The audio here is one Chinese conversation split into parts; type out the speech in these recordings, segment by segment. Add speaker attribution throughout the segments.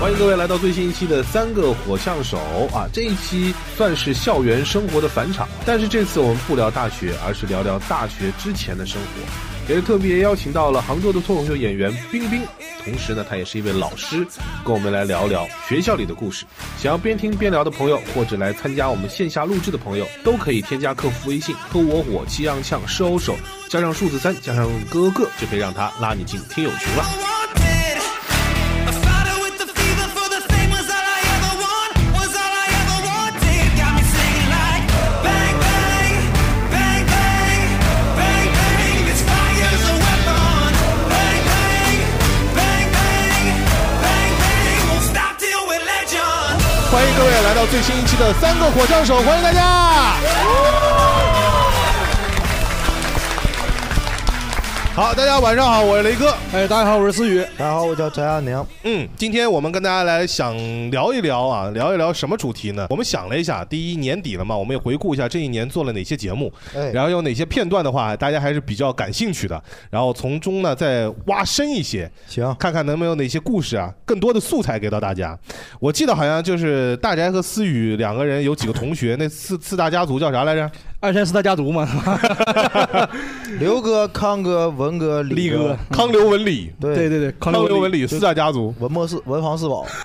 Speaker 1: 欢迎各位来到最新一期的《三个火枪手》啊，这一期算是校园生活的返场，但是这次我们不聊大学，而是聊聊大学之前的生活，也是特别邀请到了杭州的脱口秀演员冰冰，同时呢，她也是一位老师，跟我们来聊聊学校里的故事。想要边听边聊的朋友，或者来参加我们线下录制的朋友，都可以添加客服微信“和我火气让呛是欧手”，加上数字三，加上哥哥，就可以让他拉你进听友群了。欢迎各位来到最新一期的《三个火枪手》，欢迎大家。好，大家晚上好，我是雷哥。哎，大家好，我是思雨。大家好，我叫翟亚娘。嗯，今天我们跟大家来想聊一聊啊，聊一聊什么主题呢？我们想了一下，第一年底了嘛，我们也回顾一下这一年做了哪些节目，然后有哪些片段的话，大家还是比较感兴趣的，然后从中呢再挖深一些，行，看看能不能有哪些故事啊，更多的素材给到大家。我记得好像就是大宅和思雨两个人有几个同学，那四四大家族叫啥来着？二三四大家族嘛，
Speaker 2: 刘哥、康哥、文哥、李
Speaker 1: 力哥康刘文李
Speaker 2: 对
Speaker 1: 对对对康刘文李康刘文李四大家族，嗯
Speaker 2: 文墨四文房四宝。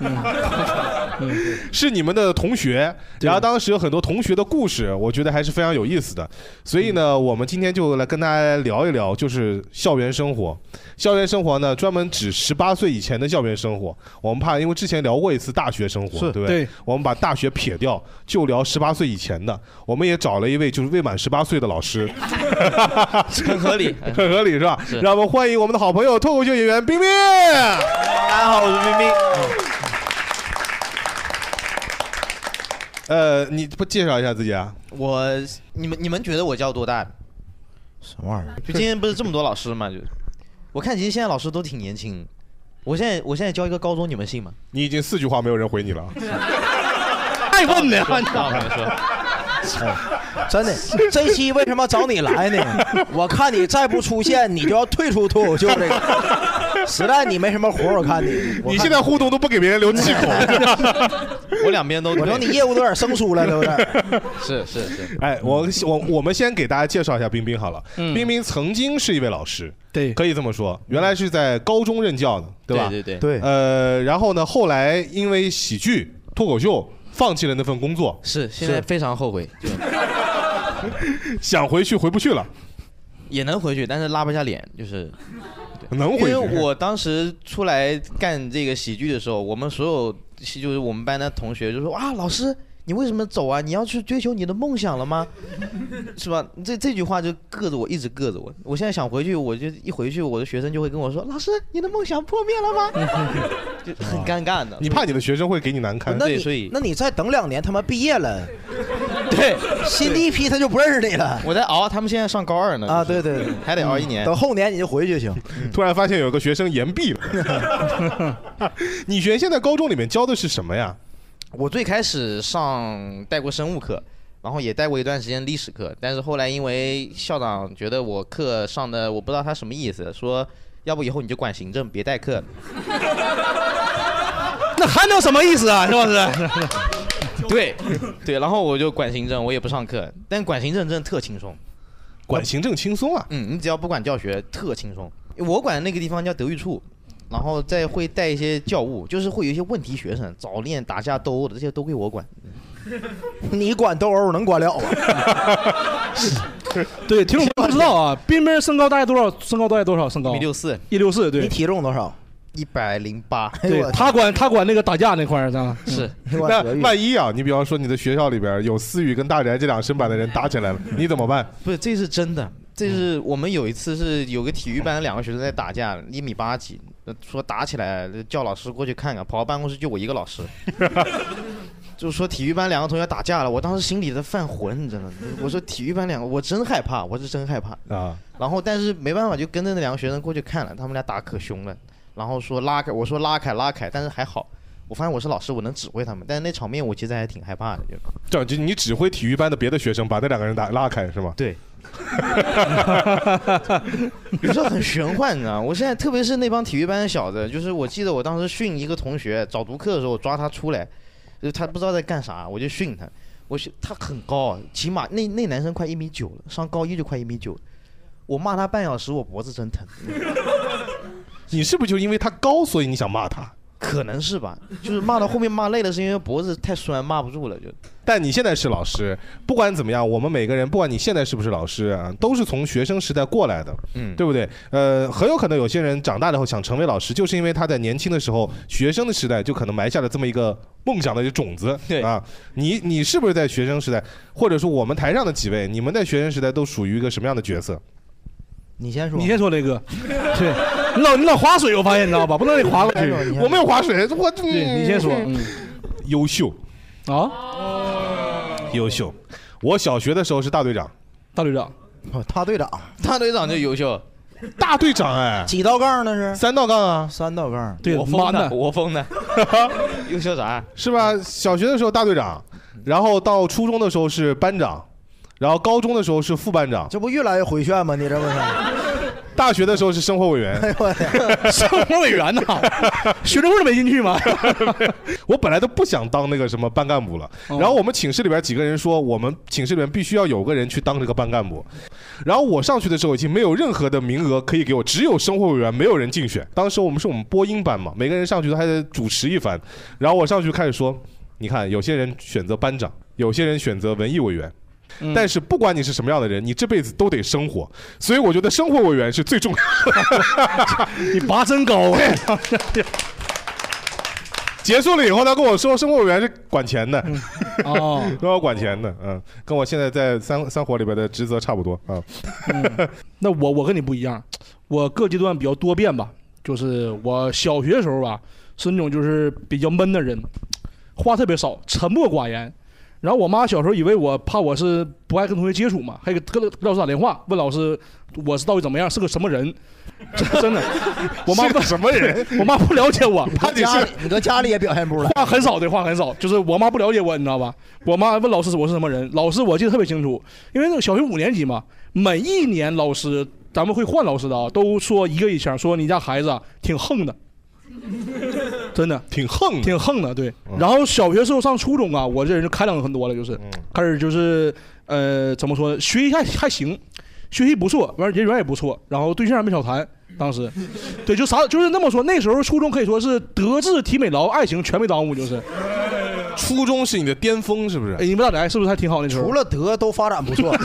Speaker 1: 是你们的同学，然后当时有很多同学的故事，我觉得还是非常有意思的。所以呢，我们今天就来跟大家聊一聊，就是校园生活。校园生活呢，专门指十八岁以前的校园生活。我们怕，因为之前聊过一次大学生活，
Speaker 3: 是
Speaker 1: 对不对？
Speaker 3: 对
Speaker 1: 我们把大学撇掉，就聊十八岁以前的。我们也找了一位就是未满十八岁的老师，
Speaker 4: 很合理
Speaker 1: 很合理是吧？
Speaker 4: 是
Speaker 1: 让我们欢迎我们的好朋友脱口秀演员冰冰。
Speaker 4: 大家好，我是冰冰。
Speaker 1: 呃，你不介绍一下自己啊？
Speaker 4: 我，你们你们觉得我叫多 大？
Speaker 2: 什么玩意儿？
Speaker 4: 就今天不是这么多老师嘛？就我看，其实现在老师都挺年轻。我现在我现在教一个高中，你们信吗？
Speaker 1: 你已经四句话没有人回你 了。
Speaker 4: 太笨了，你知道吗？
Speaker 2: 真的，这期为什么找你来呢？ 我看你再不出现，你就要退出脱口秀这个。 实在你没什么活儿，我看你。
Speaker 1: 你现在互动都不给别人留气口，
Speaker 4: 我两边都。
Speaker 2: 我说你业务都有点生疏了，都有点。
Speaker 4: 是是是，
Speaker 1: 哎，我我我们先给大家介绍一下冰冰好了。
Speaker 4: 嗯
Speaker 1: 冰冰曾经是一位老师，
Speaker 3: 对，
Speaker 1: 可以这么说，原来是在高中任教的，吧？
Speaker 4: 对对
Speaker 2: 对
Speaker 1: 呃，然后呢，后来因为喜剧脱口秀。放弃了那份工作，
Speaker 4: 是现在非常后悔，就
Speaker 1: 想回去回不去了，
Speaker 4: 也能回去，但是拉不下脸，就是
Speaker 1: 能回
Speaker 4: 因
Speaker 1: 去。
Speaker 4: 为我当时出来干这个喜剧的时候，我们所有戏就是我们班的同学就说啊，老师你为什么走啊？你要去追求你的梦想了 吗？是吧？这这句话就硌着我，一直硌着我。我现在想回去，我就一回去，我的学生就会跟我说，
Speaker 1: 啊
Speaker 4: 老师你的梦想破灭了吗？就很尴尬的。
Speaker 1: 你怕你的学生会给你难堪，
Speaker 2: 那
Speaker 4: 所以
Speaker 2: 你那你再等两年，他妈毕业了，
Speaker 4: 对，
Speaker 2: 新第一批他就不认识你了。
Speaker 4: 我在熬，啊他们现在上高二呢。
Speaker 2: 啊，
Speaker 4: 就是
Speaker 2: 对对对，
Speaker 4: 还得熬一嗯年
Speaker 2: 等。后年你就回去行。
Speaker 1: 嗯突然发现有个学生延 毕了。你学现在高中里面教的是什么呀？
Speaker 4: 我最开始上带过生物课，然后也带过一段时间历史课，但是后来因为校长觉得我课上的我不知道他什么意思，说要不以后你就管行政，别代课。
Speaker 3: 那还能什么意思啊？是不是？
Speaker 4: 对， 对，然后我就管行政，我也不上课，但管行政真的特轻松。
Speaker 1: 管行政轻松啊？
Speaker 4: 嗯，你只要不管教学，特轻松。我管那个地方叫德育处，然后再会带一些教务，就是会有一些问题学生早恋、打架、斗殴的，这些都归我管。
Speaker 2: 你管斗殴能管了吗？
Speaker 3: 对，听众朋友不知道啊，冰冰身高大概多少？身高大概多少？身高
Speaker 4: 一米六四，
Speaker 3: 一六四，
Speaker 2: 你
Speaker 3: 对，
Speaker 2: 体重多少？
Speaker 4: 一百零八，
Speaker 2: 哎
Speaker 3: 对
Speaker 2: 呦我
Speaker 3: 他管他管那个打架那块儿，知道吗？
Speaker 4: 是
Speaker 2: 我
Speaker 1: 那
Speaker 2: 德育
Speaker 1: 万一啊，你比方说你的学校里边有思雨跟大宅这两身板的人打起来了，你怎么办？
Speaker 4: 不是，这是真的。这是我们有一次是有个体育班两个学生在打架，一米八几，说打起来叫老师过去看看，跑到办公室就我一个老师， 就说体育班两个同学打架了，我当时心里在犯浑，你知道吗？我说体育班两个，我真害怕，我是真害怕。
Speaker 1: 啊，
Speaker 4: 然后但是没办法，就跟着那两个学生过去看了，他们俩打可凶了，然后说拉开，我说拉开拉开，但是还好，我发现我是老师，我能指挥他们，但是那场面我其实还挺害怕的，就
Speaker 1: 这样就你指挥体育班的别的学生把那两个人打拉开是吗？
Speaker 4: 对， 有时候很玄幻，你知道吗？我现在特别是那帮体育班的小子，就是我记得我当时训一个同学早读课的时候，我抓他出来，就他不知道在干啥，我就训他。我训他很高，起码那那男生快一米九了，上高一就快一米九了。我骂他半小时，我脖子真疼。
Speaker 1: 你是不是就因为他高，所以你想骂他？
Speaker 4: 可能是吧，就是骂到后面骂累了，是因为脖子太酸，骂不住了就。
Speaker 1: 但你现在是老师，不管怎么样，我们每个人，不管你现在是不是老师啊，都是从学生时代过来的，
Speaker 4: 嗯，
Speaker 1: 对不对？呃，很有可能有些人长大了以后想成为老师，就是因为他在年轻的时候，学生的时代就可能埋下了这么一个梦想的一个种子。对啊，你你是不是在学生时代，或者说我们台上的几位，你们在学生时代都属于一个什么样的角色？
Speaker 4: 你先说，
Speaker 3: 你先说雷哥，对，你老你老划水，我发现你知道吧？不能让你划过去，
Speaker 1: 我没有划水，我
Speaker 3: 对你先说，嗯
Speaker 1: 优秀哦
Speaker 3: 啊，
Speaker 1: 优秀。我小学的时候是大队长，
Speaker 3: 大队长，
Speaker 2: 哦大队长，
Speaker 4: 大队长就优秀，
Speaker 1: 大队长哎，
Speaker 2: 几道杠那是？
Speaker 1: 三道杠啊，
Speaker 2: 三道杠。
Speaker 3: 对，
Speaker 4: 我
Speaker 3: 妈
Speaker 4: 疯
Speaker 3: 的
Speaker 4: 的，，我疯的， 优秀啥？
Speaker 1: 是吧？小学的时候大队长，然后到初中的时候是班长，然后高中的时候是副班长，
Speaker 2: 这不越来越回旋吗？你这不是？
Speaker 1: 大学的时候是生活委员。
Speaker 3: 生活委员呐， 学生会都没进去吗？
Speaker 1: 我本来都不想当那个什么班干部了，然后我们寝室里边几个人说，我们寝室里面必须要有个人去当这个班干部。然后我上去的时候已经没有任何的名额可以给我，只有生活委员，没有人竞选。当时我们是我们播音班嘛，每个人上去都还得主持一番。然后我上去开始说，你看，有些人选择班长，有些人选择文艺委员。
Speaker 3: 嗯
Speaker 1: 但是不管你是什么样的人，你这辈子都得生活，所以我觉得生活委员是最重要的。
Speaker 3: 你拔真高啊！
Speaker 1: 结束了以后，他跟我说，生活委员是管钱的。
Speaker 3: 哦，
Speaker 1: 都要管钱的，嗯，跟我现在在三三火里边的职责差不多 啊。
Speaker 3: 那我我跟你不一样，我各阶段比较多变吧。就是我小学的时候吧，是那种就是比较闷的人，话特别少，沉默寡言。然后我妈小时候以为我怕我是不爱跟同学接触嘛，还给跟老师打电话，问老师我是到底怎么样，是个什么人。 真真的，我妈不
Speaker 1: 什么人？
Speaker 3: 我妈不了解我，
Speaker 1: 他只
Speaker 2: 家里
Speaker 1: 是
Speaker 2: 你搁家里也表现不出来。
Speaker 3: 话很少，对，话很少，就是我妈不了解我，你知道吧？我妈问老师我是什么人，老师我记得特别清楚，因为那个小学五年级嘛，每一年老师咱们会换老师的啊，都说一个一腔，说你家孩子啊挺横的，真的
Speaker 1: 挺横的，嗯
Speaker 3: 挺横的，对。然后小学时候上初中啊，我这人就开朗很多了，就是开始就是呃怎么说呢，学习还还行，学习不错，完人缘也不错，然后对象也没少谈。
Speaker 1: 嗯
Speaker 3: 当时，对，就啥就是那么说，那时候初中可以说是德智体美劳爱情全没耽误，就是。
Speaker 1: 初中是你的巅峰，是不是
Speaker 3: 哎，？你们大宅是不是还挺好？那时
Speaker 2: 除
Speaker 3: 候
Speaker 2: 了德都发展不错，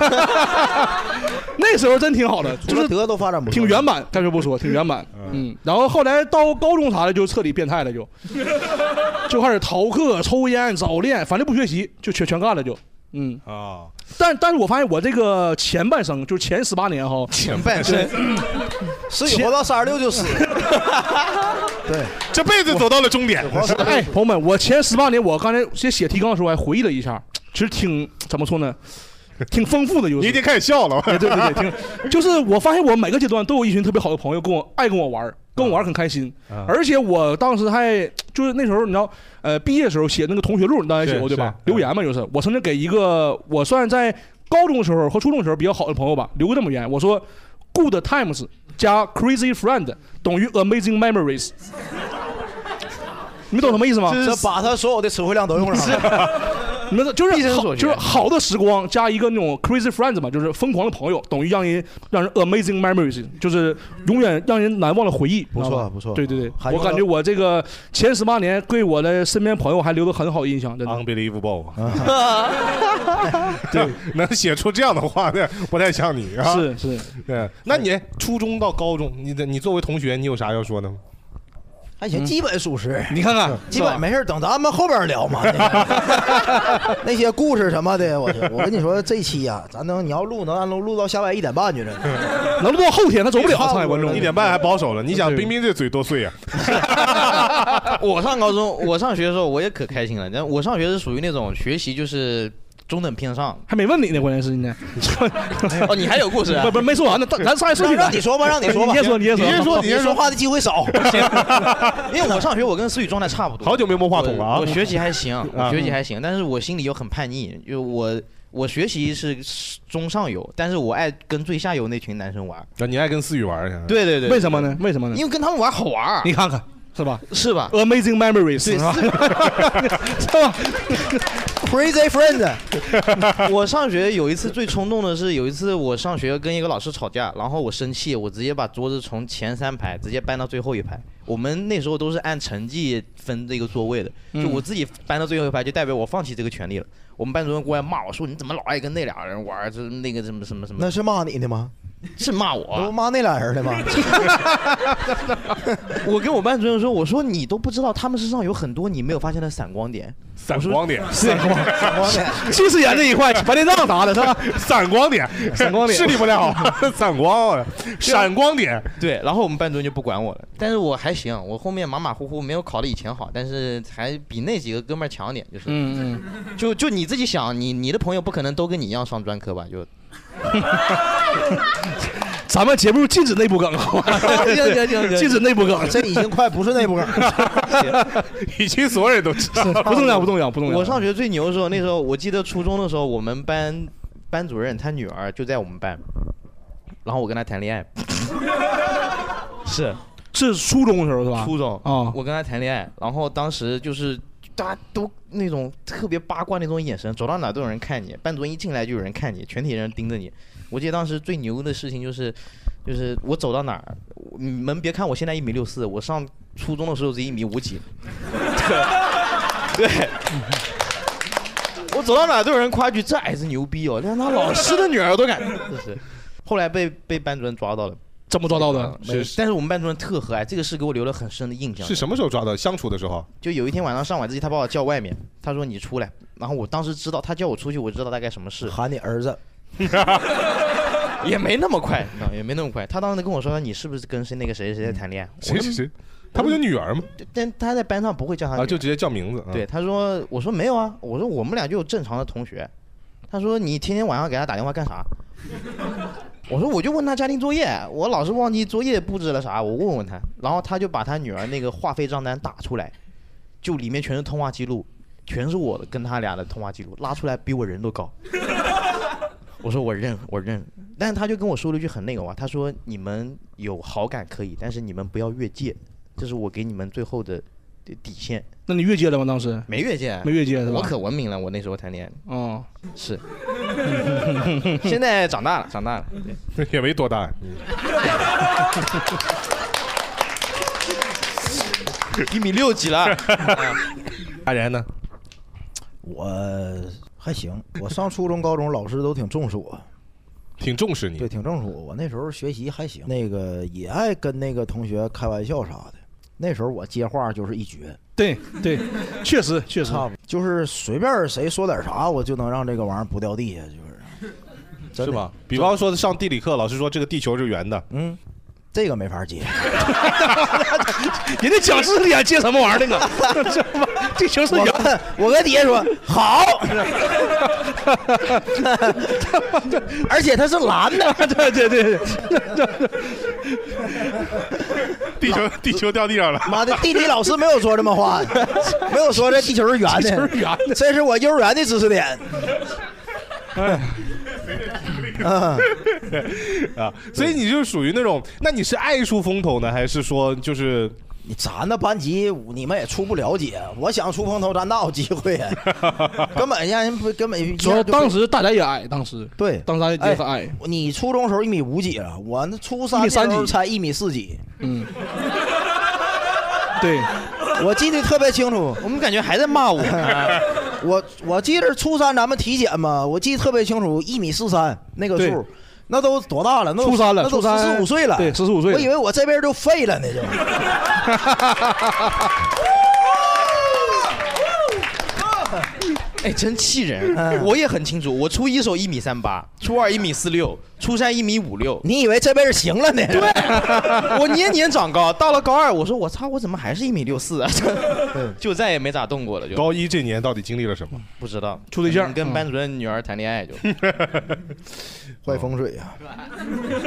Speaker 3: 那时候真挺 好的，
Speaker 2: 除
Speaker 3: 就
Speaker 2: 了
Speaker 3: 是
Speaker 2: 德都发展不错，
Speaker 3: 挺圆满。但是不说，挺圆满。嗯，然后后来到高中啥的就彻底变态了，就 就开始逃课、抽烟、早恋，反正不学习，就全全干了就。嗯，
Speaker 1: 啊，
Speaker 3: 但但是我发现我这个前半生，就是前十八年哈，
Speaker 1: 前半生，
Speaker 2: 十九活到三十六就死。对，
Speaker 1: 这辈子走到了终点。
Speaker 3: 哎，朋友们，我前十八年，我刚才写写提纲的时候还回忆了一下，其实挺怎么说呢，挺丰富的，就是
Speaker 1: 你已经开始笑了，
Speaker 3: 对对对，挺就是我发现我每个阶段都有一群特别好的朋友，跟我爱跟我玩儿，跟我玩儿很开心。
Speaker 1: 啊
Speaker 3: 而且我当时还就是那时候你知道，呃，毕业的时候写那个同学录，你当时写过
Speaker 1: 是
Speaker 3: 对吧？
Speaker 1: 是
Speaker 3: 留言嘛，就是我曾经给一个我算在高中的时候和初中的时候比较好的朋友吧，留过这么言，我说 “good times” 加 “crazy friend” 等于 “amazing memories”。你们懂什么意思吗？
Speaker 2: 这把他所有的词汇量都用上了。
Speaker 3: 你们就
Speaker 4: 毕
Speaker 3: 是
Speaker 4: 生
Speaker 3: 好
Speaker 4: 所学
Speaker 3: 就是好的时光加一个那种 crazy friends 嘛，就是疯狂的朋友，等于让人让人 amazing memories，就是永远让人难忘的回忆。
Speaker 2: 不错
Speaker 3: 知道吧
Speaker 2: 不错
Speaker 3: 对对对，
Speaker 2: 还有
Speaker 3: 我感觉我这个前十八年对我的身边朋友还留得很好的印象，真的。
Speaker 1: unbelievable，对，能写出这样的话，那不太像你啊。，
Speaker 3: 是是，
Speaker 1: 对。那你初中到高中，你的你作为同学，你有啥要说的吗？
Speaker 2: 还
Speaker 4: 嗯
Speaker 2: 行，基本属实，
Speaker 3: 你看看，
Speaker 2: 基本没事。等咱们后边聊 嘛。 那些故事什么的，我我跟你说，这期呀，咱能你要录能按录录到下半夜一点半去， 真的。
Speaker 3: 能录到后天，他走不了，
Speaker 2: 差不
Speaker 3: 上
Speaker 2: 多
Speaker 3: 海观众
Speaker 1: 一。点半还保守了，你想
Speaker 3: 对
Speaker 1: 冰冰这嘴多碎呀？啊
Speaker 4: 我上高中，我上学的时候我也可开心了。但我上学是属于那种学习就是中等偏上。
Speaker 3: 还没问你呢，关键是呢。
Speaker 4: 哦你还有故事啊
Speaker 3: 不不没说完呢，咱咱上来说去吧
Speaker 4: 让你说吧让你说吧
Speaker 3: 你先说，你先
Speaker 4: 你
Speaker 3: 说，
Speaker 4: 先说你先说你说话的
Speaker 2: 机会少。
Speaker 4: 因为我上学我跟思雨状态差 不多，
Speaker 1: 好久没摸话筒了啊
Speaker 4: 我我学习还 行，我
Speaker 1: 啊
Speaker 4: 学习还行，但是我心里又很叛逆，就我我学习是中上游，但是我爱跟最下游那群男生玩。
Speaker 1: 那啊你爱跟思雨玩去？
Speaker 4: 对对对，
Speaker 3: 为什么呢？为什么呢？
Speaker 4: 因为跟他们玩好玩儿
Speaker 3: 你看看是吧？
Speaker 4: 是吧
Speaker 3: ？Amazing memories 是吧？
Speaker 2: Crazy friend，
Speaker 4: 我上学有一次最冲动的是，有一次我上学跟一个老师吵架，然后我生气，我直接把桌子从前三排直接搬到最后一排。我们那时候都是按成绩分这个座位的，就
Speaker 5: 嗯
Speaker 4: 我自己搬到最后一排，就代表我放弃这个权利了。我们班主任过来骂我说：“你怎么老爱跟那俩人玩儿？就是那个什么什么什么。”
Speaker 2: 那是骂你的吗？
Speaker 4: 是骂我、啊
Speaker 2: 不骂那俩 人的吗？
Speaker 4: 我跟我班主任说：“我说你都不知道他们身上有很多你没有发现的闪光点。”
Speaker 1: 闪光点
Speaker 4: 闪光
Speaker 2: 闪光点
Speaker 1: 近视眼这一块白内障啥的，是吧？啊闪光点，
Speaker 4: 闪光点
Speaker 1: 视力不太好，闪光啊，闪光点。
Speaker 4: 对，然后我们班主任就不管我了，但是我还行，我后面马马虎虎，没有考的以前好，但是还比那几个哥们儿强点，就是，
Speaker 3: 嗯
Speaker 4: 嗯，就就你自己想，你你的朋友不可能都跟你一样上专科吧？就，
Speaker 3: 咱 们节目 禁止内部梗，好 吧？
Speaker 4: 行行行行
Speaker 3: 禁止内部梗，
Speaker 2: 这已经 快不是内部梗
Speaker 3: 了，
Speaker 1: 已经所有人都知
Speaker 3: 道了， 不重要，不重要，不重要。
Speaker 4: 我上学最牛的时候，那时候我记得初中的时候，我们班班主任他女儿就在我们班，然后我跟他谈恋爱，是
Speaker 3: 是初中的时候是吧？
Speaker 4: 初中
Speaker 3: 啊，
Speaker 4: 我跟他谈恋爱，然后当时就是大家都那种特别八卦那种眼神，走到哪都有人看你，班主任一进来就有人看你，全体人盯着你。我记得当时最牛的事情就是，就是我走到哪儿，我你们别看我现在一米六四，我上初中的时候是一米五几， 对。对我走到哪儿都有人夸句这孩子牛逼哦，连他老师的女儿都敢，就是。后来被被班主任抓到了，
Speaker 3: 怎么抓到的？
Speaker 4: 是，但是我们班主任特和蔼，哎这个事给我留了很深的印象。哦
Speaker 1: 是什么时候抓的？相处的时候。
Speaker 4: 就有一天晚上上晚自习，他把我叫外面，他说你出来。然后我当时知道他叫我出去，我知道大概什么事。
Speaker 2: 喊你儿子，
Speaker 4: 也没那么快，你知道也没那么快。他当时跟我说，你是不是跟谁那个谁谁在谈恋爱？我
Speaker 1: 谁
Speaker 4: 说
Speaker 1: 谁谁？他不就女儿吗？
Speaker 4: 但他在班上不会叫他女
Speaker 1: 啊，
Speaker 4: 儿
Speaker 1: 就直接叫名字。啊
Speaker 4: 对，，他说，我说没有啊，我说我们俩就有正常的同学。他说你天天晚上给他打电话干啥？我说我就问他家庭作业，我老是忘记作业布置了啥，我问问他。然后他就把他女儿那个话费账单打出来，就里面全是通话记录，全是我跟他俩的通话记录，拉出来比我人都高。 我说我认，我认。但是他就跟我说了一句很那个话，他说你们有好感可以，但是你们不要越界，这是我给你们最后的底底线。
Speaker 3: 那你越界了吗？当时
Speaker 4: 没越界，
Speaker 3: 嗯没越界是吧？
Speaker 4: 我可文明了，我那时候谈恋爱。
Speaker 3: 哦，
Speaker 4: 是，现在长大了，长大了，
Speaker 1: 也没多大。
Speaker 4: 一米六 几了。啊
Speaker 1: 大然呢？
Speaker 2: 我还行，我上初中、高中老师都挺重视我，
Speaker 1: 挺重视你。
Speaker 2: 对，挺重视我。我那时候学习还行，那个也爱跟那个同学开玩笑啥的。那时候我接话就是一绝，
Speaker 3: 对对，确实确实，
Speaker 2: 就是随便谁说点啥，我就能让这个玩意儿不掉地下，就是真
Speaker 1: 是
Speaker 2: 的
Speaker 1: 吧？比方说上地理课，老师说这个地球是圆的，
Speaker 2: 嗯，这个没 法接。
Speaker 3: 人家讲师脸接什么玩意儿那 个？这玩意儿地球是圆
Speaker 2: 的。我跟底下说 好， 而且它是蓝的，
Speaker 3: 对对对，
Speaker 1: 地球地球掉地上了。
Speaker 2: 妈的，地理老师没有说这么话，没有说这地球是圆的，
Speaker 1: 地球是圆的
Speaker 2: 这是我幼儿园的知识点。
Speaker 3: 哎
Speaker 2: 啊，
Speaker 1: 啊，所以你就属于那种，那你是爱出风头呢，还是说呃就是
Speaker 2: 你咱的班级你们也出不了解，我想出风头，咱哪有机 会啊？根本让人不哎根本。
Speaker 3: 主要当时大家也矮，当时
Speaker 2: 对，
Speaker 3: 当时大家也很矮，
Speaker 2: 你初中时候一米五几了，我那初三
Speaker 3: 一
Speaker 2: 的
Speaker 3: 米三
Speaker 2: 时候
Speaker 3: 几
Speaker 2: 才一米四几。
Speaker 3: 嗯，对，
Speaker 2: 我记得特别清楚。
Speaker 4: 我们感觉还在骂我。
Speaker 2: 我我记得初三咱们体检嘛，我记得特别清楚，一米四三那个
Speaker 3: 对
Speaker 2: 数，那都多大了？那都
Speaker 3: 初三了
Speaker 2: 那都
Speaker 3: 初三
Speaker 2: 十四五岁了。
Speaker 3: 对14-15岁了
Speaker 2: 我以为我这辈子就废了呢， 就。
Speaker 4: 哎，真气
Speaker 2: 嗯
Speaker 4: 人！我也很清楚，我初一时候一米三八，初二一米四六，初三一米五六。
Speaker 2: 你以为这辈子行了呢？
Speaker 4: 对，我年年长高，到了高二，我说我操，我怎么还是一米六四啊？
Speaker 2: 嗯
Speaker 4: 就再也没咋动过了。就
Speaker 1: 高一这年到底经历了什么？
Speaker 4: 不知道
Speaker 3: 处对象
Speaker 4: 跟班主任女儿谈恋爱就。
Speaker 2: 坏风水啊！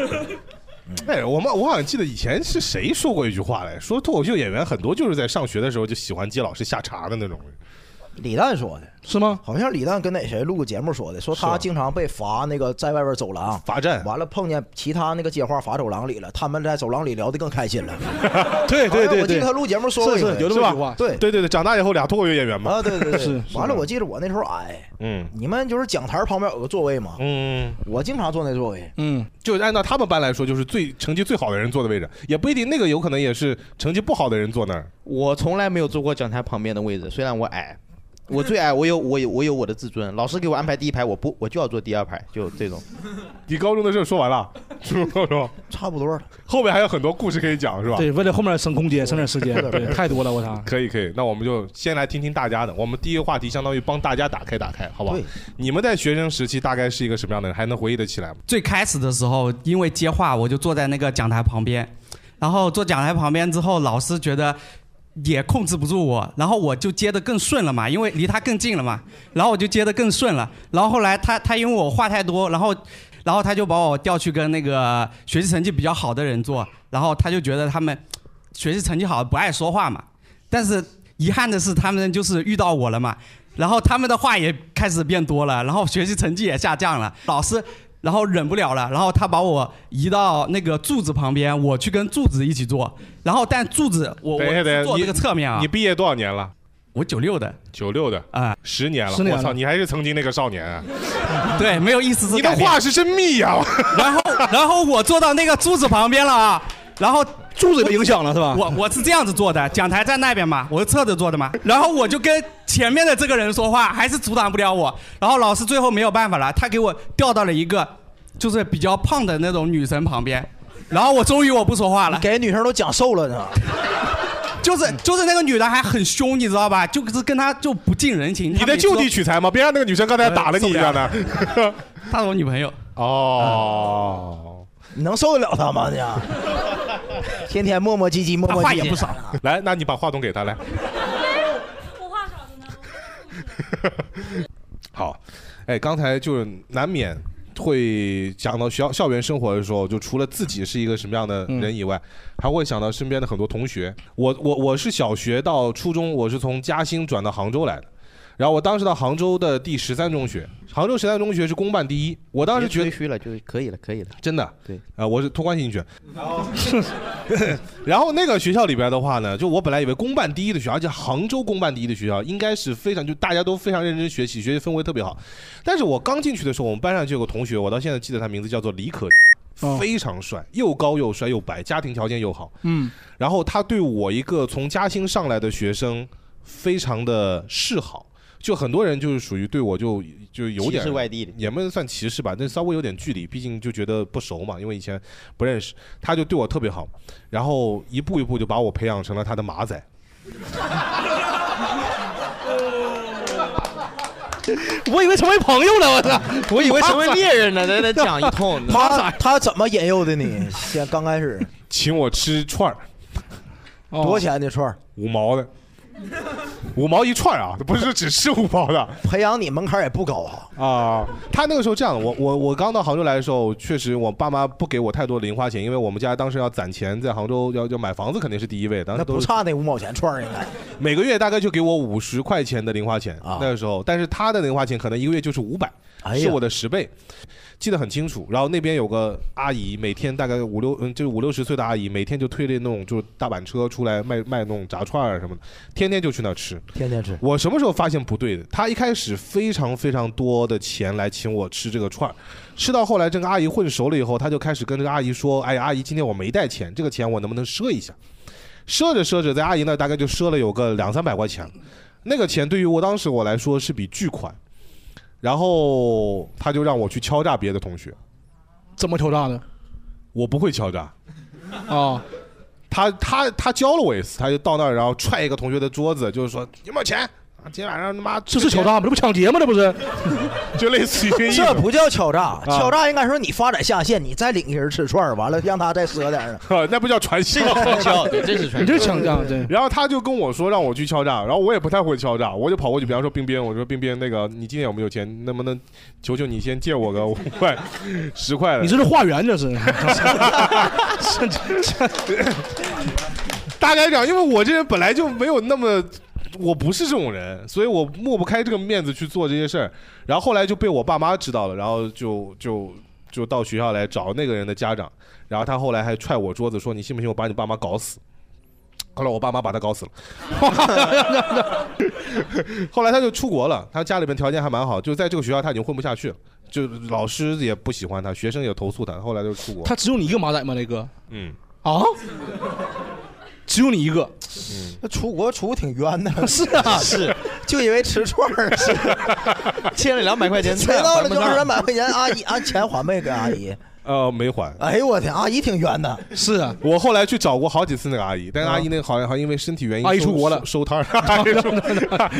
Speaker 1: 哎，我们我好像记得以前是谁说过一句话来，说脱口秀演员很多就是在上学的时候就喜欢接老师下茬的那种人。
Speaker 2: 李诞说的
Speaker 3: 是吗？
Speaker 2: 好像李诞跟哪谁录过节目说的，说
Speaker 1: 是
Speaker 2: 他
Speaker 1: 吗
Speaker 2: 经常被罚那个在外边走廊
Speaker 1: 罚站
Speaker 2: 完了碰见其他那个接话罚走廊里了，他们在走廊里聊得更开心了。
Speaker 3: 对对
Speaker 2: 完了
Speaker 3: 对
Speaker 2: 我记
Speaker 3: 对
Speaker 2: 得他，录节目说过一
Speaker 3: 是
Speaker 2: 回
Speaker 3: 是有这么句话
Speaker 2: 对
Speaker 1: 对对对，长大以后俩脱口秀演员嘛。
Speaker 2: 啊，对 对对，
Speaker 3: 是是
Speaker 2: 完了，我记得我那时候矮，
Speaker 1: 嗯
Speaker 2: 你们就是讲台旁边有个座位嘛，
Speaker 1: 嗯，
Speaker 2: 我经常坐那座位。
Speaker 3: 嗯，
Speaker 1: 就按照他们班来说，就是最成绩最好的人坐的位置，也不一定，那个有可能也是成绩不好的人坐那儿。
Speaker 4: 我从来没有坐过讲台旁边的位置，虽然我矮，我最矮，我有我有我有我的自尊。老师给我安排第一排，我不我就要坐第二排，就这种。
Speaker 1: 你高中的事儿说完了，是不是？
Speaker 2: 差不多了，
Speaker 1: 后面还有很多故事可以讲，是吧？
Speaker 3: 对，为了后面省空间，省点时间，对，太多了， 我操！
Speaker 1: 可以可以，那我们就先来听听大家的。我们第一个话题相当于帮大家打开打开，好不好
Speaker 2: 对？
Speaker 1: 你们在学生时期大概是一个什么样的人？还能回忆得起来吗？
Speaker 5: 最开始的时候，因为接话，我就坐在那个讲台旁边，然后坐讲台旁边之后，老师觉得也控制不住我，然后我就接得更顺了嘛，因为离他更近了嘛，然后我就接得更顺了，然后后来他他因为我话太多，然后然后他就把我调去跟那个学习成绩比较好的人做，然后他就觉得他们学习成绩好不爱说话嘛，但是遗憾的是他们就是遇到我了嘛。然后他们的话也开始变多了，然后学习成绩也下降了。老师然后忍不了了，然后他把我移到那个柱子旁边，我去跟柱子一起坐。然后但柱子我我
Speaker 1: 等一下等一
Speaker 5: 是
Speaker 1: 下
Speaker 5: 坐
Speaker 1: 你
Speaker 5: 这个侧面啊
Speaker 1: 你，毕业多少年了？
Speaker 5: 我九六的
Speaker 1: 九六的，
Speaker 5: 啊，
Speaker 1: 十年了。
Speaker 3: 十年
Speaker 1: 我操，
Speaker 3: 了
Speaker 1: 你还是曾经那个少年啊！
Speaker 5: 对，没有意思是
Speaker 1: 你的
Speaker 5: 改变
Speaker 1: 话是真密啊呀、
Speaker 5: 然后然后我坐到那个柱子旁边了啊，然后
Speaker 3: 柱子被影响了是吧？
Speaker 5: 我我是这样子坐的，讲台在那边嘛，我是侧着坐的嘛。然后我就跟前面的这个人说话，还是阻挡不了我。然后老师最后没有办法了，他给我调到了一个就是比较胖的那种女生旁边。然后我终于我不说话了，
Speaker 2: 给女生都讲瘦了呢。
Speaker 5: 就是就是那个女的还很凶，你知道吧？就是跟她就不近人情。
Speaker 1: 你在就地取材吗？别让那个女生刚
Speaker 5: 呃
Speaker 1: 才打了你一下 呢。
Speaker 5: 她是我女朋友，
Speaker 1: 哦，
Speaker 2: 你能受得了他吗？你啊天天磨磨唧唧，磨
Speaker 5: 她
Speaker 2: 磨唧唧
Speaker 5: 话也不少。
Speaker 1: 来，那你把话筒给他来。
Speaker 6: 我话少的呢。
Speaker 1: 好，哎，刚才就是难免会讲到学校校园生活的时候，就除了自己是一个什么样的人以外，还会想到身边的很多同学。我我我是小学到初中，我是从嘉兴转到杭州来的。然后我当时到杭州的第十三中学，杭州十三中学是公办第一。我当时觉
Speaker 4: 别
Speaker 1: 得
Speaker 4: 吹嘘了，就可以了，可以了。
Speaker 1: 真的，
Speaker 4: 对
Speaker 1: 啊、我是托关系进去。 然后那个学校里边的话呢，就我本来以为公办第一的学校，而且杭州公办第一的学校应该是非常就大家都非常认真学习，学习氛围特别好。但是我刚进去的时候，我们班上就有个同学，我到现在记得他名字叫做李可，
Speaker 3: 哦
Speaker 1: 非常帅，又高又帅又白，家庭条件又好。
Speaker 3: 嗯，
Speaker 1: 然后他对我一个从嘉兴上来的学生非常的示好，就很多人就是属于对我就就有点
Speaker 4: 歧视外地的
Speaker 1: 也不能算歧视吧，但稍微有点距离，毕竟就觉得不熟嘛，因为以前不认识，他就对我特别好，然后一步一步就把我培养成了他的马仔。
Speaker 3: 我以为成为朋友了，我操！
Speaker 4: 我以为成为猎人呢，在那讲一通。
Speaker 2: 他他怎么引诱的你？先刚开始
Speaker 1: 请我吃串儿，
Speaker 3: 哦
Speaker 2: 多少？钱的串儿？
Speaker 1: 五毛的，五毛一串儿啊，不是只吃五毛的。
Speaker 2: 培养你门槛也不高啊。
Speaker 1: 啊、他那个时候这样，我我我刚到杭州来的时候，确实我爸妈不给我太多零花钱，因为我们家当时要攒钱，在杭州要要买房子肯定是第一位的，当
Speaker 2: 那
Speaker 1: 时都
Speaker 2: 不
Speaker 1: 是
Speaker 2: 差那五毛钱串儿应该。
Speaker 1: 每个月大概就给我五十块钱的零花钱、
Speaker 2: 啊
Speaker 1: 那个时候，但是他的零花钱可能一个月就是五百、
Speaker 2: 哎
Speaker 1: 是
Speaker 2: 呀
Speaker 1: 我的十倍，记得很清楚。然后那边有个阿姨，每天大概五六嗯，就是五六十岁的阿姨，每天就推着那种就是大板车出来卖卖那种炸串儿啊什么的，天天就去那儿吃。
Speaker 2: 天天吃，
Speaker 1: 我什么时候发现不对的？他一开始非常非常多的钱来请我吃这个串儿，吃到后来这个阿姨混熟了以后，他就开始跟这个阿姨说：“哎，阿姨，今天我没带钱，这个钱我能不能赊一下？”赊着赊着，在阿姨那儿大概就赊了有个两三百块钱，那个钱对于我当时我来说是笔巨款。然后他就让我去敲诈别的同学，
Speaker 3: 怎么敲诈的？
Speaker 1: 我不会敲诈，
Speaker 3: 啊，
Speaker 1: 他他他教了我一次，他就到那儿，然后踹一个同学的桌子，就是说有没有钱今晚上他妈
Speaker 3: 这是敲诈吗？这不抢劫吗？这不是？
Speaker 1: 就类似于这意思
Speaker 2: 这不叫敲诈，啊敲诈应该说你发展下线，你再领一人吃串儿完了让他再赊点 儿。
Speaker 1: 那不叫传销，
Speaker 4: 传销对这是传销你这是
Speaker 3: 抢啊对
Speaker 1: 然后他就跟我说让我去敲诈，然后我也不太会敲诈，我就跑过去，比方说冰冰，我说冰冰，那个你今天有没有钱？能不能求求你先借我个五块、十块的？
Speaker 3: 你这是化缘，这 是。
Speaker 1: 大概讲，因为我这人本来就没有那么，我不是这种人，所以我抹不开这个面子去做这些事儿。然后后来就被我爸妈知道了，然后就就就到学校来找那个人的家长，然后他后来还踹我桌子说：“你信不信我把你爸妈搞死？”后来我爸妈把他搞死了。 后来他就出国了，他家里边条件还蛮好，就在这个学校他已经混不下去了，就老师也不喜欢他，学生也投诉他，后来就出国。
Speaker 3: 他只有你一个马仔吗？雷哥？
Speaker 1: 嗯，
Speaker 3: 啊？只有你一个，
Speaker 2: 嗯那出国出挺冤 的，
Speaker 3: 是啊，
Speaker 2: 是，就因为吃串儿，是
Speaker 4: 欠了两百块钱
Speaker 2: 谁
Speaker 4: 菜，
Speaker 2: 到
Speaker 4: 还
Speaker 2: 了
Speaker 4: 不
Speaker 2: 就是
Speaker 4: 上
Speaker 2: 两。百块钱，阿姨啊钱还没给阿姨。
Speaker 1: 呃，没还。
Speaker 2: 哎呦我天，阿姨挺冤的，
Speaker 3: 是啊，
Speaker 1: 我后来去找过好几次那个阿姨，但是阿姨那个好像好像因为身体原因收，
Speaker 3: 阿姨出国了
Speaker 1: 收收摊儿， 阿 姨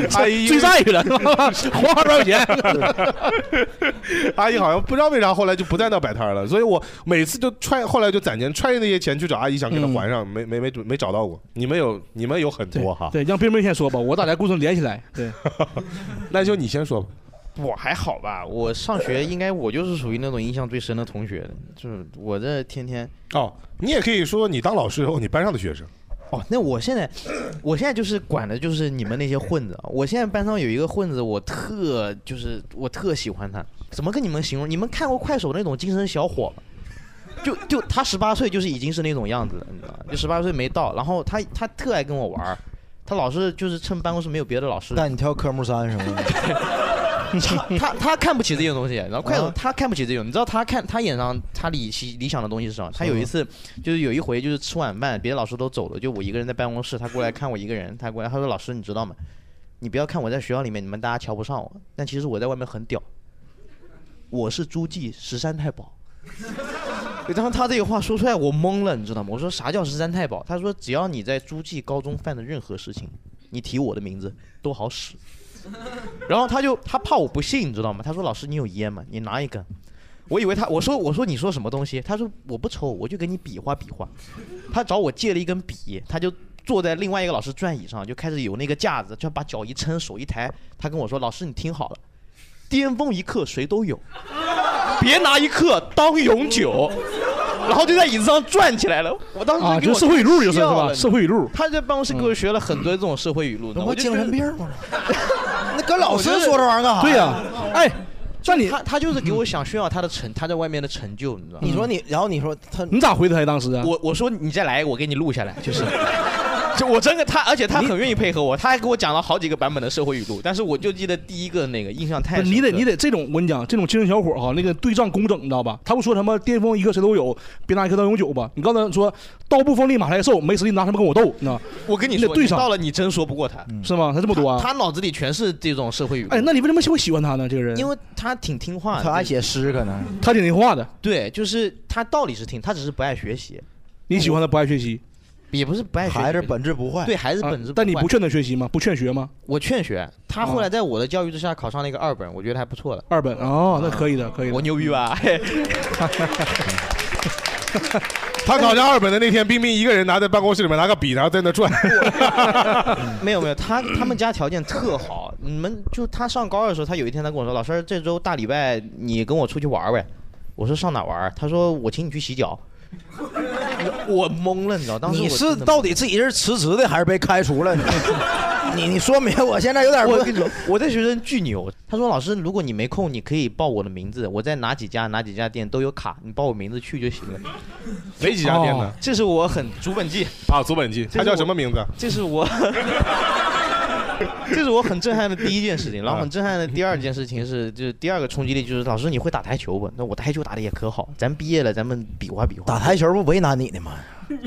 Speaker 1: 出阿姨因
Speaker 3: 追
Speaker 1: 为
Speaker 3: 债去了， 花二百块钱。
Speaker 1: 阿姨好像不知道为啥后来就不在那摆摊儿了，所以我每次就揣，后来就攒钱揣着那些钱去找阿姨，想给她还上，没没没没找到过。你们有你们有很多哈，
Speaker 3: 嗯对，让冰冰先说吧，我大家故事连起来。对，
Speaker 1: 那就你先说吧。
Speaker 3: 哎
Speaker 4: 我还好吧，我上学应该我就是属于那种印象最深的同学，就是我这天天
Speaker 1: 哦，你也可以说你当老师以后你班上的学生，
Speaker 4: 哦，那我现在，我现在就是管的就是你们那些混子。啊我现在班上有一个混子，我特就是我特喜欢他。怎么跟你们形容？你们看过快手那种精神小伙吗？就就他十八岁就是已经是那种样子了，你知道吗？就十八岁没到，然后他他特爱跟我玩儿他老是就是趁办公室没有别的老师，
Speaker 2: 带你跳科目三什么的。
Speaker 4: 他 他他看不起这些东西，然后快手
Speaker 2: 啊
Speaker 4: 他看不起这种，你知道他看他眼上他理理想的东西是什么？他有一次就是有一回就是吃晚饭，别的老师都走了，就我一个人在办公室，他过来看我一个人，他过来他说老师你知道吗？你不要看我在学校里面你们大家瞧不上我，但其实我在外面很屌，我是诸暨十三太保。然后他这个话说出来，我懵了，你知道吗？我说啥叫十三太保？他说只要你在诸暨高中犯的任何事情，你提我的名字都好使。然后他就他怕我不信，你知道吗？他说老师你有烟吗？你拿一根。我以为他我说我说你说什么东西？他说我不抽，我就给你比划比划。他找我借了一根笔，他就坐在另外一个老师转椅上，就开始有那个架子，就把脚一撑，手一抬。他跟我说老师你听好了，巅峰一刻谁都有，别拿一刻当永 久。然后就在椅子上转起来了，我当时
Speaker 3: 啊，
Speaker 4: 给
Speaker 3: 就
Speaker 4: 我
Speaker 3: 是社会语录就是是
Speaker 4: 笑
Speaker 3: 吧？
Speaker 4: 了
Speaker 3: 社会语录，
Speaker 4: 他在办公室给我学了很多这种社会语录，你知道吗
Speaker 2: 嗯我
Speaker 4: 我就
Speaker 2: 精
Speaker 4: 觉
Speaker 2: 神
Speaker 4: 得
Speaker 2: 病吗？ 那跟老师说这玩意儿干啥？
Speaker 3: 对呀、哎，那你
Speaker 4: 他他就是给我想炫耀他的成，他在外面的成就，你知道吗嗯
Speaker 2: 你？说你，然后你说他，
Speaker 3: 你咋回他呀？当时啊，
Speaker 4: 我我说你再来，我给你录下 来，就是。 就我真的他，而且他很愿意配合我，他还给我讲了好几个版本的社会语录，但是我就记得第一个那个印象太
Speaker 3: 不
Speaker 4: 深
Speaker 3: 是
Speaker 4: 刻。
Speaker 3: 你得你得这种，我跟你讲，这种精神小伙儿哈，那个对仗工整，你知道吧？他不说他妈巅峰一刻谁都有，别拿一刻当永久吧？你刚才说刀不锋利马来受，没实力拿什么跟我斗，你知道
Speaker 4: 我跟你
Speaker 3: 你
Speaker 4: 说，
Speaker 3: 得对
Speaker 4: 你
Speaker 3: 上嗯
Speaker 4: 到了你真说不过他，
Speaker 3: 是吗？他这么多、啊
Speaker 4: 他脑子里全是这种社会语录。
Speaker 3: 哎，那你为什么会喜欢他呢？这个人，
Speaker 4: 因为他挺听话的，
Speaker 2: 他爱写诗可能。
Speaker 3: 他挺听话的，
Speaker 4: 对，就是他道理是听，他只是不爱学习，
Speaker 3: 你喜欢他不爱学习，
Speaker 4: 也不是不爱学习，
Speaker 2: 孩子本质不坏，
Speaker 4: 对孩子本质
Speaker 3: 啊
Speaker 4: 坏。
Speaker 3: 但你不劝他嗯学习吗？不劝学吗？
Speaker 4: 我劝学，他后来在我的教育之下考上了一个二本，我觉得还不错了。
Speaker 3: 二本哦，那可以的，可以的
Speaker 4: 我。牛逼 吧？
Speaker 1: 他考上二本的那天，冰冰一个人拿在办公室里面拿个笔，然后在 那转。
Speaker 4: 嗯没有没有，他他们家条件特好。你们就他上高二的时候，他有一天他跟我说：“老师，这周大礼拜你跟我出去玩呗。”我说：“上哪玩？”他说：“我请你去洗脚。” 我懵了，你知道？当时
Speaker 2: 你
Speaker 4: 我
Speaker 2: 是
Speaker 4: 真的懵
Speaker 2: 到底自己是辞职的还是被开除 了？你你你说明我现在有点
Speaker 4: 我
Speaker 2: 不
Speaker 4: 跟你说， 我这学生巨牛。他说：“老师，如果你没空，你可以报我的名字，我在哪几家哪几家店都有卡，你报我名字去就行了。
Speaker 1: 哪几家店呢？”
Speaker 4: 哦这是我很主本记，
Speaker 1: 啊，祖本记，他叫什么名字？
Speaker 4: 这是我， 这是我很震撼的第一件事
Speaker 1: 嗯
Speaker 4: 情。然后很震撼的第二件事情是，就是第二个冲击力就是，老师你会打台球不？那我台球打的也可好，咱毕业了，咱们比划比划。
Speaker 2: 打台球不为难你的吗？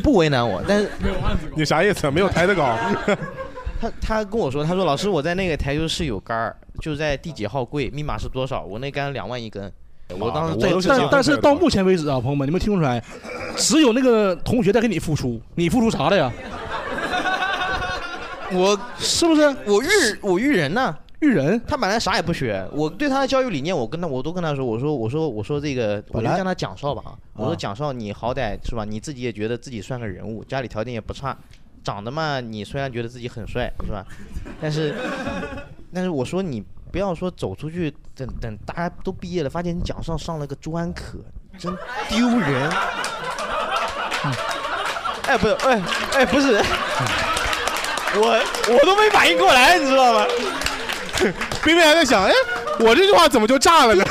Speaker 4: 不为难我，但是
Speaker 1: 你啥意思？没有抬得高。
Speaker 4: 他他跟我说，他说老师我在那个台球室有杆儿，就在第几号柜，密码是多少？我那杆两万一根。啊我当时
Speaker 1: 啊我
Speaker 4: 最
Speaker 1: 都是这
Speaker 3: 但
Speaker 1: 样
Speaker 3: 但是
Speaker 1: 的
Speaker 3: 到目前为止啊，朋友们，你们听出来，只有那个同学在给你付出，你付出啥了呀？
Speaker 4: 我
Speaker 3: 是不是？
Speaker 4: 我育我育人呢、
Speaker 3: 育人，
Speaker 4: 他本来啥也不学，我对他的教育理念，我跟他我都跟他说，我说我说我说这个，我
Speaker 2: 本
Speaker 4: 就
Speaker 2: 来
Speaker 4: 叫他蒋少吧，啊我
Speaker 3: 啊
Speaker 4: 说蒋少你好歹是吧，你自己也觉得自己算个人物，家里条件也不差，长得嘛你虽然觉得自己很帅是吧，但是但是我说你不要说走出去，等等大家都毕业了，发现你蒋少上了个专科，真丢 人。
Speaker 3: 嗯
Speaker 4: 哎，不是，哎哎不是，我我都没反应过来，你知道吗？
Speaker 1: 冰冰还在想，哎，我这句话怎么就炸了呢？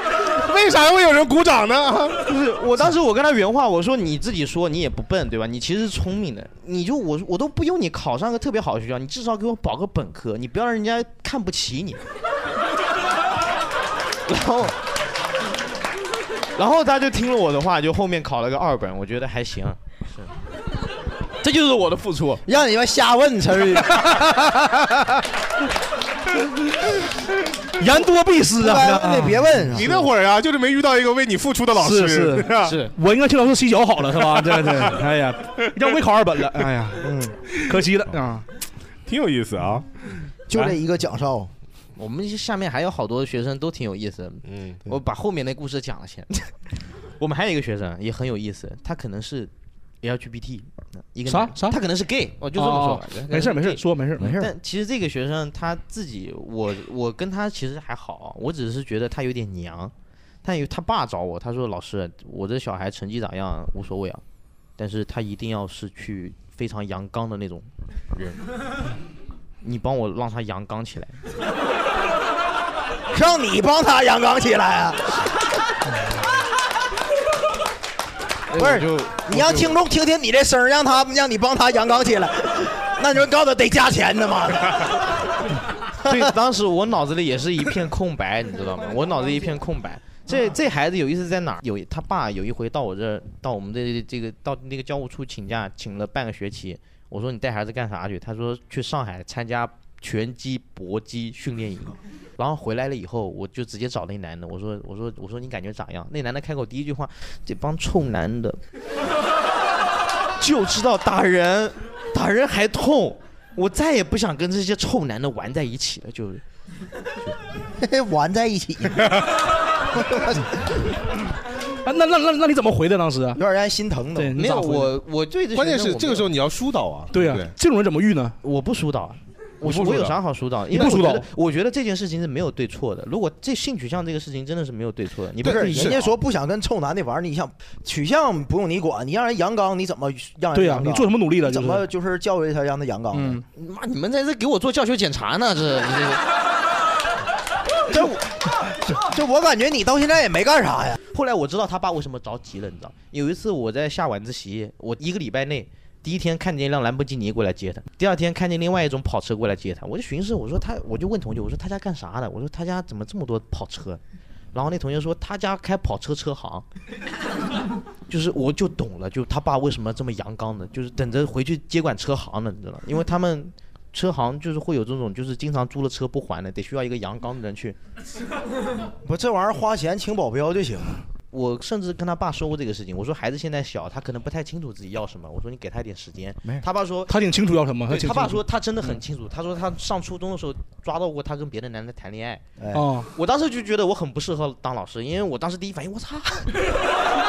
Speaker 1: 为啥会有人鼓掌呢？
Speaker 4: 不是，我当时我跟他原话，我说你自己说你也不笨，对吧？你其实是聪明的，你就我我都不用你考上个特别好的学校，你至少给我保个本科，你不要让人家看不起你。然后，然后他就听了我的话，就后面考了个二本，我觉得还行。是，这就是我的付出。
Speaker 2: 让你们瞎问词儿，
Speaker 3: 言多必失啊！
Speaker 2: 你得别问。
Speaker 1: 你那会儿啊，就是没遇到一个为你付出的老师，
Speaker 3: 是是
Speaker 1: 吧
Speaker 3: 是，我应该请老师洗脚好了，是 吧？对对， 哎呀，让我考二本了，哎呀，
Speaker 4: 嗯
Speaker 3: 可惜了啊！
Speaker 1: 挺有意思啊。
Speaker 2: 就这一个蒋少，
Speaker 4: 我们下面还有好多学生都挺有意思的，
Speaker 1: 嗯，
Speaker 4: 我把后面那故事讲了先。我们还有一个学生也很有意思，他可能是 LGBT，一个
Speaker 3: 啥
Speaker 4: 男
Speaker 3: 啥
Speaker 4: 他可能是 gay，我就这么说吧
Speaker 3: 哦。
Speaker 4: 可能是
Speaker 3: 没事没事，
Speaker 4: gay
Speaker 3: 说没事没事。
Speaker 4: 但其实这个学生他自己，我我跟他其实还好，啊我只是觉得他有点娘。他有他爸找我，他说老师，我这小孩成绩咋样无所谓啊，但是他一定要是去非常阳刚的那种人，你帮我让他阳刚起来。
Speaker 2: 让你帮他阳刚起来啊！不是，你让听众听听你这声儿，让他让你帮他阳刚起来，那你说告诉他得加钱的 妈的！
Speaker 4: 所以当时我脑子里也是一片空白，你知道吗？我脑子一片空白。这这孩子有意思在哪儿？有一他爸有一回到我这儿，到我们这这个到那个教务处请假，请了半个学期。我说你带孩子干啥去？他说去上海参加拳击搏击训练营。然后回来了以后，我就直接找那男的，我说我说我说你感觉咋样？那男的开口第一句话，这帮臭男的就知道打人，打人还痛。我再也不想跟这些臭男的玩在一起了，就是。
Speaker 2: 玩在一起，
Speaker 3: 啊，那那那那你怎么回的当时啊？
Speaker 2: 有点让人心疼都。
Speaker 3: 对，你
Speaker 4: 没
Speaker 3: 咋
Speaker 4: 有
Speaker 3: 回的，
Speaker 4: 我，我对这
Speaker 1: 关键
Speaker 4: 学生
Speaker 1: 是
Speaker 4: 我
Speaker 1: 这个时候
Speaker 4: 没
Speaker 1: 你要疏导啊，
Speaker 3: 对
Speaker 1: 不
Speaker 3: 呀，这种人怎么遇呢？
Speaker 4: 有我不疏导啊， 我
Speaker 1: 不疏
Speaker 4: 我有
Speaker 1: 导
Speaker 4: 啥好疏导？
Speaker 3: 你
Speaker 4: 因为
Speaker 3: 不
Speaker 4: 我
Speaker 3: 疏
Speaker 4: 觉
Speaker 3: 导
Speaker 4: 得我觉得这件事情是没有对错的。如果这性取向这个事情真的是没有对错的，你
Speaker 2: 不
Speaker 4: 不
Speaker 2: 是，
Speaker 4: 可以
Speaker 2: 人家说不想跟臭男的玩儿，你想取向不用你管，你让人阳刚，你怎么让人
Speaker 3: 对呀、
Speaker 2: 阳
Speaker 3: 你
Speaker 2: 刚
Speaker 3: 做什么努力了？就
Speaker 2: 怎
Speaker 3: 是
Speaker 2: 么就是教育他让他阳刚呢？
Speaker 3: 嗯，
Speaker 4: 妈，你们在这给我做教学检查呢？这 这。
Speaker 2: 这我 这我感觉你到现在也没干啥呀。
Speaker 4: 后来我知道他爸为什么着急了，你知道？有一次我在下晚自习，我一个礼拜内。第一天看见一辆兰博基尼过来接他，第二天看见另外一种跑车过来接他，我就寻思，我说他，我就问同学，我说他家干啥的？我说他家怎么这么多跑车？然后那同学说他家开跑车车行， 就是我就懂了，就他爸为什么这么阳刚的，就是等着回去接管车行呢，你知道？因为他们车行就是会有这种，就是经常租了车不还的，得需要一个阳刚的人去
Speaker 2: 不，这玩意儿花钱请保镖就行。
Speaker 4: 我甚至跟他爸说过这个事情，我说孩子现在小，他可能不太清楚自己要什么。我说你给他一点时间。他爸说，
Speaker 3: 他挺清楚要什么，
Speaker 4: 对
Speaker 3: 挺
Speaker 4: 他爸
Speaker 3: 清楚
Speaker 4: 说他真的很清楚。他说他上初中的时候抓到过他跟别的男的谈恋爱。
Speaker 2: 哎
Speaker 3: 啊，
Speaker 4: 我当时就觉得我很不适合当老师，因为我当时第一反应我操，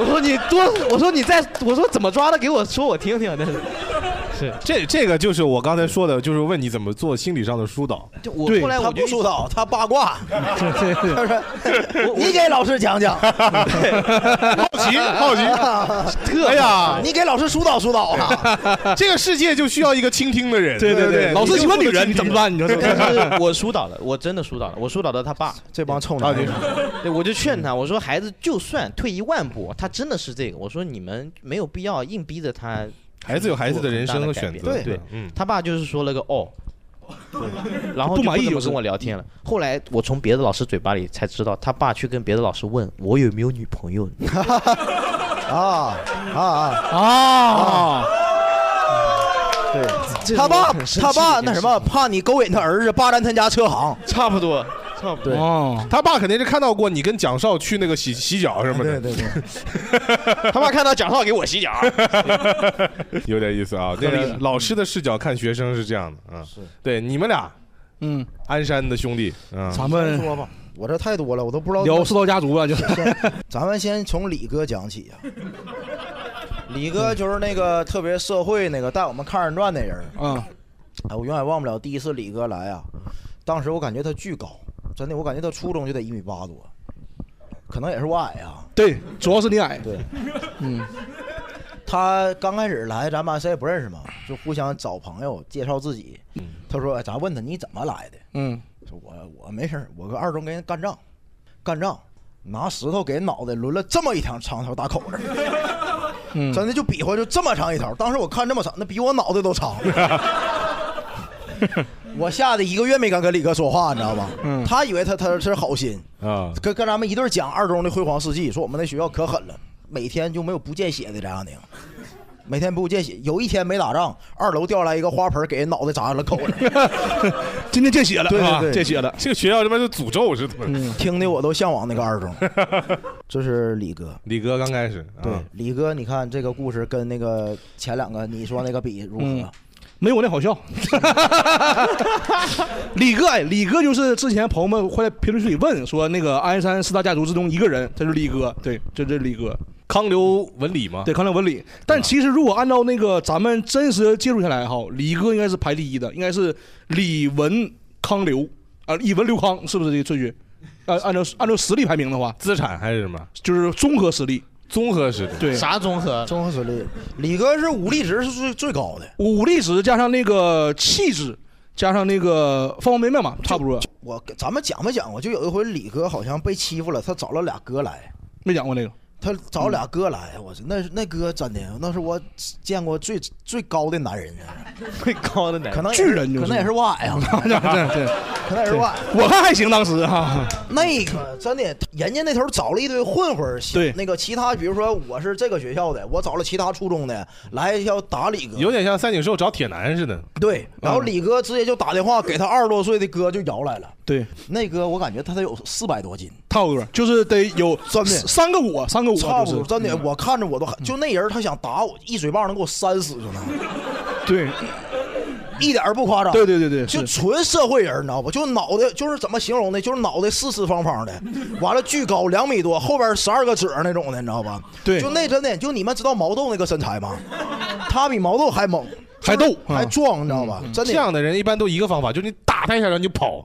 Speaker 4: 我说你多，我说你再，我说怎么抓的，给我说我听 听。但是，
Speaker 1: 这这个就是我刚才说的，就是问你怎么做心理上的疏导。
Speaker 4: 就我
Speaker 3: 对
Speaker 4: 后来
Speaker 2: 他
Speaker 4: 我就
Speaker 2: 不疏导，他八卦。
Speaker 3: 对对对
Speaker 2: 他说：“ 你给老师讲讲，
Speaker 1: 好奇，好 奇，哎呀，
Speaker 2: 你给老师疏导疏导啊。
Speaker 1: 这个世界就需要一个倾听的人。
Speaker 3: 对对对，老师喜欢女人，你怎么办？你说是不是
Speaker 4: 但是我疏导了，我真的疏导了，我疏导了他爸。”
Speaker 2: 这帮臭
Speaker 1: 啊，
Speaker 2: 男
Speaker 1: 你
Speaker 2: 人，
Speaker 4: 对，我就劝他，我说孩子，就算退一万步，他真的是这个，我说你们没有必要硬逼着他。
Speaker 1: 孩子有孩子的人生和选择。
Speaker 2: 对
Speaker 4: 对
Speaker 1: 嗯，
Speaker 4: 他爸就是说了个哦，对 然后就
Speaker 3: 不满意
Speaker 4: 怎么
Speaker 3: 就是
Speaker 4: 跟我聊天了。后来我从别的老师嘴巴里才知道，他爸去跟别的老师问我有没有女朋友。
Speaker 2: 啊啊
Speaker 3: 啊，
Speaker 2: 啊！他
Speaker 4: 这是我
Speaker 2: 爸
Speaker 4: 很生气
Speaker 2: 他
Speaker 4: 的
Speaker 2: 爸
Speaker 4: 一件
Speaker 2: 那
Speaker 4: 事
Speaker 2: 什么，怕你勾引他儿子霸占他家车行，
Speaker 4: 差不多，差不
Speaker 2: 对
Speaker 3: 哦，
Speaker 1: 他爸肯定是看到过你跟蒋少去那个洗洗脚什么的，
Speaker 2: 对对，
Speaker 4: 他爸看到蒋少给我洗脚，
Speaker 1: 有点意思啊。这个老师的视角看学生是这样的，嗯，对，你们俩
Speaker 3: 嗯，
Speaker 1: 鞍山的兄弟，嗯，
Speaker 3: 咱们
Speaker 2: 说吧，我这太多了，我都不知道
Speaker 3: 聊四道家族啊，就是
Speaker 2: 咱们先从李哥讲起啊。李哥就是那个特别社会那个带我们看二人转那人儿，
Speaker 3: 啊，
Speaker 2: 哎，我永远忘不了第一次李哥来啊，当时我感觉他巨高，真的，我感觉他初中就得一米八多，可能也是我矮啊。
Speaker 3: 对，主要是你矮，
Speaker 2: 对，
Speaker 3: 嗯，
Speaker 2: 他刚开始来，咱班谁也不认识嘛，就互相找朋友介绍自己。他说：“哎咱问他你怎么来的？
Speaker 3: 嗯，
Speaker 2: 说我我没事儿，我搁二中跟人干仗，干仗拿石头给人脑袋抡了这么一条长条大口子，
Speaker 3: 嗯
Speaker 2: 真的就比划就这么长一条。当时我看这么长，那比我脑袋 都长。我吓得一个月没敢跟李哥说话，你知道吧？
Speaker 3: 嗯
Speaker 2: 他以为他他是好心，
Speaker 1: 啊，
Speaker 2: 跟跟咱们一对儿讲二中的辉煌事迹，说我们那学校可狠了，每天就没有不见血的翟亚宁，每天不见血。有一天没打仗，二楼掉下来一个花盆，给人脑袋砸了口子，
Speaker 3: 今天见血了，
Speaker 2: 对对
Speaker 3: 啊
Speaker 2: 对
Speaker 3: 见血了，嗯
Speaker 1: 这个学校这边是诅咒是怎么？
Speaker 2: 听的我都向往那个 二中。这是李哥，
Speaker 1: 李哥刚开始，
Speaker 2: 对、
Speaker 3: 嗯
Speaker 1: 啊
Speaker 2: 李哥，你看这个故事跟那个前两个你说那个比如何？
Speaker 3: 嗯没我那好笑。李哥，哎，李哥就是之前朋友们会在评论区里问说，那个鞍山四大家族之中一个人，他就是李哥，对，就这李哥，
Speaker 1: 康刘文理嘛，
Speaker 3: 对，康乐文理。但其实如果按照那个咱们真实接触下来哈，李哥应该是排第一的，应该是李文康刘啊，李文刘康是不是这个顺 序？啊按按照按照实力排名的话，
Speaker 1: 资产还是什么
Speaker 3: 就是综合实力，
Speaker 1: 综合实力？
Speaker 3: 对，
Speaker 4: 啥综合？
Speaker 2: 综合实力，李哥是武力值是最最高的。
Speaker 3: 武力值加上那个气质，加上那个方方面面嘛，差不多。
Speaker 2: 我咱们讲没讲过？就有一回李哥好像被欺负了，他找了俩哥来，
Speaker 3: 没讲过那个，
Speaker 2: 他找俩哥来，我操，那那哥真的，那是我见过最最高的男人啊，
Speaker 4: 最高的男
Speaker 2: 可能也
Speaker 3: 巨人就是
Speaker 2: 可能也是我矮啊，
Speaker 3: 对对对，
Speaker 2: 可能也是我矮。
Speaker 3: 我看还行，当时啊哈，
Speaker 2: 那个真的，人家那头找了一堆混混儿，
Speaker 3: 对
Speaker 2: 那个其他，比如说我是这个学校的，我找了其他初中的来要打李哥，
Speaker 1: 有点像三井寿找铁男似的，
Speaker 2: 对，然
Speaker 3: 嗯
Speaker 2: 后李哥直接就打电话给他二十多岁的哥就摇来了，
Speaker 3: 对，
Speaker 2: 那哥我感觉他得有四百多斤，
Speaker 3: 差不多就是得有
Speaker 2: 真的
Speaker 3: 三个我，三个我啊
Speaker 2: 差不
Speaker 3: 就是
Speaker 2: 多，
Speaker 3: 嗯
Speaker 2: 真的，我看着我都就那人他想打我一嘴巴能给我扇死就能，
Speaker 3: 对
Speaker 2: 一点儿不夸张，
Speaker 3: 对对对对，
Speaker 2: 就是纯社会人，你知道不？就脑袋，就是怎么形容呢？就是脑袋四四方方的，完了巨高两米多，后边十二个褶儿那种的，你知道吧？
Speaker 3: 对
Speaker 2: 就那真的，就你们知道毛豆那个身材吗？他比毛豆还猛，
Speaker 3: 还逗
Speaker 2: 就是还
Speaker 3: 嗯
Speaker 2: 壮，你知道吧？真
Speaker 1: 这
Speaker 2: 的。
Speaker 1: 样的人一般都一个方法，就是你打他一下，然后你就跑，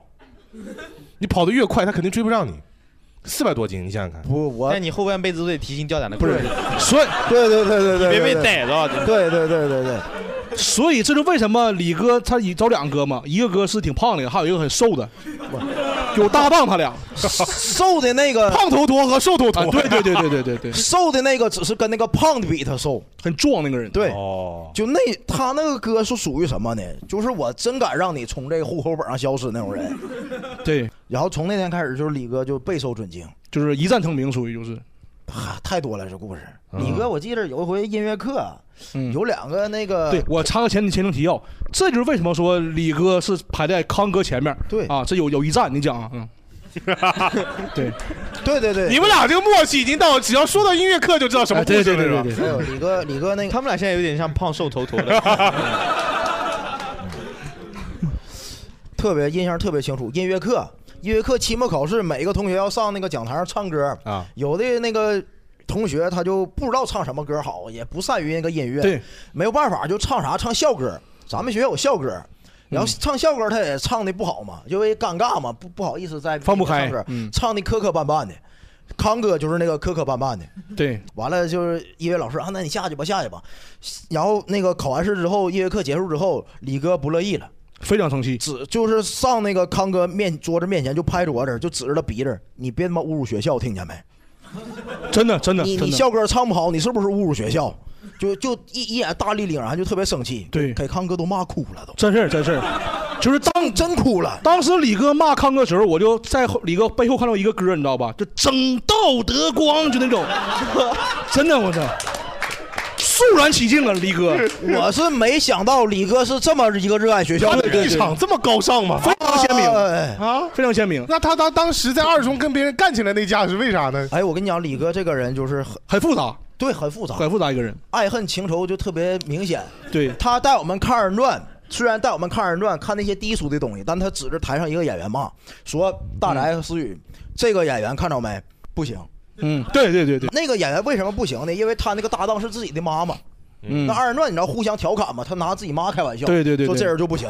Speaker 1: 你跑得越快，他肯定追不上你。四百多斤，你想想看，
Speaker 2: 不，我
Speaker 4: 但你后半辈子都得提心吊胆的，不
Speaker 2: 是
Speaker 3: 所以
Speaker 2: 对对对对对，
Speaker 4: 别被
Speaker 2: 对。
Speaker 4: 逮
Speaker 1: 啊
Speaker 4: 着。
Speaker 2: 对对对对对，
Speaker 3: 所以这就为什么李哥他一找两哥嘛，一个哥是挺胖的，还有一个很瘦 的，有搭档他俩，
Speaker 2: 瘦的那个
Speaker 1: 胖头陀和瘦头陀
Speaker 3: 啊，，对对对对对对 对，
Speaker 2: 瘦的那个只是跟那个胖的比他瘦，
Speaker 3: 很壮那个人，
Speaker 2: 对，
Speaker 1: 哦，
Speaker 2: 就那他那个歌是属于什么呢？就是我真敢让你从这个户口本上消失那种人。
Speaker 3: 对，
Speaker 2: 然后从那天开始，就是李哥就备受尊敬，
Speaker 3: 就是一战成名，属于就是，
Speaker 2: 啊，太多了这故事。李哥，我记得有一回音乐课，
Speaker 3: 嗯
Speaker 2: 有两个那个
Speaker 3: 对我插个前提前情提要，这就是为什么说李哥是排在康哥前面，
Speaker 2: 对
Speaker 3: 啊，这有有一战，你讲啊， 嗯，对，
Speaker 2: 对对对，
Speaker 1: 你们俩这个默契已经到，只要说到音乐课就知道什么
Speaker 3: 哎
Speaker 1: 故事了，
Speaker 3: 对对对
Speaker 1: 是
Speaker 3: 对
Speaker 1: 吧
Speaker 3: 对，对
Speaker 2: 还有李哥，李哥那个
Speaker 4: 他们俩现在有点像胖瘦头头 的，
Speaker 2: 特别印象特别清楚。音乐课，音乐课期末考试，每个同学要上那个讲台上唱歌，
Speaker 1: 啊，
Speaker 2: 有的那个同学他就不知道唱什么歌好，也不善于那个音乐，
Speaker 3: 对，
Speaker 2: 没有办法就唱啥唱校歌。咱们学校有校歌，
Speaker 3: 嗯
Speaker 2: 然后唱校歌他也唱的不好嘛，因为尴尬嘛，不不好意思在
Speaker 3: 放不开
Speaker 2: 唱歌
Speaker 3: 嗯
Speaker 2: 唱的磕磕绊绊的。康哥就是那个磕磕绊绊的，
Speaker 3: 对，
Speaker 2: 完了就是音乐老师啊，那你下去吧，下去吧。然后那个考完试之后，音乐课结束之后，李哥不乐意了，
Speaker 3: 非常生气，
Speaker 2: 指就是上那个康哥面桌子面前就拍桌子，就指着他鼻子，你别他妈侮辱学校，听见没？
Speaker 3: 真的真的，
Speaker 2: 你
Speaker 3: 真
Speaker 2: 你
Speaker 3: 的
Speaker 2: 校歌唱不好，你是不是侮辱学校？就就一一眼大义凛然，就特别生气，
Speaker 3: 对
Speaker 2: 给康哥都骂哭了都，
Speaker 3: 真事儿真事儿，就是当
Speaker 2: 当真哭了。
Speaker 3: 当时李哥骂康哥的时候，我就在后李哥背后看到一个歌，你 知道吧？就整道德光，就那种，真的我操，肃然起敬了，李哥。
Speaker 2: 我是没想到李哥是这么一个热爱学校
Speaker 1: 他的
Speaker 2: 的人
Speaker 1: 立场这么高尚吗？
Speaker 3: 非常鲜明，
Speaker 2: 哎
Speaker 1: 啊，
Speaker 3: 非常鲜明，
Speaker 1: 那他他当时在二中跟别人干起来那架是为啥呢？
Speaker 2: 哎，我跟你讲，李哥这个人就是很
Speaker 3: 很复杂，
Speaker 2: 对，很复杂，
Speaker 3: 很复杂一个人。
Speaker 2: 爱恨情仇就特别明显。
Speaker 3: 对，
Speaker 2: 他带我们看二人转，虽然带我们看二人转，看那些低俗的东西，但他指着台上一个演员骂，说大宅和思雨、这个演员看着没？不行。
Speaker 3: 嗯，对对对对，
Speaker 2: 那个演员为什么不行呢？因为他那个搭档是自己的妈妈。
Speaker 3: 嗯
Speaker 2: 那，二人转你知道互相调侃嘛？他拿自己妈开玩笑，
Speaker 3: 对对对对
Speaker 2: 说这人就不行，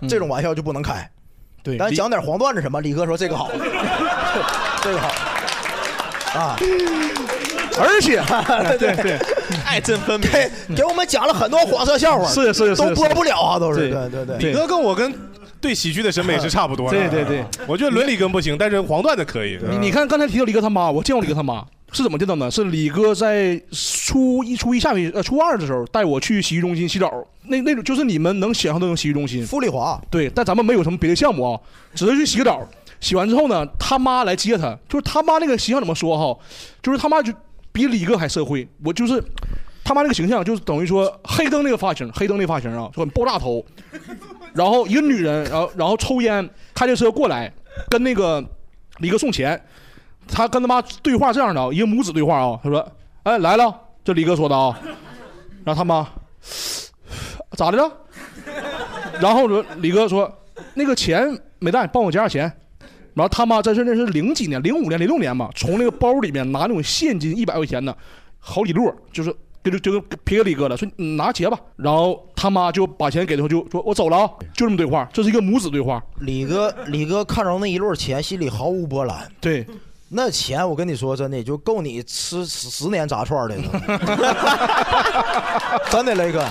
Speaker 3: 嗯
Speaker 2: 这种玩笑就不能开。
Speaker 3: 对，
Speaker 2: 咱
Speaker 3: 李
Speaker 2: 讲点黄段子什么？李哥说这 个好，这个好啊，
Speaker 3: 而且， 对对
Speaker 4: 爱憎分明。
Speaker 2: 给给我们讲了很多黄色笑话，
Speaker 3: 是是是
Speaker 2: 都播
Speaker 3: 是
Speaker 2: 不了啊，都是
Speaker 3: 对
Speaker 2: 对对对。
Speaker 1: 李哥跟我跟对喜剧的审美是差不多的。
Speaker 3: 对对对，
Speaker 1: 我觉得伦理根不行，但是黄段子可以。
Speaker 3: 你你看刚才提到李哥他妈，我见过李哥他妈是怎么见到呢？是李哥在初一、初一下学期呃初二的时候带我去洗浴中心洗澡，那那种就是你们能想象到的洗浴中心。
Speaker 2: 傅丽华，
Speaker 3: 对，但咱们没有什么别的项目啊，只是去洗个澡。洗完之后呢，他妈来接他，就是他妈那个形象怎么说哈，就是他妈就比李哥还社会。我就是他妈那个形象，就是等于说黑灯那个发型，黑灯那个发型啊，就很爆炸头， 然后一个女人，然后然后抽烟，开着车过来，跟那个李哥送钱，他跟他妈对话这样的啊，一个母子对话啊，他说：“哎，来了。”这李哥说的啊，然后他妈咋的了？然后说李哥说那个钱没带，帮我加点钱。然后他妈在是那是零几年，零五年、零六年吧，从那个包里面拿那种现金一百块钱的，好几摞，就是给就就撇给李哥了，说你拿钱吧。然后他妈就把钱给他，就说我走了啊，就这么对话，这是一个母子对话。
Speaker 2: 李哥，李哥看着那一摞钱，心里毫无波澜。
Speaker 3: 对，
Speaker 2: 那钱我跟你说，真的就够你吃十十年炸串的了， 真的雷哥，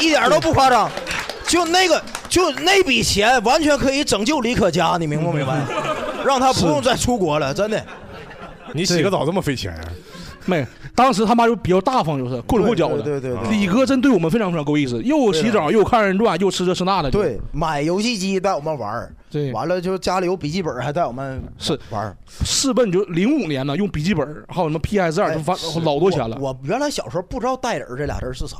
Speaker 2: 一点都不夸张，就那个就那笔钱完全可以拯救李可嘉，你明 不明白？让他不用再出国了，真的。
Speaker 1: 你洗个澡这么费钱啊？
Speaker 3: 没，当时他妈就比较大方，就是过手过脚的。
Speaker 2: 对对对对啊
Speaker 3: 李哥真对我们非常非常够意思，又洗澡，又看人转，又吃这吃那的。
Speaker 2: 对，买游戏机带我们玩儿
Speaker 3: 对
Speaker 2: 完了就家里有笔记本还带我们
Speaker 3: 是
Speaker 2: 玩儿
Speaker 3: 试奔就零五年呢，用笔记本，还有什么 PS 二，
Speaker 2: 哎
Speaker 3: 就翻老多钱了。
Speaker 2: 我我原来小时候不知道戴尔这俩字儿是啥，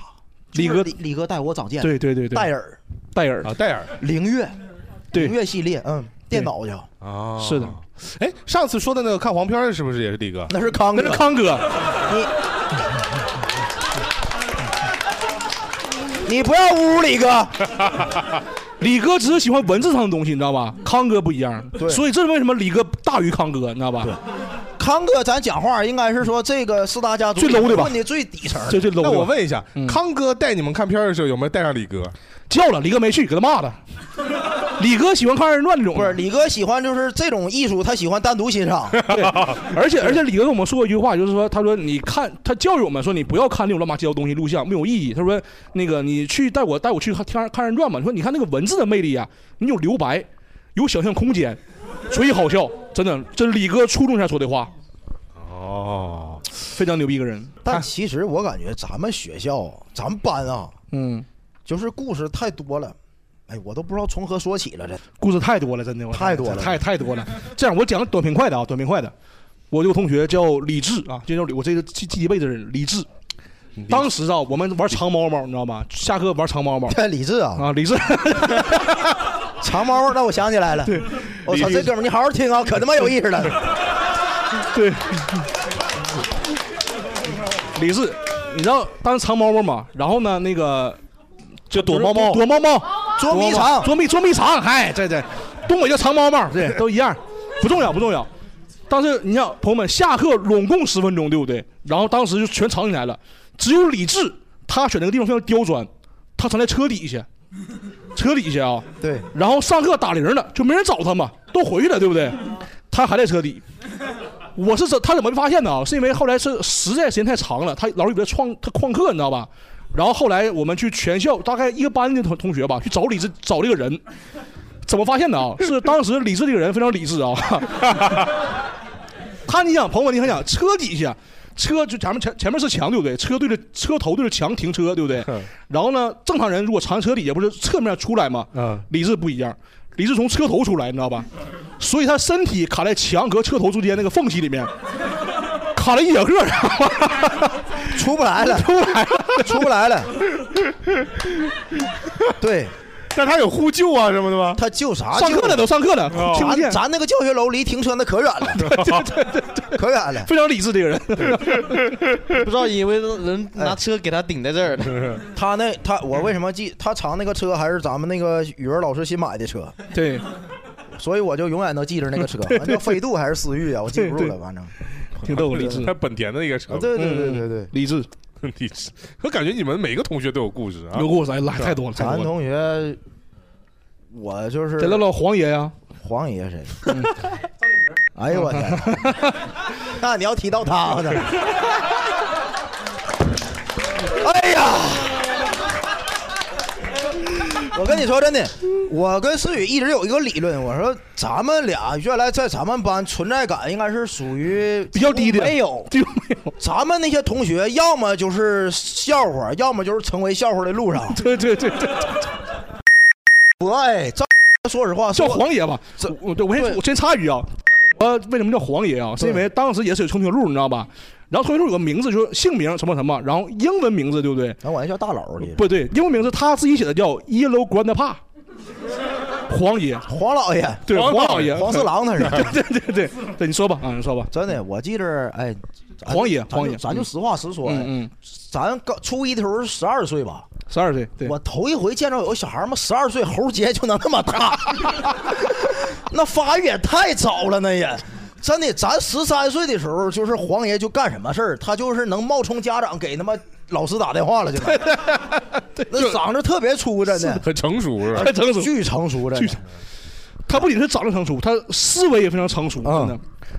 Speaker 3: 李
Speaker 2: 就是
Speaker 3: 哥
Speaker 2: 李李哥带我长见，
Speaker 3: 对对对对，
Speaker 2: 戴尔、
Speaker 3: 戴尔，
Speaker 1: 啊，戴尔
Speaker 2: 凌越、
Speaker 3: 对
Speaker 2: 凌越系列，嗯，电脑去，
Speaker 1: 啊
Speaker 3: 是的。
Speaker 1: 哎，上次说的那个看黄片儿是不是也是李哥？
Speaker 2: 那是康
Speaker 3: 那
Speaker 2: 哥
Speaker 3: 是，康哥，
Speaker 2: 你不要侮辱李哥，
Speaker 3: 李哥只是喜欢文字上的东西，你知道吧？康哥不一样，
Speaker 2: 对
Speaker 3: 所以这是为什么李哥大于康哥，你知道吧？
Speaker 2: 康哥，咱讲话应该是说这个四大家族
Speaker 3: 最 low 的吧
Speaker 2: 混的最底层，
Speaker 3: 这这 low
Speaker 1: 那
Speaker 3: 对吧
Speaker 1: 我问一下
Speaker 3: 嗯，
Speaker 1: 康哥带你们看片儿的时候有没有带上李哥？
Speaker 3: 叫了，李哥没去，给他骂 的。李哥喜欢看二人转这种，
Speaker 2: 不是李哥喜欢就是这种艺术，他喜欢单独欣赏，
Speaker 3: 对，而且而且李哥跟我们说过一句话，就是说，他说你看，他教育我们说你不要看那种乱七八糟东西录像，没有意义。他说那个你去带我带我去看看看人转嘛，你说你看那个文字的魅力啊，你有留白，有想象空间，所以好笑，真的，这是李哥初中才说的话，
Speaker 1: 哦，
Speaker 3: 非常牛逼一个人。
Speaker 2: 但其实我感觉咱们学校，咱们班啊，
Speaker 3: 嗯，
Speaker 2: 就是故事太多了。哎，我都不知道从何说起了，这
Speaker 3: 故事太多了，真的，我
Speaker 2: 太多了
Speaker 3: 太太多了。这样我讲个短平快的啊，短平快的。我有个同学叫李志啊，就叫李，我这个记记一辈子的人，李志。当时啊，我们玩藏猫猫，你知道吧？下课玩藏猫 猫
Speaker 2: 太理智啊，
Speaker 3: 啊，李志。
Speaker 2: 长毛，那我想起来了。我操，这哥们儿你好好听啊，可他妈有意思了。
Speaker 3: 对，李四，你知道当时藏猫猫嘛？然后呢，那个就
Speaker 1: 躲猫猫
Speaker 3: 躲猫猫，
Speaker 2: 捉迷藏，
Speaker 3: 捉迷捉迷藏，嗨，这这，东北叫藏猫猫，对，都一样，不重要不重要。当时你像朋友们下课拢共十分钟，对不对？然后当时就全藏起来了，只有李志他选那个地方非常刁钻，他藏在车底下，车底下啊。
Speaker 2: 对，
Speaker 3: 然后上课打铃了，就没人找他嘛，都回去了，对不对？他还在车底。我是怎他怎么没发现的啊？是因为后来是实在时间太长了，他老以为旷他旷课，你知道吧？然后后来我们去全校大概一个班的同同学吧，去找李志找这个人，怎么发现的啊？是当时李志这个人非常理智啊， 他你想朋友们你想想车底下。车就前面前前面是墙对不对？车对着车头对着墙停车对不对？然后呢，正常人如果藏车底下不是侧面出来吗？
Speaker 1: 嗯，
Speaker 3: 李志不一样，李志从车头出来，你知道吧？所以他身体卡在墙和车头中间那个缝隙里面，卡了一节课，知道吧？
Speaker 2: 出不来了，出不来了， 出不来了。 对，
Speaker 1: 但他有呼救啊什么的吗？
Speaker 2: 他救啥？
Speaker 3: 上课了都上课了，听不
Speaker 2: 咱
Speaker 3: 见，
Speaker 2: 咱那个教学楼离停车那可 远了，可远了。
Speaker 3: 非常理智这个人。
Speaker 4: 啊 不知道因为人拿车给他顶在这儿呢。
Speaker 2: 他那他我为什么记他藏那个车还是咱们那个语文老师新买的车，
Speaker 3: 对，
Speaker 2: 所以我就永远都记着那 个车，反正飞度还是思域啊，我记不住了，反正。
Speaker 3: 挺逗，理智
Speaker 1: 他，本田的那个车
Speaker 2: 啊，，对对
Speaker 3: 嗯
Speaker 2: 对对对，
Speaker 3: 理 智，
Speaker 1: 你是我感觉你们每个同学都有故事 啊
Speaker 3: 有。故事，哎，来太多了，太
Speaker 2: 咱
Speaker 3: 多了。
Speaker 2: 同学，我就是
Speaker 3: 再唠唠黄爷 呀，嗯
Speaker 2: 黄爷谁？哎 呦我天！那你要提到他，我操！哎呀！ 我跟你说真的，我跟思雨一直有一个理论，我说咱们俩原来在咱们班存在感应该是属于
Speaker 3: 比较低的
Speaker 2: 没有。
Speaker 3: 就没有，
Speaker 2: 咱们那些同学，要么就是笑话，要么就是成为笑话的路上。
Speaker 3: 对对对对，
Speaker 2: 我哎，这说实话，
Speaker 3: 叫
Speaker 2: 说
Speaker 3: 黄爷吧。
Speaker 2: 这
Speaker 3: 我对我先
Speaker 2: 对
Speaker 3: 我先插一句啊，呃，为什么叫黄爷啊？是因为当时也是有重庆路，你知道吧？然后重庆路有个名字，就是姓名什么什么，然后英文名字对不对？
Speaker 2: 那我那叫大佬的，
Speaker 3: 不对，英文名字他自己写的叫 Yellow Grandpa，黄爷，
Speaker 2: 黄老爷，
Speaker 3: 对，
Speaker 1: 黄
Speaker 3: 黄
Speaker 1: 老
Speaker 3: 老爷，
Speaker 2: 黄四郎他是。
Speaker 3: 对对对对，你说吧，啊，你说吧，
Speaker 2: 真的，我记着，哎，咱
Speaker 3: 黄爷
Speaker 2: 咱就
Speaker 3: 黄爷
Speaker 2: 咱就
Speaker 3: 嗯
Speaker 2: 实话实说，哎
Speaker 3: 嗯嗯，
Speaker 2: 咱刚初一的时候十二岁吧，
Speaker 3: 十二岁，对，
Speaker 2: 我头一回见着有个小孩儿嘛，十二岁喉结就能那 么大，那发育也太早了，那也。真的，咱十三岁的时候，就是黄爷就干什么事儿，他就是能冒充家长给他妈老师打电 话了，就那嗓子特别粗，真的，
Speaker 1: 很成熟是吧？
Speaker 3: 太成熟，
Speaker 2: 巨成熟，真
Speaker 3: 巨
Speaker 2: 的
Speaker 3: 成。他不仅是长得成熟，他思维也非常成熟，
Speaker 2: 啊
Speaker 3: 真的。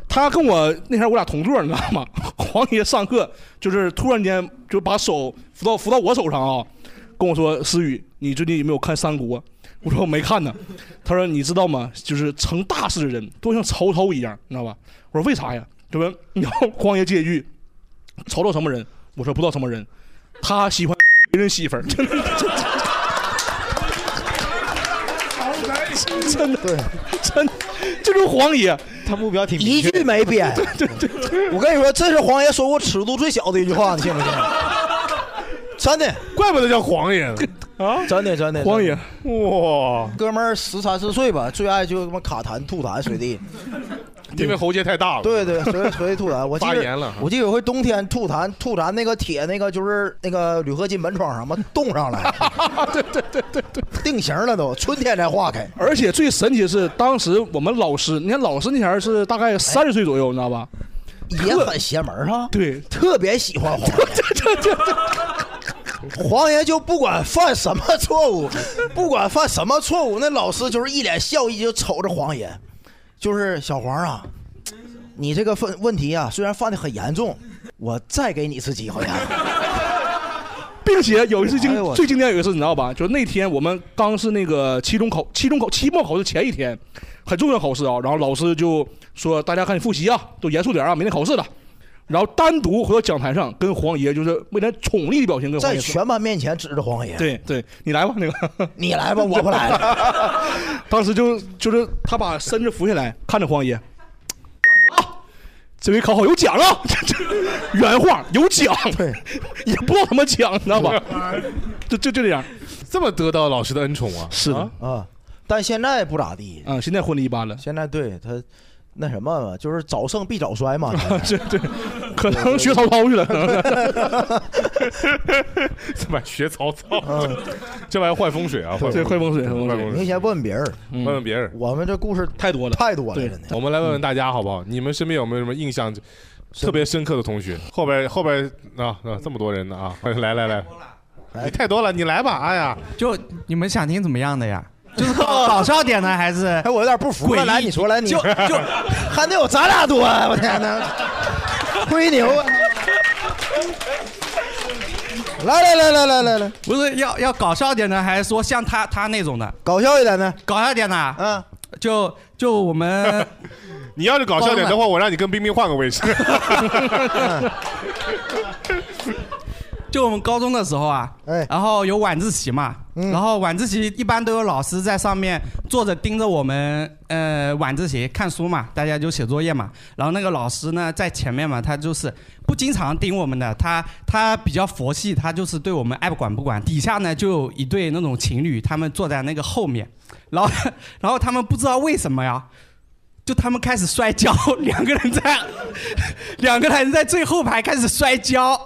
Speaker 3: 他跟我那天我俩同座，你知道吗？ 黄爷上课就是突然间就把手扶到扶到我手上啊，跟我说：“思雨，你最近有没有看《三国》？”我说我没看呢。他说：“你知道吗？就是成大事的人都像曹操一样，你知道吧？”我说：“为啥呀？”这不，然后黄爷接一句：“曹操什么人？”我说：“不知道什么人，他喜欢别人媳妇儿。”真的，真的真的，
Speaker 2: 对，
Speaker 3: 真的，就是黄爷。
Speaker 4: 他目标挺
Speaker 2: 一
Speaker 4: 明确，
Speaker 2: 句没编。 对对对，我跟你说，这是黄爷说过尺度最小的一句话，你信不信？真的，
Speaker 1: 怪不得叫黄爷呢。
Speaker 3: 啊
Speaker 1: 啊
Speaker 2: 真的，真的，
Speaker 3: 黄爷，
Speaker 1: 哇，
Speaker 2: 哥们儿十三四岁吧，最爱就他妈卡痰、吐痰、随地。
Speaker 1: 因为喉结太大了。
Speaker 2: 对对，随随地吐痰。我记
Speaker 1: 发
Speaker 2: 得
Speaker 1: 炎了哈
Speaker 2: 我记得有回冬天吐痰，吐咱那个铁那个就是那个铝合金门窗上嘛，冻 上了。对对对对对，定型了都，春天才化开。
Speaker 3: 而且最神奇的是，当时我们老师，你看老师那前儿是大概三十岁左右，你知道吧？
Speaker 2: 也很邪门儿哈。
Speaker 3: 对
Speaker 2: 特别喜欢黄爷。黄爷就不管犯什么错误，不管犯什么错误，那老师就是一脸笑意，就瞅着黄爷，就是小黄啊，你这个问问题啊，虽然犯的很严重，我再给你一次机会啊。
Speaker 3: 并且有一次经、
Speaker 2: 哎呦我
Speaker 3: 最经典有一次，你知道吧？就是那天我们刚是那个期中考、期中考、期末考试前一天，很重要考试啊。然后老师就说：“大家赶紧复习啊，都严肃点啊，明天考试了。”然后单独回到讲台上，跟黄爷就是为了宠溺的表情跟黄
Speaker 2: 在
Speaker 3: 爷说
Speaker 2: 全班面前指着黄爷，
Speaker 3: 对对，你来吧，那个。
Speaker 2: 你来吧，我不来了。
Speaker 3: 当时就就是他把身子扶起来，看着黄爷，啊这回考好有奖啊！ 原话有奖，
Speaker 2: 对，
Speaker 3: 也不知道怎么讲，你知道吧？就就就这样，
Speaker 1: 这么得到老师的恩宠啊！
Speaker 3: 是的，啊、
Speaker 2: 啊，但现在不咋地，
Speaker 3: 现在混的一般了，
Speaker 2: 现在对他那什么嘛，就是早盛必早衰嘛。
Speaker 3: 啊 这对，可能学曹操去 了，可能是
Speaker 1: 这玩意儿学曹操， 这玩意儿坏风水啊！坏
Speaker 3: 对，
Speaker 1: 风水
Speaker 3: 会风水，会风
Speaker 1: 坏
Speaker 3: 水，
Speaker 1: 风
Speaker 2: 嗯你
Speaker 1: 水。
Speaker 2: 先问问别人，
Speaker 1: 问问别人，
Speaker 2: 我们这故事
Speaker 3: 太多了。
Speaker 2: 嗯太多了，
Speaker 3: 对
Speaker 2: 真的。
Speaker 1: 我们来问问大家好不好？你们身边有没有什么印象特别深刻的同学？后边后边啊啊，这么多人呢啊！ 来来来，
Speaker 2: 哎
Speaker 1: 你太多了，你来吧！哎呀，
Speaker 5: 就你们想听怎么样的呀？就是搞搞笑点呢，还是
Speaker 2: 哎，我有点不服
Speaker 5: 诡
Speaker 2: 了，
Speaker 5: 异
Speaker 2: 来你说来你，
Speaker 5: 就 就
Speaker 2: 还得有咱俩多，
Speaker 5: 啊
Speaker 2: 啊我 天哪，吹牛啊！来来来来来来来，
Speaker 5: 不是要要搞笑点呢，还是说像他他那种的
Speaker 2: 搞笑一点的，
Speaker 5: 搞笑点呢？
Speaker 2: 嗯，
Speaker 5: 就就我们
Speaker 1: 你要是搞笑点 的话，我让你跟冰冰换个位置。
Speaker 5: 就我们高中的时候啊，然后有晚自习嘛，然后晚自习一般都有老师在上面坐着盯着我们，呃，晚自习看书嘛，大家就写作业嘛。然后那个老师呢在前面嘛，他就是不经常盯我们的，他他比较佛系，他就是对我们爱管不管。底下呢就有一对那种情侣，他们坐在那个后面，然后 然后他们不知道为什么呀。就他们开始摔跤，两个人在， 两个人在最后排开始摔跤，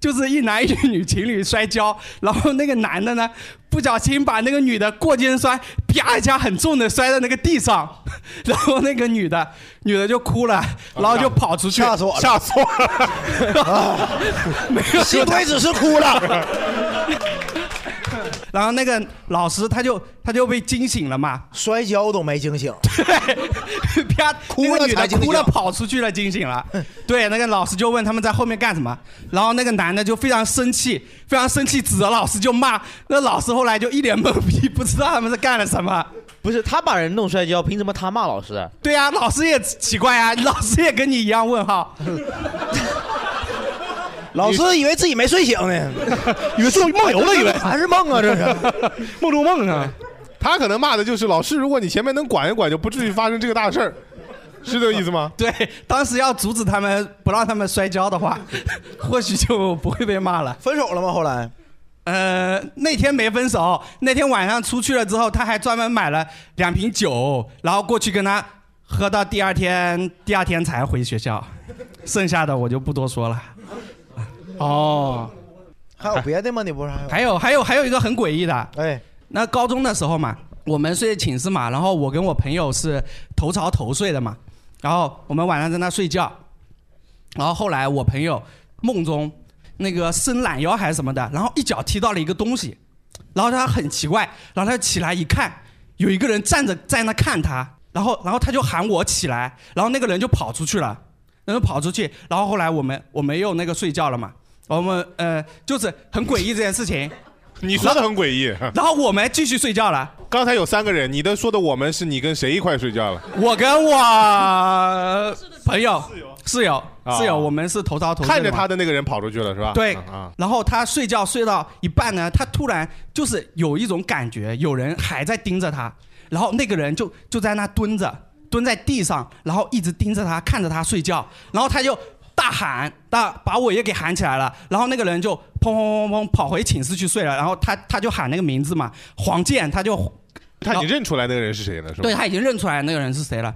Speaker 5: 就是一男一女情侣摔跤，然后那个男的呢，不小心把那个女的过肩摔，啪一下很重的摔在那个地上， 然后那个女的，女的就哭了，然后就跑出去，啊吓死 我了，吓死我了，没有，
Speaker 2: 幸亏只是哭了。
Speaker 5: 然后那个老师他就他就被惊醒了嘛，
Speaker 2: 摔跤都没惊醒，
Speaker 5: 对，啪，
Speaker 2: 哭
Speaker 5: 那
Speaker 2: 了
Speaker 5: 个女
Speaker 2: 才
Speaker 5: 的
Speaker 2: 惊
Speaker 5: 哭了
Speaker 2: 醒
Speaker 5: 跑出去了，惊醒了。对，那个老师就问他们在后面干什么，然后那个男的就非常生气，非常生气，指着老师就骂。那老师后来就一脸懵逼，不知道他们是干了什么。
Speaker 4: 不是他把人弄摔跤，凭什么他骂老师啊？
Speaker 5: 对呀、老师也奇怪啊，老师也跟你一样问号。
Speaker 2: 老师以为自己没睡醒呢，
Speaker 1: 以为做梦游了，以为
Speaker 2: 还是梦啊，这是。
Speaker 1: 梦中梦啊。他可能骂的就是老师，如果你前面能管一管，就不至于发生这个大事儿，是这个意思吗？
Speaker 5: 对，当时要阻止他们，不让他们摔跤的话， 或许就不会被骂了。
Speaker 2: 分手了吗？后来？
Speaker 5: 呃，那天没分手，那天晚上出去了之后，他还专门买了两瓶酒，然后过去跟他喝到第二天，第二天才回学校。 剩下的我就不多说了。
Speaker 3: 哦，
Speaker 2: 还有别的吗？你不是还有？
Speaker 5: 还有还有还有一个很诡异的，
Speaker 2: 哎，
Speaker 5: 那高中的时候嘛，我们睡寝室嘛，然后我跟我朋友是头朝头睡的嘛，然后我们晚上在那睡觉，然后后来我朋友梦中那个伸懒腰还是什么的，然后一脚踢到了一个东西，然后他很奇怪，然后他就起来一看，有一个人站着在那看他，然后然后他就喊我起来，然后那个人就跑出去了，然后跑出去，然后后来我们我们又那个睡觉了嘛，我们呃就是很诡异这件事情，
Speaker 1: 你说的很诡异。
Speaker 5: 然后我们继续睡觉了。
Speaker 1: 刚才有三个人，你的说的我们是你跟谁一块睡觉了？
Speaker 5: 我跟我朋友室友
Speaker 1: 啊
Speaker 5: 室友，我们是头朝头
Speaker 1: 看着
Speaker 5: 睡的嘛
Speaker 1: 他的那个人跑出去了是吧？
Speaker 5: 对
Speaker 1: 啊啊，
Speaker 5: 然后他睡觉睡到一半呢，他突然就是有一种感觉，有人还在盯着他，然后那个人就就在那蹲着，蹲在地上，然后一直盯着他，看着他睡觉，然后他就大喊，大把我也给喊起来了，然后那个人就砰砰砰砰砰跑回寝室去睡了，然后他他就喊那个名字嘛，黄健，他就
Speaker 1: 他已经认出来那个人是谁了是吧？
Speaker 5: 对他已经认出来那个人是谁了。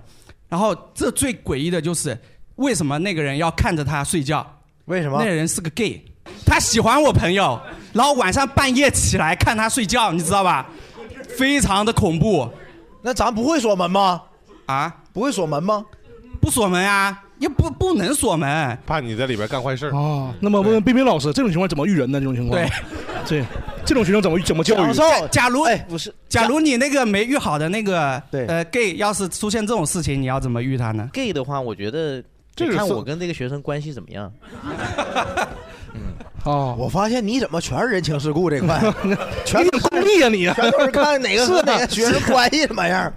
Speaker 5: 然后这最诡异的就是，为什么那个人要看着他睡觉？
Speaker 2: 为什么
Speaker 5: 那？人是个 gay，他喜欢我朋友，然后晚上半夜起来看他睡觉，你知道吧？非常的恐怖
Speaker 2: 那咱不会锁门吗？
Speaker 5: 啊！
Speaker 2: 不会锁门吗？
Speaker 5: 不锁门啊，也不不能锁门。
Speaker 1: 怕你在里边干坏事儿。
Speaker 3: 哦，那么问问冰冰老师，这种情况怎么育人呢？这种情况，
Speaker 5: 对，
Speaker 3: 这这种学生怎么怎么教育
Speaker 2: 享？受。
Speaker 5: 假如
Speaker 2: 哎，不是
Speaker 5: 假如你那个没遇好的那个
Speaker 2: 对
Speaker 5: 呃 gay 要是出现这种事情，你要怎么遇他呢？
Speaker 4: gay 的话，我觉得
Speaker 1: 这
Speaker 4: 得
Speaker 1: 个
Speaker 4: 看
Speaker 1: 是
Speaker 4: 我跟这个学生关系怎么样。
Speaker 3: 哦，
Speaker 2: 我发现你怎么全是人情世故这块，全
Speaker 3: 你挺功利啊你！
Speaker 2: 全都是看哪个和哪个学生关系怎么样。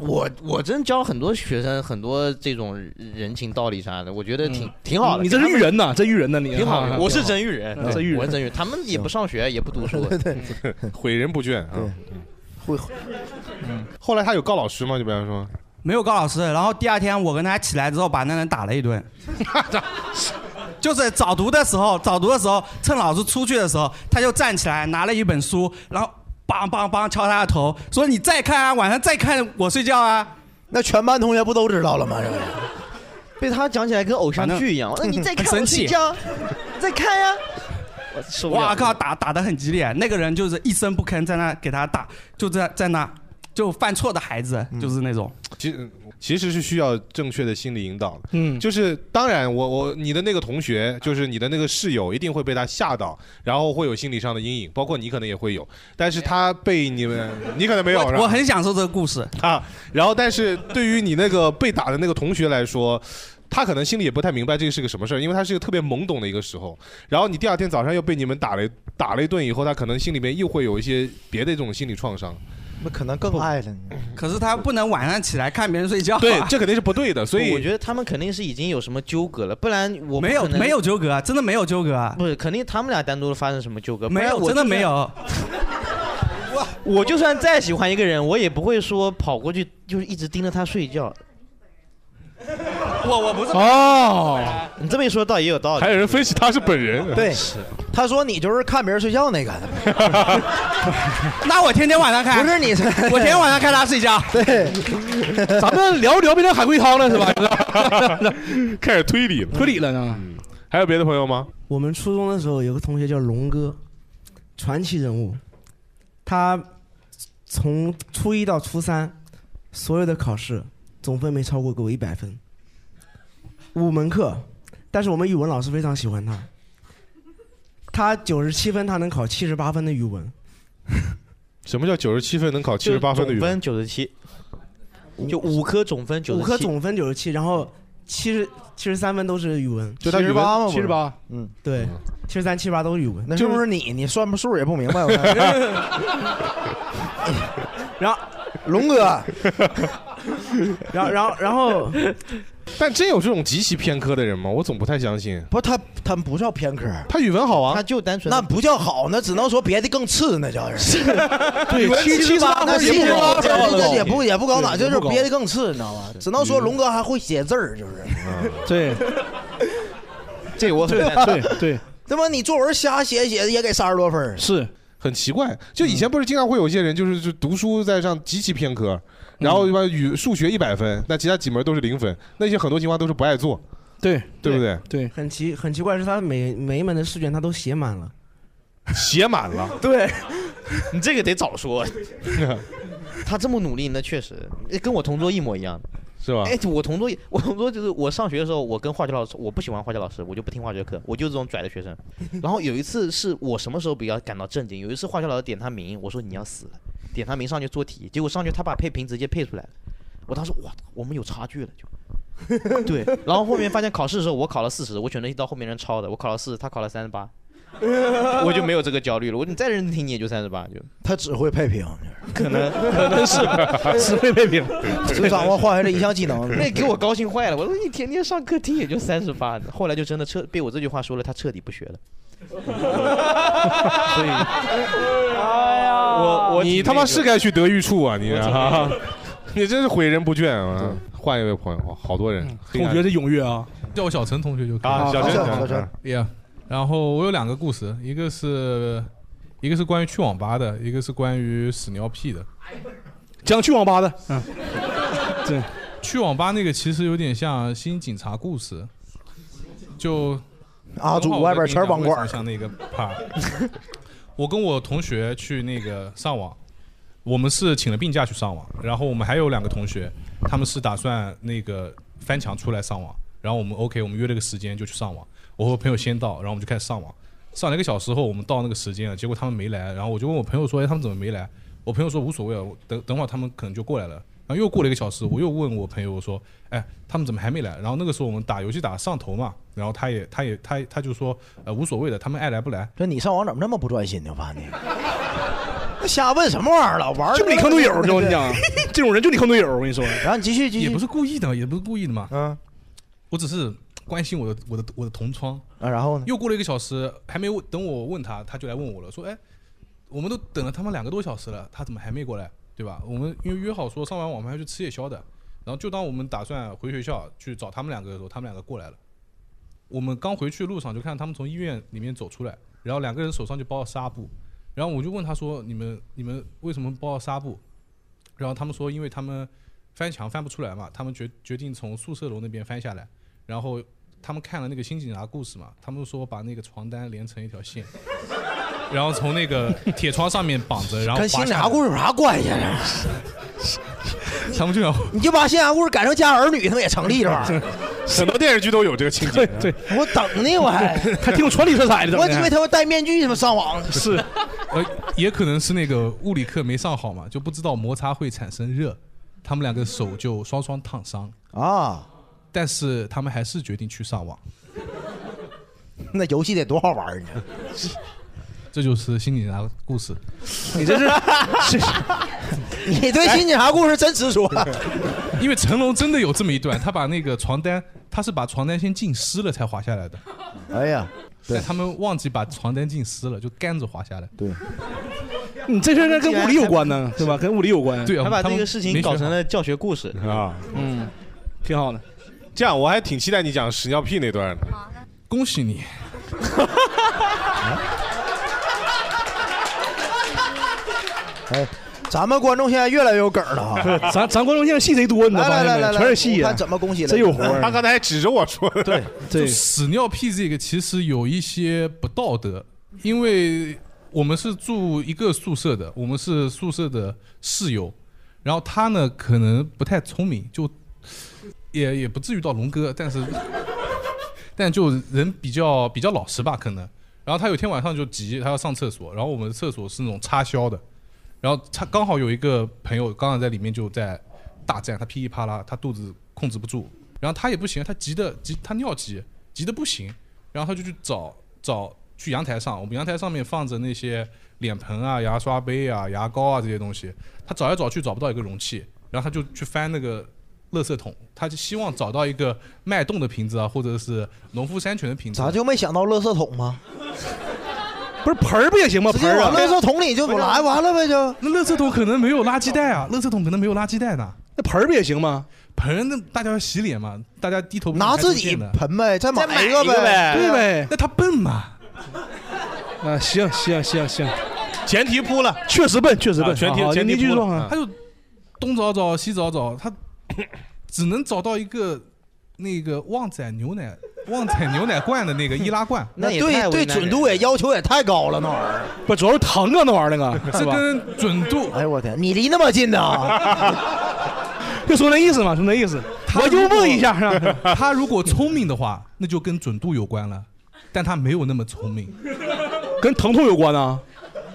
Speaker 4: 我我真教很多学生很多这种人情道理啥的，我觉得挺、挺好的。
Speaker 3: 你这是
Speaker 4: 给他
Speaker 3: 育
Speaker 4: 们
Speaker 3: 人呐，这育人呐你。
Speaker 4: 挺好
Speaker 3: 啊
Speaker 4: 的，我是真育人，
Speaker 3: 嗯真育人
Speaker 4: 我是真育人。他们也不上学，也不读 书，
Speaker 5: 嗯
Speaker 1: 毁人不倦啊！
Speaker 2: 会
Speaker 1: 后来他有告老师吗？就比方说，
Speaker 5: 没有告老师，然后第二天我跟他起来之后，把那人打了一顿。就是早读的时候，早读的时候，趁老师出去的时候，他就站起来拿了一本书，然后梆梆梆敲他的头，说：“你再看啊，晚上再看我睡觉啊。
Speaker 2: 那全班同学不都知道了吗？这个
Speaker 4: 被他讲起来跟偶像剧一样。那你再看
Speaker 5: 很
Speaker 4: 我
Speaker 5: 生气
Speaker 4: 睡觉，啊你再看呀。我受”不了
Speaker 5: 哇靠，！打打得很激烈，那个人就是一声不吭，在那给他打，就在在那就犯错的孩子，
Speaker 4: 嗯
Speaker 5: 就是那种。
Speaker 1: 其实其实是需要正确的心理引导的。
Speaker 3: 嗯，
Speaker 1: 就是当然我，我你的那个同学，就是你的那个室友，一定会被他吓到，然后会有心理上的阴影，包括你可能也会有，但是他被你们，你可能没有，是吧
Speaker 5: 我我很享受这个故事，
Speaker 1: 啊。然后，但是对于你那个被打的那个同学来说。他可能心里也不太明白这个是个什么事儿，因为他是一个特别懵懂的一个时候。然后你第二天早上又被你们打了一打了一顿以后，他可能心里面又会有一些别的这种心理创伤。
Speaker 2: 那可能更爱了。
Speaker 5: 可是他不能晚上起来看别人睡觉、啊。
Speaker 1: 对，这肯定是不对的。所以
Speaker 4: 不我觉得他们肯定是已经有什么纠葛了，不然我不
Speaker 5: 没有
Speaker 4: 可能
Speaker 5: 没有纠葛啊，真的没有纠葛啊，
Speaker 4: 不是肯定他们俩单独发生什么纠葛，
Speaker 5: 没有
Speaker 4: 不然我
Speaker 5: 真的没 有。
Speaker 4: 我就算再喜欢一个人，我也不会说跑过去就是一直盯着他睡觉。
Speaker 5: 我我不是
Speaker 3: 哦，
Speaker 4: 你这么一说，倒也有道理。
Speaker 1: 还有人分析他是本人，
Speaker 2: 哦
Speaker 1: 啊
Speaker 2: 对， 他说你就是看别人睡觉那个，
Speaker 5: 那我天天晚上看，
Speaker 2: 不是你，
Speaker 5: 我天天晚上看他睡觉。
Speaker 2: 对，
Speaker 3: 咱们聊着聊变成海龟汤了是吧？
Speaker 1: 开始推理了。嗯
Speaker 3: 推理了呢？
Speaker 1: 还有别的朋友吗？
Speaker 7: 我们初中的时候有个同学叫龙哥，传奇人物，他从初一到初三，所有的考试总分没超过过我一百分，五门课，但是我们语文老师非常喜欢他，他九十七分，他能考七十八分的语文，
Speaker 1: 什么叫九十七分能考七十八分的语
Speaker 4: 总
Speaker 1: 文？
Speaker 4: 分九十七，就五科总分九十
Speaker 7: 五
Speaker 4: 七，
Speaker 7: 科总分九十七，然后七十七十三分都是语文，
Speaker 1: 就他语文
Speaker 2: 78吗？
Speaker 3: 七十八，
Speaker 4: 嗯
Speaker 7: 对，七十三七十八都是语文。
Speaker 2: 那是不是你？你算不数也不明白。我看
Speaker 7: 然后，
Speaker 2: 龙哥，
Speaker 7: 然后，然后，然后，
Speaker 1: 但真有这种极其偏科的人吗？我总不太相信。
Speaker 2: 不，他他们不叫偏科，
Speaker 1: 他语文好啊
Speaker 4: 他，就单纯
Speaker 2: 那不叫好，那只能说别的更次，那叫是。
Speaker 3: 对，七七十八
Speaker 2: 那
Speaker 3: 分也
Speaker 2: 其
Speaker 3: 不
Speaker 2: 实
Speaker 3: 高，
Speaker 2: 这这也不也不高哪，
Speaker 3: 对
Speaker 2: 就
Speaker 3: 也
Speaker 2: 是
Speaker 3: 不高
Speaker 2: 憋得更次，你知道吧？只能说龙哥还会写字儿，就是。
Speaker 3: 嗯对
Speaker 4: 这我很难
Speaker 3: 对对
Speaker 2: 他妈你作文瞎写写的也给三十多分儿，
Speaker 3: 是，
Speaker 1: 很奇怪。就以前不是经常会有一些人，就是就读书在上极其偏科，
Speaker 4: 嗯
Speaker 1: 然后一般语数学一百分，那其他几门都是零分，那些很多情况都是不爱做，
Speaker 3: 对
Speaker 1: 对不对？
Speaker 3: 对，
Speaker 7: 很奇很奇怪是他 每每一门的试卷他都写满了，
Speaker 1: 写满了，
Speaker 7: 对，
Speaker 4: 你这个得早说。 他这么努力，那确实诶跟我同桌一模一样。
Speaker 1: 是吧？
Speaker 4: 哎，我同桌， 我同桌就是我上学的时候，我跟化学老师，我不喜欢化学老师，我就不听化学课，我就是这种拽的学生。然后有一次是我什么时候比较感到震惊？有一次化学老师点他名，我说你要死了，点他名上去做题，结果上去他把配平直接配出来了。我当时哇，我们有差距了就。 对，然后后面发现考试的时候我考了四十，我选择到后面人抄的，我考了四十，他考了三十八， 我就没有这个焦虑了。我说你再认真听，你也就三十八，就
Speaker 2: 他只会配平，
Speaker 4: 可 能
Speaker 3: 只会 被评。
Speaker 2: 只掌握化学这一项技能。
Speaker 4: 那给我高兴坏了。我说你天天上课听也就三十八，后来就真的彻被我这句话说了，他彻底不学 了。所以， 我我
Speaker 1: 你他妈是该去德育处啊！你啊
Speaker 4: 我，
Speaker 1: 你真是毁人不倦啊！换一位朋友，哇好多人，
Speaker 4: 嗯
Speaker 1: 黑
Speaker 3: 同
Speaker 1: 暗
Speaker 3: 学是踊跃啊，
Speaker 8: 叫我小陈同学就可以。
Speaker 1: 啊，小陈，
Speaker 2: 好
Speaker 1: 小
Speaker 2: 小
Speaker 1: 陈
Speaker 2: 陈，
Speaker 8: Yeah，然后我有两个故事，一个是一个是关于去网吧的，一个是关于屎尿屁的。
Speaker 3: 讲去网吧的， 嗯，
Speaker 8: 去网吧那个其实有点像新警察故事，就
Speaker 2: 阿
Speaker 8: 等会
Speaker 2: 祖
Speaker 8: 儿我
Speaker 2: 外
Speaker 8: 再
Speaker 2: 边
Speaker 8: 给你讲
Speaker 2: 全是网
Speaker 8: 为什么
Speaker 2: 管，
Speaker 8: 像那个 part，我跟我同学去那个上网，我们是请了病假去上网，然后我们还有两个同学，他们是打算那个翻墙出来上网，然后我们 OK，我们约了个时间就去上网，我和我朋友先到，然后我们就开始上网，上了一个小时后我们到那个时间了，结果他们没来，然后我就问我朋友说，哎，他们怎么没来？我朋友说无所谓啊，我等等会儿他们可能就过来了。然后又过了一个小时，我又问我朋友我说，哎，他们怎么还没来？然后那个时候我们打游戏打上头嘛，然后他也他也他他就说，呃，无所谓的，他们爱来不来。
Speaker 2: 这你上网怎么那么不专心呢？我发现你，那瞎问什么玩意儿了？玩
Speaker 3: 就你坑队友，就我跟你讲， 这种人就你坑队友，我跟你说，
Speaker 2: 然后你继续继
Speaker 8: 也
Speaker 2: 续
Speaker 8: 不，是故意的，也不是故意的嘛。
Speaker 1: 啊
Speaker 2: 嗯
Speaker 8: 我只是关心我的我的我的同窗。
Speaker 2: 啊，然后呢？
Speaker 8: 又过了一个小时，还没问等我问他，他就来问我了，说：“哎，我们都等了他们两个多小时了，他怎么还没过来？对吧？我们因为约好说上完网我们还要去吃夜宵的，然后就当我们打算回学校去找他们两个的时候，他们两个过来了。我们刚回去路上就看到他们从医院里面走出来，然后两个人手上就包了纱布，然后我就问他说：你们你们为什么包了纱布？然后他们说因为他们翻墙翻不出来嘛，他们决决定从宿舍楼那边翻下来，然后他们看了那个新警察故事嘛，他们说把那个床单连成一条线，然后从 那个铁窗上面绑着，然后
Speaker 2: 跟
Speaker 8: 滑
Speaker 2: 新
Speaker 8: 下
Speaker 2: 察
Speaker 8: 来
Speaker 2: 故事有啥关系啊？
Speaker 8: 他们就想
Speaker 2: 你就把新察故事改成家有儿女，他们也成立这玩意儿。
Speaker 1: 很多电视剧都有这个情节。
Speaker 3: 对，
Speaker 2: 我等
Speaker 3: 哎
Speaker 2: 呢， 我 还，
Speaker 3: 还挺有 传理色彩的，
Speaker 2: 我
Speaker 3: 整
Speaker 2: 以
Speaker 3: 的
Speaker 2: 为他们戴面具他们上网，
Speaker 3: 是
Speaker 8: 呃，也可能是那个物理课没上好嘛，就不知道摩擦会产生热，他们两个手就双双烫伤，
Speaker 2: 啊。
Speaker 8: 但是他们还是决定去上网。
Speaker 2: 那游戏得多好玩儿呢！
Speaker 8: 这就是心理拿故事，
Speaker 3: 你这是，是
Speaker 2: 你对新警察故事真执着。
Speaker 8: 因为成龙真的有这么一段，他把那个床单，他是把床单先浸湿了才滑下来的。
Speaker 2: 哎呀，
Speaker 8: 对他们忘记把床单浸湿了，就干着滑下来。
Speaker 2: 对，
Speaker 3: 你这事儿跟物理有关呢，对吧？跟物理有关。
Speaker 8: 对啊
Speaker 4: 他把
Speaker 8: 他
Speaker 4: 这
Speaker 8: 们
Speaker 4: 个事情
Speaker 8: 没学
Speaker 4: 搞
Speaker 8: 好
Speaker 4: 成了教学故事
Speaker 1: 啊，
Speaker 3: 嗯，挺好的。
Speaker 1: 这样我还挺期待你讲屎尿屁那段的。
Speaker 8: 恭喜 你，
Speaker 2: 哎，咱们观众现在越来越有梗儿了哈。
Speaker 3: 对，咱咱观众现在戏贼多，你知道
Speaker 2: 来
Speaker 3: 吗？
Speaker 2: 来来来来，
Speaker 3: 全是戏啊
Speaker 2: 我
Speaker 3: 呀
Speaker 2: 看，怎么恭喜了？
Speaker 3: 真有活儿。
Speaker 1: 他刚才还指着我说的。对，
Speaker 3: 对
Speaker 8: 就屎尿屁这个其实有一些不道德，因为我们是住一个宿舍的，我们是宿舍的室友，然后他呢可能不太聪明，就也也不至于到龙哥，但是 但就人比较比较老实吧，可能。然后他有一天晚上就急，他要上厕所，然后我们的厕所是那种插销的，然后他刚好有一个朋友刚好在里面就在大战，他噼里啪啦，他肚子控制不住，然后他也不行，他急的急，他尿急，急的不行，然后他就去找找去阳台上，我们阳台上面放着那些脸盆啊、牙刷杯啊、牙膏啊这些东西，他找来找去找不到一个容器，然后他就去翻那个垃圾桶，他就希望找到一个脉动的瓶子啊，或者是农夫山泉的瓶子啊，
Speaker 2: 咱就没想到垃圾桶吗？
Speaker 3: 不是盆儿不也行吗？
Speaker 2: 直接
Speaker 3: 盆儿
Speaker 2: 往
Speaker 3: 啊，
Speaker 2: 垃圾桶里就来完了呗，就
Speaker 8: 那垃圾桶可能没有垃圾袋啊，垃圾桶可能没有垃圾袋呢。
Speaker 3: 那盆儿不也行吗？
Speaker 8: 盆，那大家要洗脸嘛，大家低头不是
Speaker 2: 拿
Speaker 8: 抬头
Speaker 2: 自己
Speaker 8: 见的
Speaker 4: 啊
Speaker 2: 盆呗，再
Speaker 4: 再买
Speaker 2: 一个
Speaker 4: 一个呗，
Speaker 3: 对呗。
Speaker 8: 那他笨嘛？
Speaker 3: 啊，行行行行，
Speaker 1: 前提铺了，
Speaker 3: 确实笨，确实
Speaker 1: 啊
Speaker 3: 笨。
Speaker 1: 全体
Speaker 3: 好好
Speaker 1: 全体
Speaker 3: 你继续
Speaker 1: 扑了
Speaker 3: 说啊
Speaker 8: 他。就东找找西找找，他只能找到一个那个旺仔牛奶旺仔牛奶罐的那个易拉罐
Speaker 4: 那也太
Speaker 2: 对
Speaker 4: 为
Speaker 2: 对
Speaker 4: 难人
Speaker 2: 准度也要求也太高了，那玩意儿。
Speaker 3: 不，主要是疼啊，那玩意儿那 个，
Speaker 8: 这
Speaker 3: 是吧？
Speaker 8: 跟准度
Speaker 2: 哎呦我天，你离那么 近呢？
Speaker 3: 就说那意思嘛，说那意思。我幽默一下是 吧？
Speaker 8: 他如果聪明的话，那就跟准度有关了。但他没有那么聪明，
Speaker 3: 跟疼痛有关啊。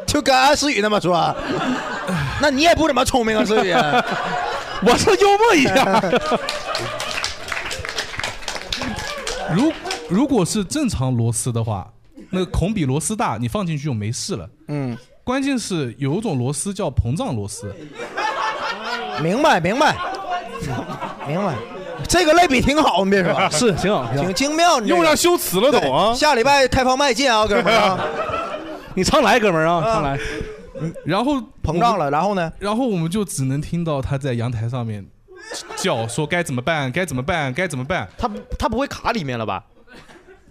Speaker 2: 就跟安思雨那么说，啊那你也不怎么聪明啊，思雨。
Speaker 3: 我是幽默一下。
Speaker 8: 如如果是正常螺丝的话，那个孔比螺丝大，你放进去就没事了。
Speaker 3: 嗯，
Speaker 8: 关键是有一种螺丝叫膨胀螺丝，
Speaker 2: 明白 明白，明白， 这个类比挺好，你别说，
Speaker 3: 是挺好，挺好。
Speaker 2: 挺精妙。你这个
Speaker 1: 用上修辞了都啊
Speaker 2: 对。下礼拜开放麦见啊，哥们儿啊，
Speaker 3: 你常来，哥们儿啊，常来。
Speaker 8: 嗯然后
Speaker 2: 膨胀了，然后呢？
Speaker 8: 然后我们就只能听到他在阳台上面叫说该怎么办，该怎么办，该怎么办，
Speaker 4: 他不他不会卡里面了吧？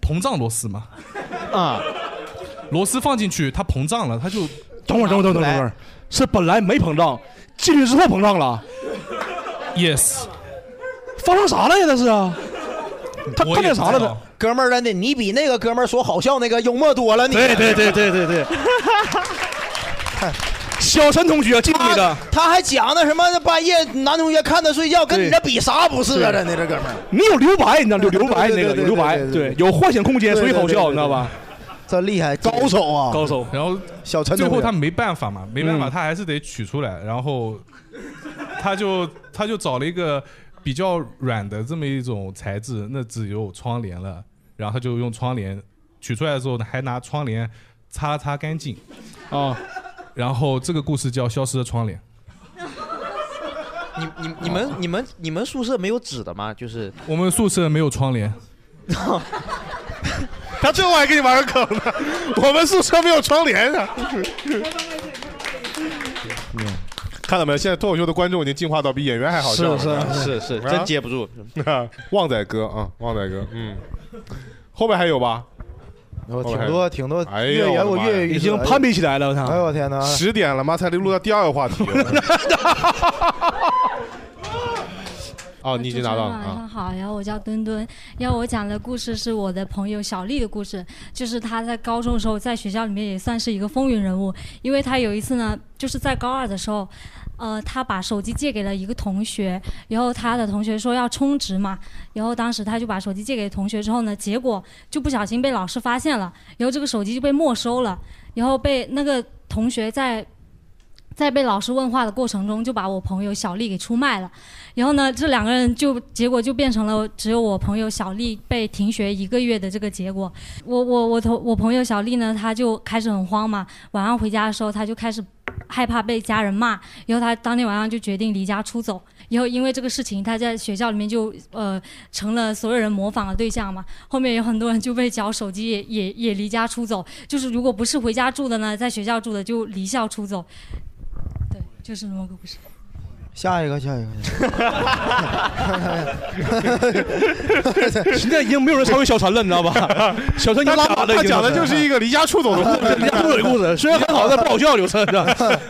Speaker 8: 膨胀螺丝嘛，
Speaker 4: 啊，
Speaker 8: 螺丝放进去它膨胀了，它就
Speaker 3: 等会儿，等会儿，等会儿，等会儿，是本来没膨胀，进去之后膨胀了，
Speaker 8: yes，
Speaker 3: 发生啥了呀？那是啊，他
Speaker 8: 我
Speaker 3: 干
Speaker 8: 也
Speaker 3: 点
Speaker 8: 不
Speaker 3: 啥了
Speaker 8: 知
Speaker 3: 呢
Speaker 8: 道？
Speaker 2: 哥们儿，真的，你比那个哥们儿说好笑那个幽默多了，你。
Speaker 3: 对对对对对对。小陈同学，记住你的
Speaker 2: 他，他还讲那什么，半夜男同学看他睡觉，跟你这比啥不是啊？真的，这哥们儿，
Speaker 3: 你有留白，你知道有留白那个有留白，对，有幻想空间，所以好笑，你知道吧？
Speaker 2: 真厉害，高手啊！
Speaker 3: 高手，
Speaker 8: 然后
Speaker 2: 小陈
Speaker 8: 最
Speaker 2: 同
Speaker 8: 后
Speaker 2: 学
Speaker 8: 他没办法嘛，没办法，
Speaker 3: 嗯
Speaker 8: 他还是得取出来，然后 他就他就找了一个比较软的这么一种材质，那只有窗帘了，然后他就用窗帘取出来的时候呢，还拿窗帘擦了擦干净，
Speaker 1: 哦
Speaker 3: 啊，
Speaker 8: 然后这个故事叫《消失的窗帘》。
Speaker 4: 你你你们你们你们宿舍没有纸的吗？就是
Speaker 8: 我们宿舍没有窗帘，
Speaker 1: 他最后还给你玩个梗呢， 我们宿舍没有窗帘啊。看到没有？现在脱口秀的观众已经进化到比演员还好笑了。
Speaker 3: 是是
Speaker 4: 是是
Speaker 1: 啊
Speaker 4: 真接不住，
Speaker 1: 旺仔哥啊，旺仔哥，嗯，后面还有吧？
Speaker 2: 我挺多挺多，
Speaker 1: 哎
Speaker 2: 越
Speaker 1: 呀
Speaker 2: 演
Speaker 1: 我
Speaker 2: 我
Speaker 1: 的妈呀
Speaker 2: 越
Speaker 3: 已经攀比起来了，我
Speaker 2: 哎
Speaker 3: 操！
Speaker 2: 呦我天哪！
Speaker 1: 十点了吗？才录到第二个话题了。 哦，你已经拿到了
Speaker 6: 晚上
Speaker 1: 啊！
Speaker 6: 嗯好，然后我叫墩墩，然后我讲的故事是我的朋友小丽的故事，就是她在高中的时候在学校里面也算是一个风云人物，因为她有一次呢，就是在高二的时候，呃，她把手机借给了一个同学，然后她的同学说要充值嘛，然后当时她就把手机借给同学之后呢，结果就不小心被老师发现了，然后这个手机就被没收了，然后被那个同学在。在被老师问话的过程中，就把我朋友小丽给出卖了。然后呢，这两个人就结果就变成了只有我朋友小丽被停学一个月的这个结果。我我我同我朋友小丽呢，她就开始很慌嘛，晚上回家的时候，她就开始害怕被家人骂，然后他当天晚上就决定离家出走。然后因为这个事情，他在学校里面就呃成了所有人模仿的对象嘛。后面有很多人就被缴手机也，也也离家出走。就是如果不是回家住的呢，在学校住的就离校出走。对，就是这么个故事。
Speaker 2: 下一个，下一个。
Speaker 3: 现在已经没有人超越小陈了，你知道吧？小陈已经拉满了，
Speaker 1: 他讲的就是一个离家出走的故事，
Speaker 3: 离家出走的故事，虽然很好，但不好笑，刘晨，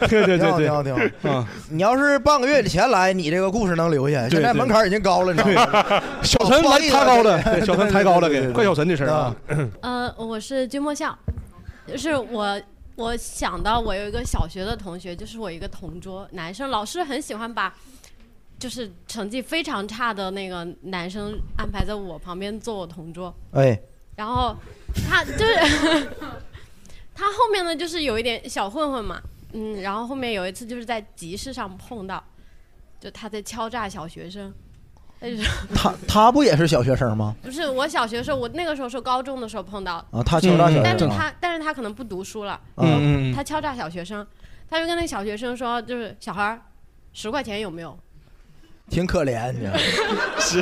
Speaker 3: 对对对
Speaker 2: 挺好
Speaker 3: 对，
Speaker 2: 挺好挺好
Speaker 3: 啊，
Speaker 2: 你要是半个月以前来，你这个故事能留下。
Speaker 3: 对
Speaker 2: 现在门槛已经高了，你知道吗？
Speaker 3: 小陈来抬高了，
Speaker 2: 对
Speaker 3: 哦对小陈抬高了，给怪小陈的事儿 啊。
Speaker 9: 呃，我是君莫笑，就是我我想到我有一个小学的同学，就是我一个同桌男生，老师很喜欢把就是成绩非常差的那个男生安排在我旁边做我同桌，
Speaker 2: 哎，
Speaker 9: 然后他就是 他后面呢就是有一点小混混嘛，嗯，然后后面有一次就是在集市上碰到，就他在敲诈小学生， 他就
Speaker 2: 他他不也是小学生吗？
Speaker 9: 不是我小学的时候，我那个时候是高中的时候碰到
Speaker 2: 啊他敲诈小学生
Speaker 9: 但是
Speaker 2: 啊
Speaker 9: 他但是他可能不读书了，
Speaker 2: 嗯
Speaker 9: 他敲诈小学生，他就跟那小学生说，就是小孩儿，十块钱有没有？
Speaker 2: 挺可怜的，
Speaker 3: 是。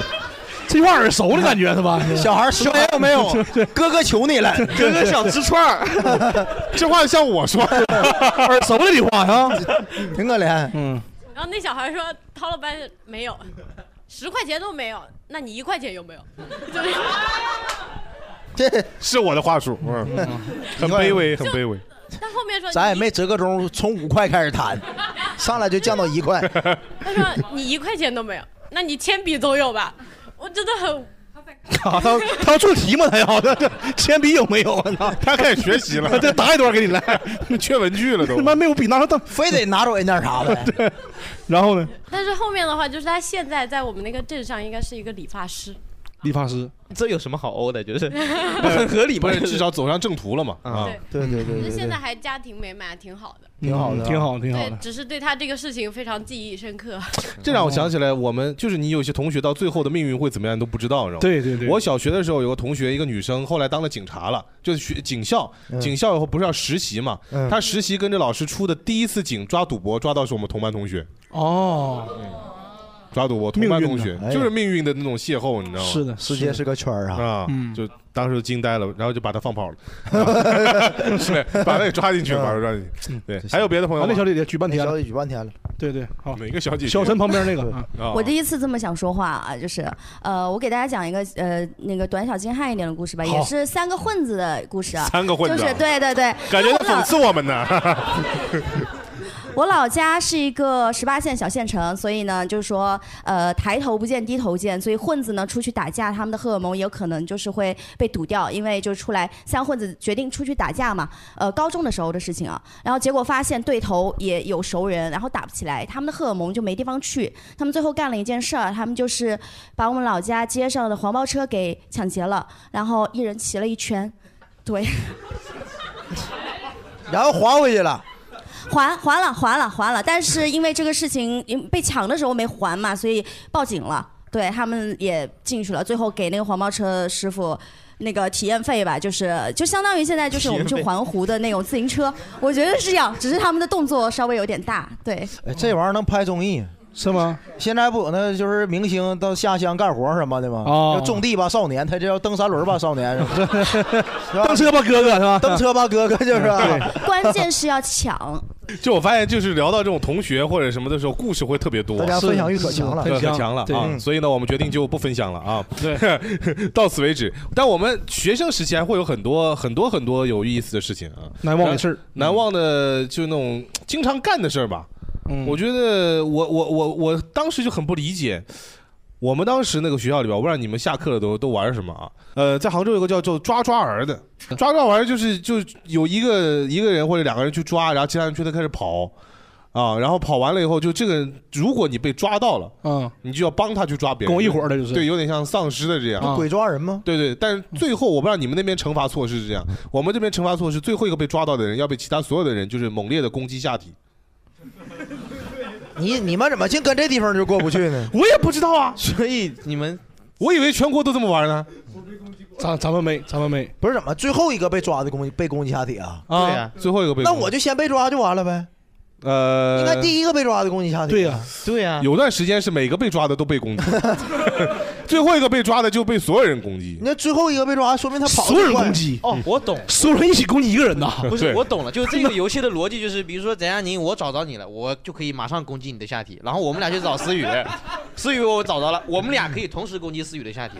Speaker 3: 这话耳熟的感觉是吧？
Speaker 2: 小孩儿十块钱有没有？哥哥求你了，
Speaker 4: 哥哥想吃串
Speaker 2: 儿，
Speaker 1: 这话像我说的，
Speaker 3: 耳熟的你话啊，
Speaker 2: 挺可怜。
Speaker 3: 嗯，
Speaker 9: 然后那小孩儿说掏了半天没有，十块钱都没有，那你一块钱有没有？就是啊
Speaker 2: 这
Speaker 1: 是我的话术，嗯，很卑微，很卑微。
Speaker 9: 他后面说
Speaker 2: 咱也
Speaker 9: 你
Speaker 2: 没折个中，从五块开 始谈，上来就降到一块。
Speaker 9: 他说你一块钱都没有，那你铅笔总有吧？我真的很
Speaker 3: 啊， 他他要做题吗？他要哎这这铅笔有没有啊？
Speaker 1: 他开始学习 了
Speaker 3: 这答一段给你来，
Speaker 1: 缺文具了都
Speaker 3: 他妈没有笔，拿上当，
Speaker 2: 非得拿走人点啥呗。
Speaker 3: 对，然后呢？
Speaker 9: 但是后面的话，就是他现在在我们那个镇上应该是一个理发师。
Speaker 3: 理发师，
Speaker 4: 这有什么好欧的？ 就是不很合理吗？
Speaker 1: 不是至少走上正途了嘛？啊，
Speaker 2: 对对对
Speaker 9: 那现在还家庭美满，挺好的。
Speaker 1: 挺好的，啊
Speaker 3: 挺好，挺
Speaker 9: 对，只是对他这个事情非常记忆深刻。
Speaker 1: 这让我想起来，我们就是你有些同学到最后的命运会怎么样你都不知道，你知道吗？
Speaker 3: 对对对
Speaker 1: 我小学的时候有个同学，一个女生，后来当了警察了，就是学警校。
Speaker 3: 嗯
Speaker 1: 警校以后不是要实习嘛？
Speaker 3: 嗯
Speaker 1: 她实习跟着老师出的第一次警抓赌博，抓到是我们同班同学，
Speaker 3: 哦，
Speaker 1: 抓赌博同班同学
Speaker 2: 命运的
Speaker 1: 就是命运的那种邂逅，你知道吗？
Speaker 3: 是的
Speaker 2: 世界是个圈儿啊。
Speaker 1: 啊
Speaker 3: 嗯，
Speaker 1: 就当时就惊呆了，然后就把他放跑了，是把他给抓进去，把他抓进去。
Speaker 2: 嗯
Speaker 1: 对，还有别的朋友
Speaker 3: 啊
Speaker 1: 吗？
Speaker 3: 那小姐姐举半天了
Speaker 2: 小姐举半天了，
Speaker 3: 对对，好，
Speaker 1: 哪个小姐姐？
Speaker 3: 小陈旁边那 个啊
Speaker 1: 啊
Speaker 10: 我第一次这么想说话啊，就是呃，我给大家讲一个呃那个短小精悍一点的故事吧，
Speaker 1: 好
Speaker 10: 也是三个混子的故事啊。
Speaker 1: 三个混子啊
Speaker 10: 就是对对对，
Speaker 1: 感觉在讽刺我们呢。
Speaker 10: 我老家是一个十八线小县城，所以呢，就是说，呃，抬头不见低头见，所以混子呢出去打架，他们的荷尔蒙也有可能就是会被堵掉，因为就出来三混子决定出去打架嘛，呃，高中的时候的事情啊，然后结果发现对头也有熟人，然后打不起来，他们的荷尔蒙就没地方去，他们最后干了一件事儿，他们就是把我们老家街上的黄包车给抢劫了，然后一人骑了一圈，对。
Speaker 2: 然后还回去了。
Speaker 10: 还还了，还了，还了。但是因为这个事情因被抢的时候没还嘛，所以报警了。对他们也进去了，最后给那个黄包车师傅那个体验费吧，就是就相当于现在就是我们
Speaker 2: 体
Speaker 10: 去
Speaker 2: 验费
Speaker 10: 环湖的那种自行车，我觉得是这样，只是他们的动作稍微有点大。对，
Speaker 2: 哎，这玩意儿能拍综艺
Speaker 3: 哦是吗？
Speaker 2: 现在不有那就是明星到下乡干活什么的吗？
Speaker 3: 哦
Speaker 2: 叫种地吧少年，他这叫蹬三轮吧 少年，是吧
Speaker 3: 蹬车吧哥哥是吧？
Speaker 2: 蹬车 吧哥哥就是吧。
Speaker 10: 关键是要抢。
Speaker 1: 就我发现，就是聊到这种同学或者什么的时候，故事会特别多，
Speaker 2: 大家分享欲可强了
Speaker 1: 对
Speaker 2: 很强
Speaker 1: 可强了
Speaker 2: 对
Speaker 1: 啊！
Speaker 2: 嗯
Speaker 1: 所以呢，我们决定就不分享了啊。
Speaker 3: 对，
Speaker 1: 到此为止。但我们学生时期还会有很多很多很多有意思的事情啊，
Speaker 3: 难忘的事儿，
Speaker 1: 难忘的就那种经常干的事儿吧。
Speaker 3: 嗯
Speaker 1: 我觉得我我我我当时就很不理解。我们当时那个学校里边，我不知道你们下课了都都玩什么啊？呃，在杭州有个叫做“抓抓儿”的，“抓抓儿”就是就有一个一个人或者两个人去抓，然后其他人追他开始跑，啊，然后跑完了以后，就这个人如果你被抓到了，
Speaker 3: 嗯，
Speaker 1: 你就要帮他去抓别人，
Speaker 3: 跟我一伙儿的就是啊嗯
Speaker 1: 对，有点像丧尸的这样，
Speaker 2: 鬼抓人吗？
Speaker 1: 对对，但是最后我不知道你们那边惩罚措施是这样，我们这边惩罚措施最后一个被抓到的人要被其他所有的人就是猛烈的攻击下体，
Speaker 2: 你你们怎么净跟这地方就过不去呢？
Speaker 1: 我也不知道啊，
Speaker 4: 所以你们，
Speaker 1: 我以为全国都这么玩呢，
Speaker 3: 咱咱们没，咱们没，
Speaker 2: 不是怎么最后一个被抓的攻击被攻击下体啊？
Speaker 1: 啊，最后一个被
Speaker 2: 那我就先被抓就完了呗。
Speaker 1: 呃，
Speaker 2: 应该第一个被抓的攻击下体。
Speaker 1: 对呀、
Speaker 4: 对呀、
Speaker 1: 有段时间是每个被抓的都被攻击， 最后一个被抓的就被所有人攻击。
Speaker 2: 那最后一个被抓，说明他跑得
Speaker 1: 所有人
Speaker 2: 快
Speaker 1: 攻击
Speaker 4: 哦，我懂，
Speaker 3: 所有人一起攻击一个人呐。
Speaker 4: 啊不是，我懂了，就是 这个游戏的逻辑就是，比如说翟佳宁，我找着你了，我就可以马上攻击你的下体，然后我们俩去找思 雨，思雨我找着了，我们俩可以同时攻击思雨的下体，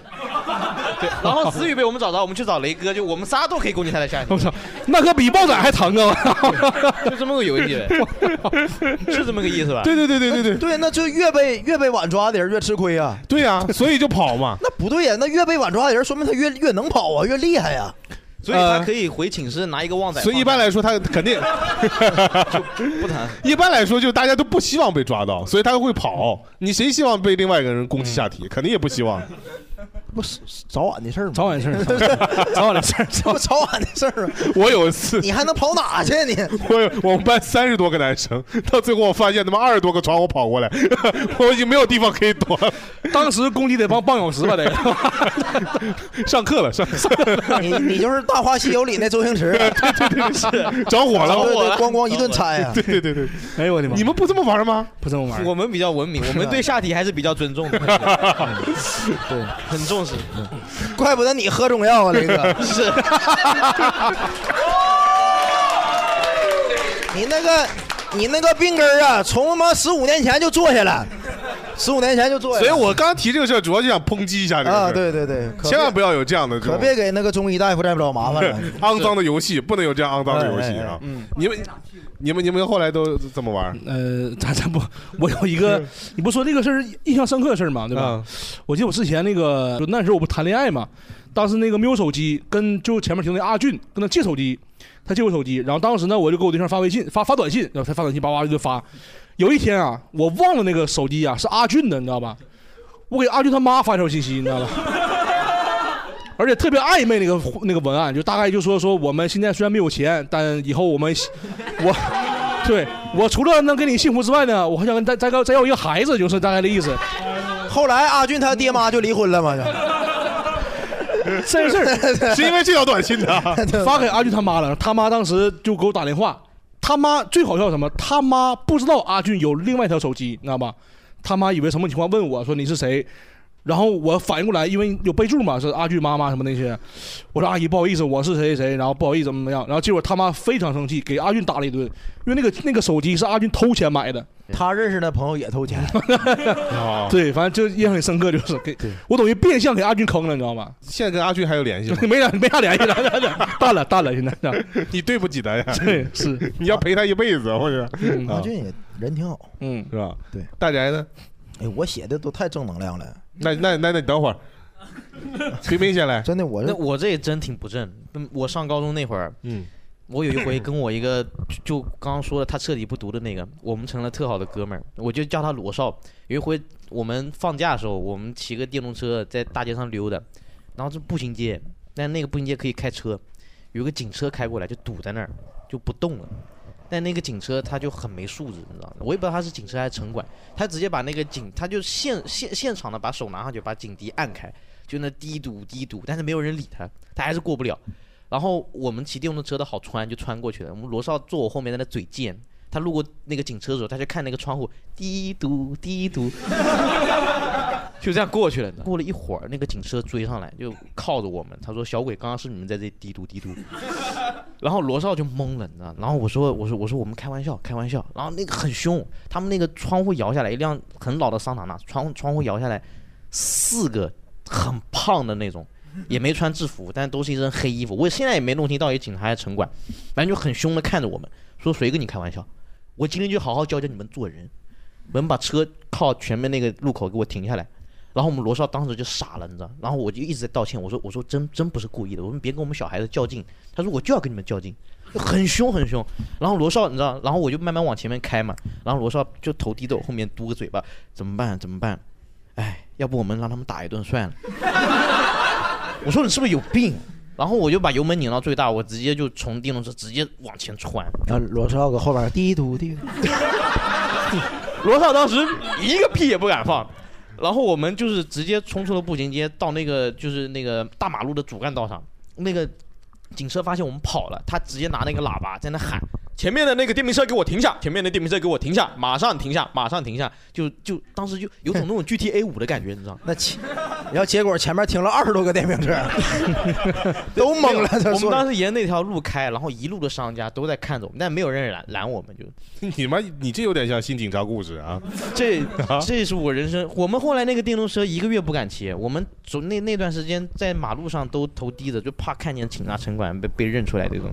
Speaker 4: 对，然后思雨被我们找着，我们去找雷哥，就我们仨都可以攻击他的下体，
Speaker 3: 我操， 那可比爆仔还疼啊！
Speaker 4: 就这么个游戏呗， 是这么个意思吧？
Speaker 1: 对对对对对
Speaker 2: 对，那就越被越被晚抓的人越吃亏啊。
Speaker 1: 对呀、所以就跑嘛。
Speaker 2: 那不对呀，那越被晚抓的人，说明他越越能跑啊，越厉害呀。
Speaker 4: 所以他可以回寝室拿一个旺仔，
Speaker 1: 呃所以一般来说，他肯定
Speaker 4: 不谈。
Speaker 1: 一般来说，就大家都不希望被抓到，所以他会跑。你谁希望被另外一个人攻击下体？肯定也不希望。
Speaker 2: 不是早晚的事儿吗？
Speaker 3: 早晚的事
Speaker 1: 儿
Speaker 3: 早晚的事儿，
Speaker 2: 这不 早晚的事儿吗？
Speaker 1: 我有一次，
Speaker 2: 你还能跑哪去你？
Speaker 1: 我有我们班三十多个男生，到最后我发现他妈二十多个朝我跑过来， 我已经没有地方可以躲了。
Speaker 3: 当时攻击得半半小时吧，得
Speaker 1: 上课了，上课
Speaker 2: 你你就是《大话西游》里那周星驰， 啊
Speaker 1: 对对对，是着火了
Speaker 2: 对对，咣咣一顿啊拆呀。
Speaker 1: 对对对对，
Speaker 3: 哎呦我的妈！
Speaker 1: 你们不这么玩吗？
Speaker 3: 不这么玩，
Speaker 4: 我们比较文明，我们对下体还是比较尊 重的，对，很重视。嗯
Speaker 2: 怪不得你喝中药啊，雷哥。
Speaker 4: 是，
Speaker 2: 你那个你那个病根儿啊，从他妈十五年前就坐下了，十五年前就坐下
Speaker 1: 所
Speaker 2: 了。
Speaker 1: 以我刚提这个事儿，主要就想抨击一下这个事儿
Speaker 2: 啊对对对可别
Speaker 1: 千万不要有这样的这种，
Speaker 2: 可别给那个中医大夫再不找麻 烦了。哎
Speaker 1: 肮脏的游戏，不能有这样肮脏的游戏啊！你们、你们、你们后来都怎么玩？
Speaker 3: 呃，咱咱不，我有一个，你不说这个事儿印象深刻的事儿嘛，对吧？我记得我之前那个，就那时候我不谈恋爱嘛，当时那个没有手机，跟就前面听那阿俊跟他借手机，他借我手机，然后当时呢，我就给我对象发微信，发发短信，然后他发短信叭叭就发。有一天啊，我忘了那个手机啊是阿俊的，你知道吧？我给阿俊他妈发条信息，你知道吧？而且特别暧昧那个那个文案，就大概就说说我们现在虽然没有钱，但以后我们 我对我除了能跟你幸福之外呢，我还想跟再再要再要一个孩子，就是大概的意思。
Speaker 2: 后来阿俊他爹妈就离婚了嘛，就
Speaker 3: 这事儿
Speaker 1: 是因为这条短信 的啊
Speaker 3: 发给阿俊他妈了，他妈当时就给我打电话，他妈最好笑是什么？他妈不知道阿俊有另外一条手机，你知道吧？他妈以为什么情况问我说你是谁，然后我反应过来，因为有备注嘛，是阿俊妈妈什么那些，我说阿姨不好意思，我是谁谁谁，然后不好意思怎么怎么样，然后结果他妈非常生气，给阿俊打了一顿，因为那个那个手机是阿俊偷钱买的。
Speaker 2: 他认识的朋友也偷 钱。
Speaker 1: 哦
Speaker 3: 对，反正就印象很深刻，就是给我等于变相给阿俊坑了，你知道吗？
Speaker 1: 现在跟阿俊还有联系吗？
Speaker 3: 没啥没啥联系了， 淡了淡了，现在
Speaker 1: 你对不起他呀？
Speaker 3: 对是
Speaker 1: 你要陪他一辈子，或者
Speaker 2: 嗯
Speaker 1: 啊
Speaker 2: 阿俊也人挺好，
Speaker 3: 嗯，
Speaker 1: 是吧？
Speaker 2: 对，
Speaker 1: 大宅呢？
Speaker 2: 哎，我写的都太正能量了，
Speaker 1: 那那那那 你等会儿，谁没先来？
Speaker 2: 真的，我
Speaker 4: 那我这也真挺不正。嗯我上高中那会儿，
Speaker 1: 嗯，
Speaker 4: 我有一回跟我一个就就刚刚说的他彻底不读的那个，我们成了特好的哥们儿，我就叫他罗少。有一回我们放假的时候，我们骑个电动车在大街上溜达，然后这步行街，但那个步行街可以开车，有个警车开过来就堵在那儿就不动了。但那个警车他就很没素质，你知道吗？我也不知道他是警车还是城管，他直接把那个警，他就现现现场的把手拿上去，把警笛按开，就那滴嘟滴嘟，但是没有人理他，他还是过不了。然后我们骑电动车的好穿就穿过去了，我们罗少坐我后面在那嘴贱，他路过那个警车的时候，他就看那个窗户滴嘟滴嘟，就这样过去了。过了一会儿，那个警车追上来就靠着我们，他说：“小鬼，刚刚是你们在这滴嘟滴嘟。”然后罗少就懵了，你知道？然后我说我说我说我们开玩笑开玩笑。然后那个很凶，他们那个窗户摇下来，一辆很老的桑塔纳，窗窗户摇下来，四个很胖的那种，也没穿制服，但都是一身黑衣服。我现在也没弄清到底警察还是城管， 反正就很凶的看着我们，说谁跟你开玩笑？我今天就好好教教你们做人。我们把车靠前面那个路口给我停下来，然后我们罗少当时就傻了，你知道？然后我就一直在道歉，我说我说真真不是故意的，我们别跟我们小孩子较劲。他说我就要跟你们较劲，就很凶很凶。然后罗少你知道，然后我就慢慢往前面开嘛，然后罗少就头低在我后面嘟个嘴巴，怎么办怎么办？哎，要不我们让他们打一顿算了。 我说你是不是有病？然后我就把油门拧到最大，我直接就从电动车直接往前窜。
Speaker 2: 啊，罗少搁后边滴嘟滴嘟，
Speaker 4: 罗少当时一个屁也不敢放，然后我们就是直接冲出了步行街，到那个就是那个大马路的主干道上，那个警车发现我们跑了，他直接拿那个喇叭在那喊：“
Speaker 11: 前面的那个电瓶车给我停下，前面的电瓶车给我停下，马上停下，马上停下，就就当时就有种那种 GTA 五的感觉，你知道吗？
Speaker 2: 那前，然后结果前面停了二十多个电瓶车， 都懵了
Speaker 11: 没有
Speaker 2: 这
Speaker 11: 我们
Speaker 2: 说的
Speaker 11: 当时沿那条路开，然后一路的商家都在看着我们，但没有人拦拦我们，就
Speaker 1: 你妈，你这有点像新警察故事啊！
Speaker 11: 这这是我人生。我们后来那个电动车一个月不敢骑，我们走那那段时间在马路上都头低着，就怕看见警察城管被被认出来这种。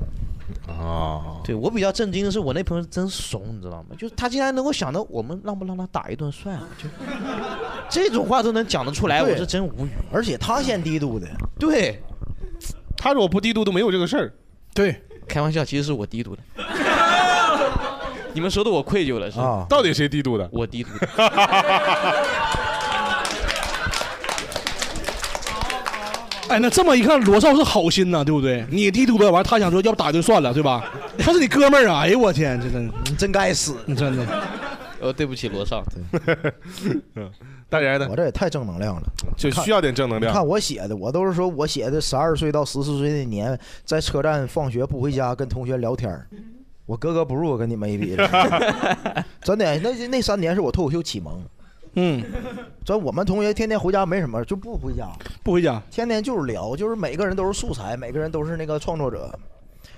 Speaker 1: 哦，
Speaker 11: 对我比较震惊的是，我那朋友真怂，你知道吗？就是他竟然能够想到我们让不让他打一顿算了，就这种话都能讲得出来，我
Speaker 2: 对
Speaker 11: 是真无语。
Speaker 2: 而且他先低度的，
Speaker 11: 对，
Speaker 1: 他如果不低度都没有这个事儿。
Speaker 11: 对，开玩笑，其实是我低度的。你们说的我愧疚了是
Speaker 2: 啊
Speaker 11: 吧？
Speaker 1: 到底谁低度的？
Speaker 11: 我低度的。
Speaker 3: 哎，那这么一看，罗少是好心呐、对不对？你低嘟的，完了他想说，要不打就算了，对吧？他是你哥们儿啊！哎呦我天，这真你
Speaker 2: 嗯真该死，
Speaker 3: 你真的。
Speaker 11: 呃，对不起，罗少。
Speaker 1: 大嗯然呢？
Speaker 2: 我这也太正能量了，
Speaker 1: 就需要点正能量
Speaker 2: 你看我写的，我都是说我写的十二岁到十四岁那年，在车站放学不回家，跟同学聊天儿我格格不入，啊我跟你们一 比了，真的，那那三年是我脱口秀启蒙。
Speaker 3: 嗯，
Speaker 2: 咱我们同学天天回家没什么，就不回家，
Speaker 3: 不回家，
Speaker 2: 天天就是聊，就是每个人都是素材，每个人都是那个创作者。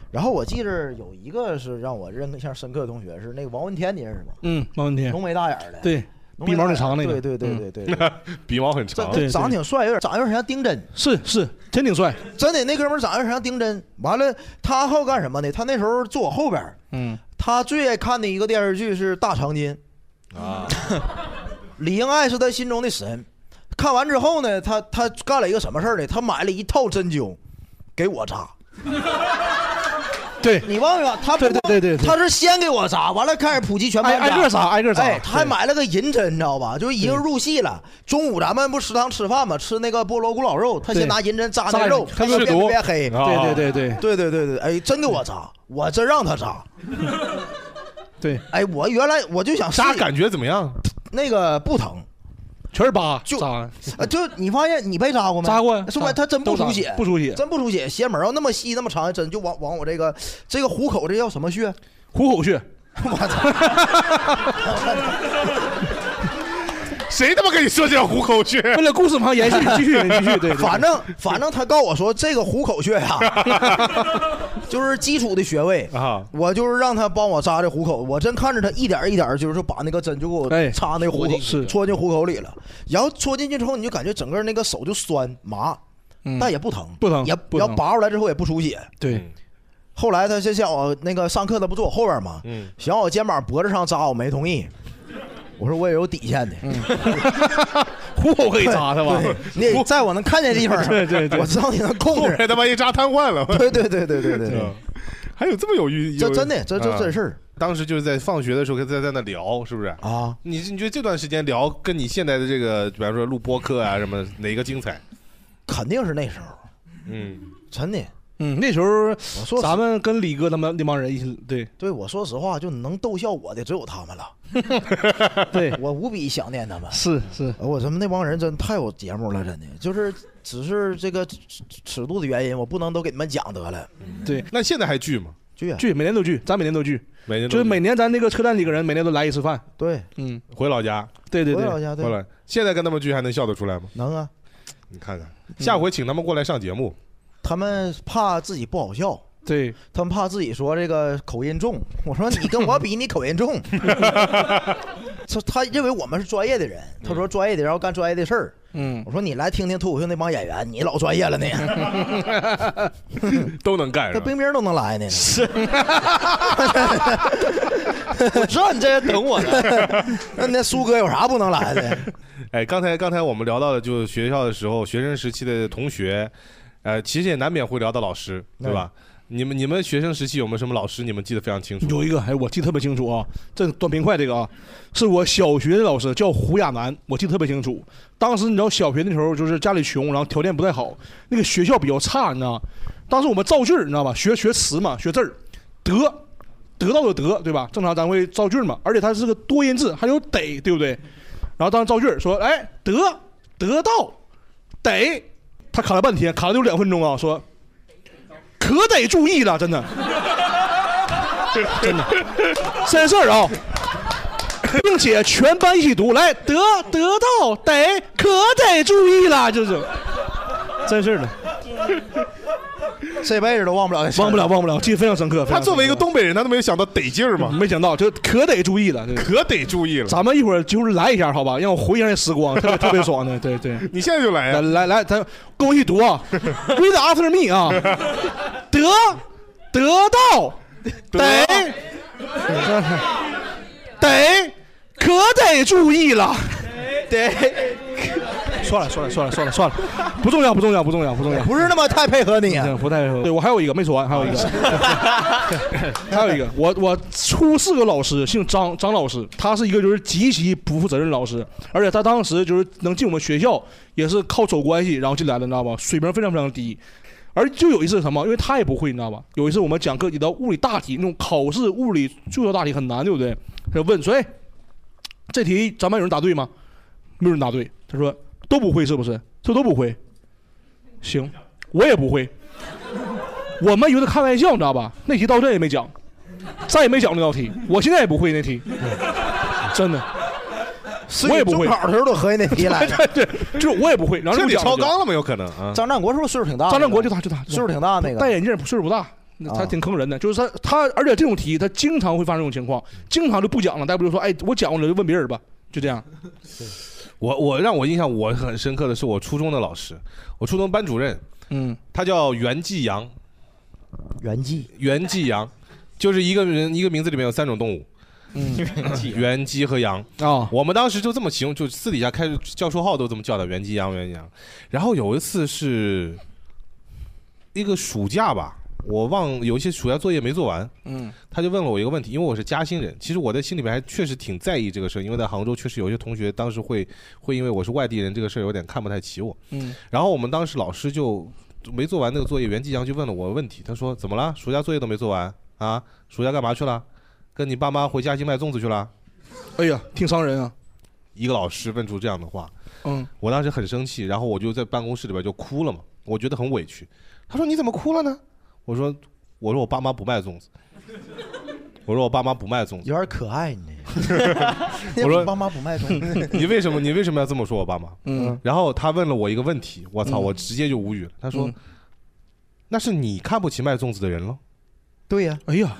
Speaker 2: 然后我记着有一个是让我印象深刻的同学是那个王文天，你认识吗？
Speaker 3: 嗯，没问题。
Speaker 2: 浓眉大眼儿的，
Speaker 3: 对，
Speaker 2: 浓
Speaker 3: 鼻
Speaker 2: 眉
Speaker 3: 毛
Speaker 2: 大
Speaker 3: 挺
Speaker 2: 眼
Speaker 3: 长那个。嗯
Speaker 2: 对对对对对对，
Speaker 1: 鼻毛很
Speaker 2: 这
Speaker 1: 长，
Speaker 2: 这长挺帅，有点长得有点像丁真，
Speaker 3: 是是，真挺帅。
Speaker 2: 真的，那哥们儿长得有点像丁真。完了，他好干什么呢？他那时候坐我后边儿，
Speaker 3: 嗯，
Speaker 2: 他最爱看的一个电视剧是《大长今》啊， 李英爱是他心中的神。看完之后呢，他他干了一个什么事儿呢？他买了一套针灸，给我扎。
Speaker 3: 对
Speaker 2: 你忘没忘？他对对对对他是先给我扎，完了开始普及全班
Speaker 3: 挨挨个扎挨个扎
Speaker 2: 哎，他还
Speaker 3: 对
Speaker 2: 买了个银针，你知道吧？就是已经入戏了。中午咱们不食堂吃饭嘛，吃那个菠萝咕老肉，他
Speaker 3: 对
Speaker 2: 先拿银针扎
Speaker 3: 扎
Speaker 2: 那
Speaker 3: 人
Speaker 2: 肉，
Speaker 3: 他
Speaker 2: 变
Speaker 3: 试毒
Speaker 2: 变黑。
Speaker 3: 对对对对嗯
Speaker 2: 对对对对，哎，真给我扎，我真让他扎。
Speaker 3: 对，
Speaker 2: 哎，我原来我就想扎，
Speaker 1: 感觉怎么样？
Speaker 2: 那个不疼，
Speaker 3: 全是疤，
Speaker 2: 就
Speaker 3: 扎。
Speaker 2: 啊，就你发现你被扎过吗？
Speaker 3: 扎过
Speaker 2: 是吧？
Speaker 3: 扎
Speaker 2: 他真不
Speaker 3: 都扎
Speaker 2: 出血，
Speaker 3: 不出血
Speaker 2: 真不出血，邪门儿啊，那么细那么长的针，就往往我这个这个虎口这叫什么穴？
Speaker 3: 虎口穴。
Speaker 2: 我操！
Speaker 1: 谁他妈跟你说这叫虎口穴？
Speaker 3: 为了故事嘛，延续继续继续，对。对
Speaker 2: 反正反正他告我说这个虎口穴呀、就是基础的穴位
Speaker 1: 啊，
Speaker 2: 我就是让他帮我扎这虎口，我真看着他一点儿一点儿就是把那个针就给
Speaker 3: 哎
Speaker 2: 我插那
Speaker 3: 戳
Speaker 2: 虎口，
Speaker 3: 进去是
Speaker 2: 戳进虎口里了，然后戳进去之后你就感觉整个那个手就酸麻，但也不疼，
Speaker 3: 嗯不疼
Speaker 2: 也
Speaker 3: 不
Speaker 2: 然
Speaker 3: 疼
Speaker 2: 后拔出来之后也不出血，
Speaker 3: 对，
Speaker 2: 后来他就想我那个上课，他不坐我后边吗？
Speaker 1: 嗯，
Speaker 2: 想往我肩膀脖子上扎，我没同意。我说我也有底线的，
Speaker 3: 嗯 虎口可以扎是吧
Speaker 2: 对你得在我能看见的地方，
Speaker 1: 对对对
Speaker 2: 我知道你能控
Speaker 1: 后
Speaker 2: 制
Speaker 1: 面。他妈一扎瘫痪了。
Speaker 2: 对对对对对对对
Speaker 1: 嗯，还有这么有寓意？啊
Speaker 2: 这
Speaker 1: 有
Speaker 2: 真的这这真事儿。
Speaker 1: 当时就是在放学的时候，在在那聊，哦是不是？
Speaker 2: 啊，
Speaker 1: 你你觉得这段时间聊，跟你现在的这个，比方说录播客啊什么，哪个精彩？
Speaker 2: 肯定是那时候，
Speaker 1: 嗯，
Speaker 2: 真的。
Speaker 3: 嗯，那时候
Speaker 2: 说
Speaker 3: 咱们跟李哥他们那帮人一起，对
Speaker 2: 对，我说实话，就能逗笑我的只有他们了。
Speaker 3: 对，
Speaker 2: 我无比想念他们。呃
Speaker 3: 是是，
Speaker 2: 我他们那帮人真太有节目了，真的。就是只是这个尺尺度的原因，我不能都给你们讲得了。
Speaker 3: 对。
Speaker 1: 那现在还聚吗？
Speaker 2: 聚啊
Speaker 3: 聚，每年都聚，咱每年都聚，
Speaker 1: 每年都
Speaker 3: 就是每年咱那个车站几个人，每年都来一次饭。
Speaker 2: 对，
Speaker 3: 嗯，
Speaker 1: 回老家，
Speaker 3: 对对
Speaker 2: 回
Speaker 3: 对，
Speaker 2: 老家对
Speaker 1: 回来。现在跟他们聚还能笑得出来吗？
Speaker 2: 能啊。
Speaker 1: 你看看，下回请他们过来上节目。
Speaker 2: 他们怕自己不好笑，
Speaker 3: 对
Speaker 2: 他们怕自己说这个口音重。我说你跟我比，你口 音重。他他认为我们是专业的人，他说专业的，然后干专业的事儿。
Speaker 3: 嗯，
Speaker 2: 我说你来听听脱口秀那帮演员，你老专 业了呢，
Speaker 1: 都能 干
Speaker 2: 这
Speaker 1: 是吧？
Speaker 2: 冰冰都能来呢。 是，
Speaker 11: 我知道你在这等我呢。
Speaker 2: 那那苏哥有啥不能来的？
Speaker 1: 哎，刚才刚才我们聊到的就是学校的时候，学生时期的同学，呃，其实也难免会聊到老师，对吧？你们你们学生时期有没有什么老师你们记得非常清 楚？
Speaker 3: 有一个，哎，我记得特别清楚啊，这断冰块这个啊，是我小学的老师，叫胡亚楠，我记得特别清楚。当时你知道小学那时候就是家里穷，然后条件不太好，那个学校比较差，你知道吗？当时我们造句儿，你知道吧？学学词嘛，学字儿，得得到的得，对吧？正常咱会造句儿嘛，而且它是个多音字，还有得，对不对？然后当时造句儿说，哎，得得到得，他卡了半天，卡了有两分钟啊，说可得注意了，真的。真的，三事儿啊，并且全班一起读，来得得到得可得注意了，就是，真事儿了，
Speaker 2: 这辈子都忘不了这事儿，
Speaker 3: 忘不了忘不了，记得非常深刻。
Speaker 1: 他作为一个
Speaker 3: 东
Speaker 1: 北人，他都没有想到得劲儿嘛，
Speaker 3: 没想到，就可得注意了，可
Speaker 1: 得注意了。
Speaker 3: 咱们一会儿就是来一下，好吧，让我回忆一下那时光，哦特别特别爽的，对 对。
Speaker 1: 你现在就来
Speaker 3: 呀，来啊来，咱跟我一起读 啊，read after me 啊，得得到得得可得注意了，得。算了算了算了算了算了，不重要不重要不重要不重要，不是那么太配合你、啊不太配合。对我还有一个没说完，还有一个， 还有一个，我我初四个老师姓张，张老师，他是一个就是极其不负责任老师，而且他当时就是能进我们学校，也是靠走关系然后进来的，你知道吧？水平非常非常低。而就有一次是什么，因为他也不会，你知道吧？有一次我们讲课，你到物理大题那种考试物理最后大题很难，对不对？他就问说：“哎，这题咱班有人答对吗？”没有人答对。他说：“都不会是不是？这都不会。”行，我也不会。我们以为他开玩笑，你知道吧？那题到这也没讲，再也没讲那道题。我现在也不会那题，真的。我也不会。
Speaker 2: 中考的时候都合计那题来着
Speaker 3: 对对，就是我也不会。然后就
Speaker 1: 这里
Speaker 3: 讲
Speaker 1: 超
Speaker 3: 就
Speaker 1: 纲了吗？有可能啊。
Speaker 2: 张战国是不是岁数挺大？
Speaker 3: 张战国就他就他
Speaker 2: 岁数挺大那个啊
Speaker 3: 戴眼镜不岁数不大，那他挺坑人的。就是他他，而且这种题他经常会发生这种情况，经常就不讲了。大不就说，哎，我讲过了，就问别人吧，就这 样。
Speaker 1: 我我让我印象我很深刻的是我初中的老师，我初中班主任，
Speaker 3: 嗯，
Speaker 1: 他叫袁继阳，
Speaker 2: 袁继
Speaker 1: 袁继阳，就是一个人一个名字里面有三种动物，
Speaker 3: 嗯，
Speaker 1: 袁鸡和羊
Speaker 3: 啊，
Speaker 1: 我们当时就这么形容，就私底下开始叫绰号都这么叫的，袁鸡羊，袁鸡羊。然后有一次是一个暑假吧，我忘有一些暑假作业没做完，
Speaker 3: 嗯，
Speaker 1: 他就问了我一个问题，因为我是嘉兴人，其实我在心里面还确实挺在意这个事儿，因为在杭州确实有一些同学当时会会因为我是外地人这个事儿有点看不太起我，
Speaker 3: 嗯，
Speaker 1: 然后我们当时老师就没做完那个作业，袁继阳就问了我问题，他说怎么了？暑假作业都没做完啊？暑假干嘛去了？跟你爸妈回嘉兴卖粽子去了？
Speaker 3: 哎呀，挺伤人啊！
Speaker 1: 一个老师问出这样的话，
Speaker 3: 嗯，
Speaker 1: 我当时很生气，然后我就在办公室里边就哭了嘛，我觉得很委屈。他说你怎么哭了呢？我说我说我爸妈不卖粽子，我说我爸妈不卖粽子，
Speaker 2: 有点可 爱你。
Speaker 1: 我说，
Speaker 2: 帮妈不卖东西
Speaker 1: 你为什么你为什么要这么说我爸妈？
Speaker 3: 嗯，
Speaker 1: 然后他问了我一个问题，我操，
Speaker 2: 嗯
Speaker 1: 我直接就无语了。他说、
Speaker 2: 嗯
Speaker 1: 那是你看不起卖粽子的人喽。
Speaker 2: 对呀、
Speaker 3: 哎呀，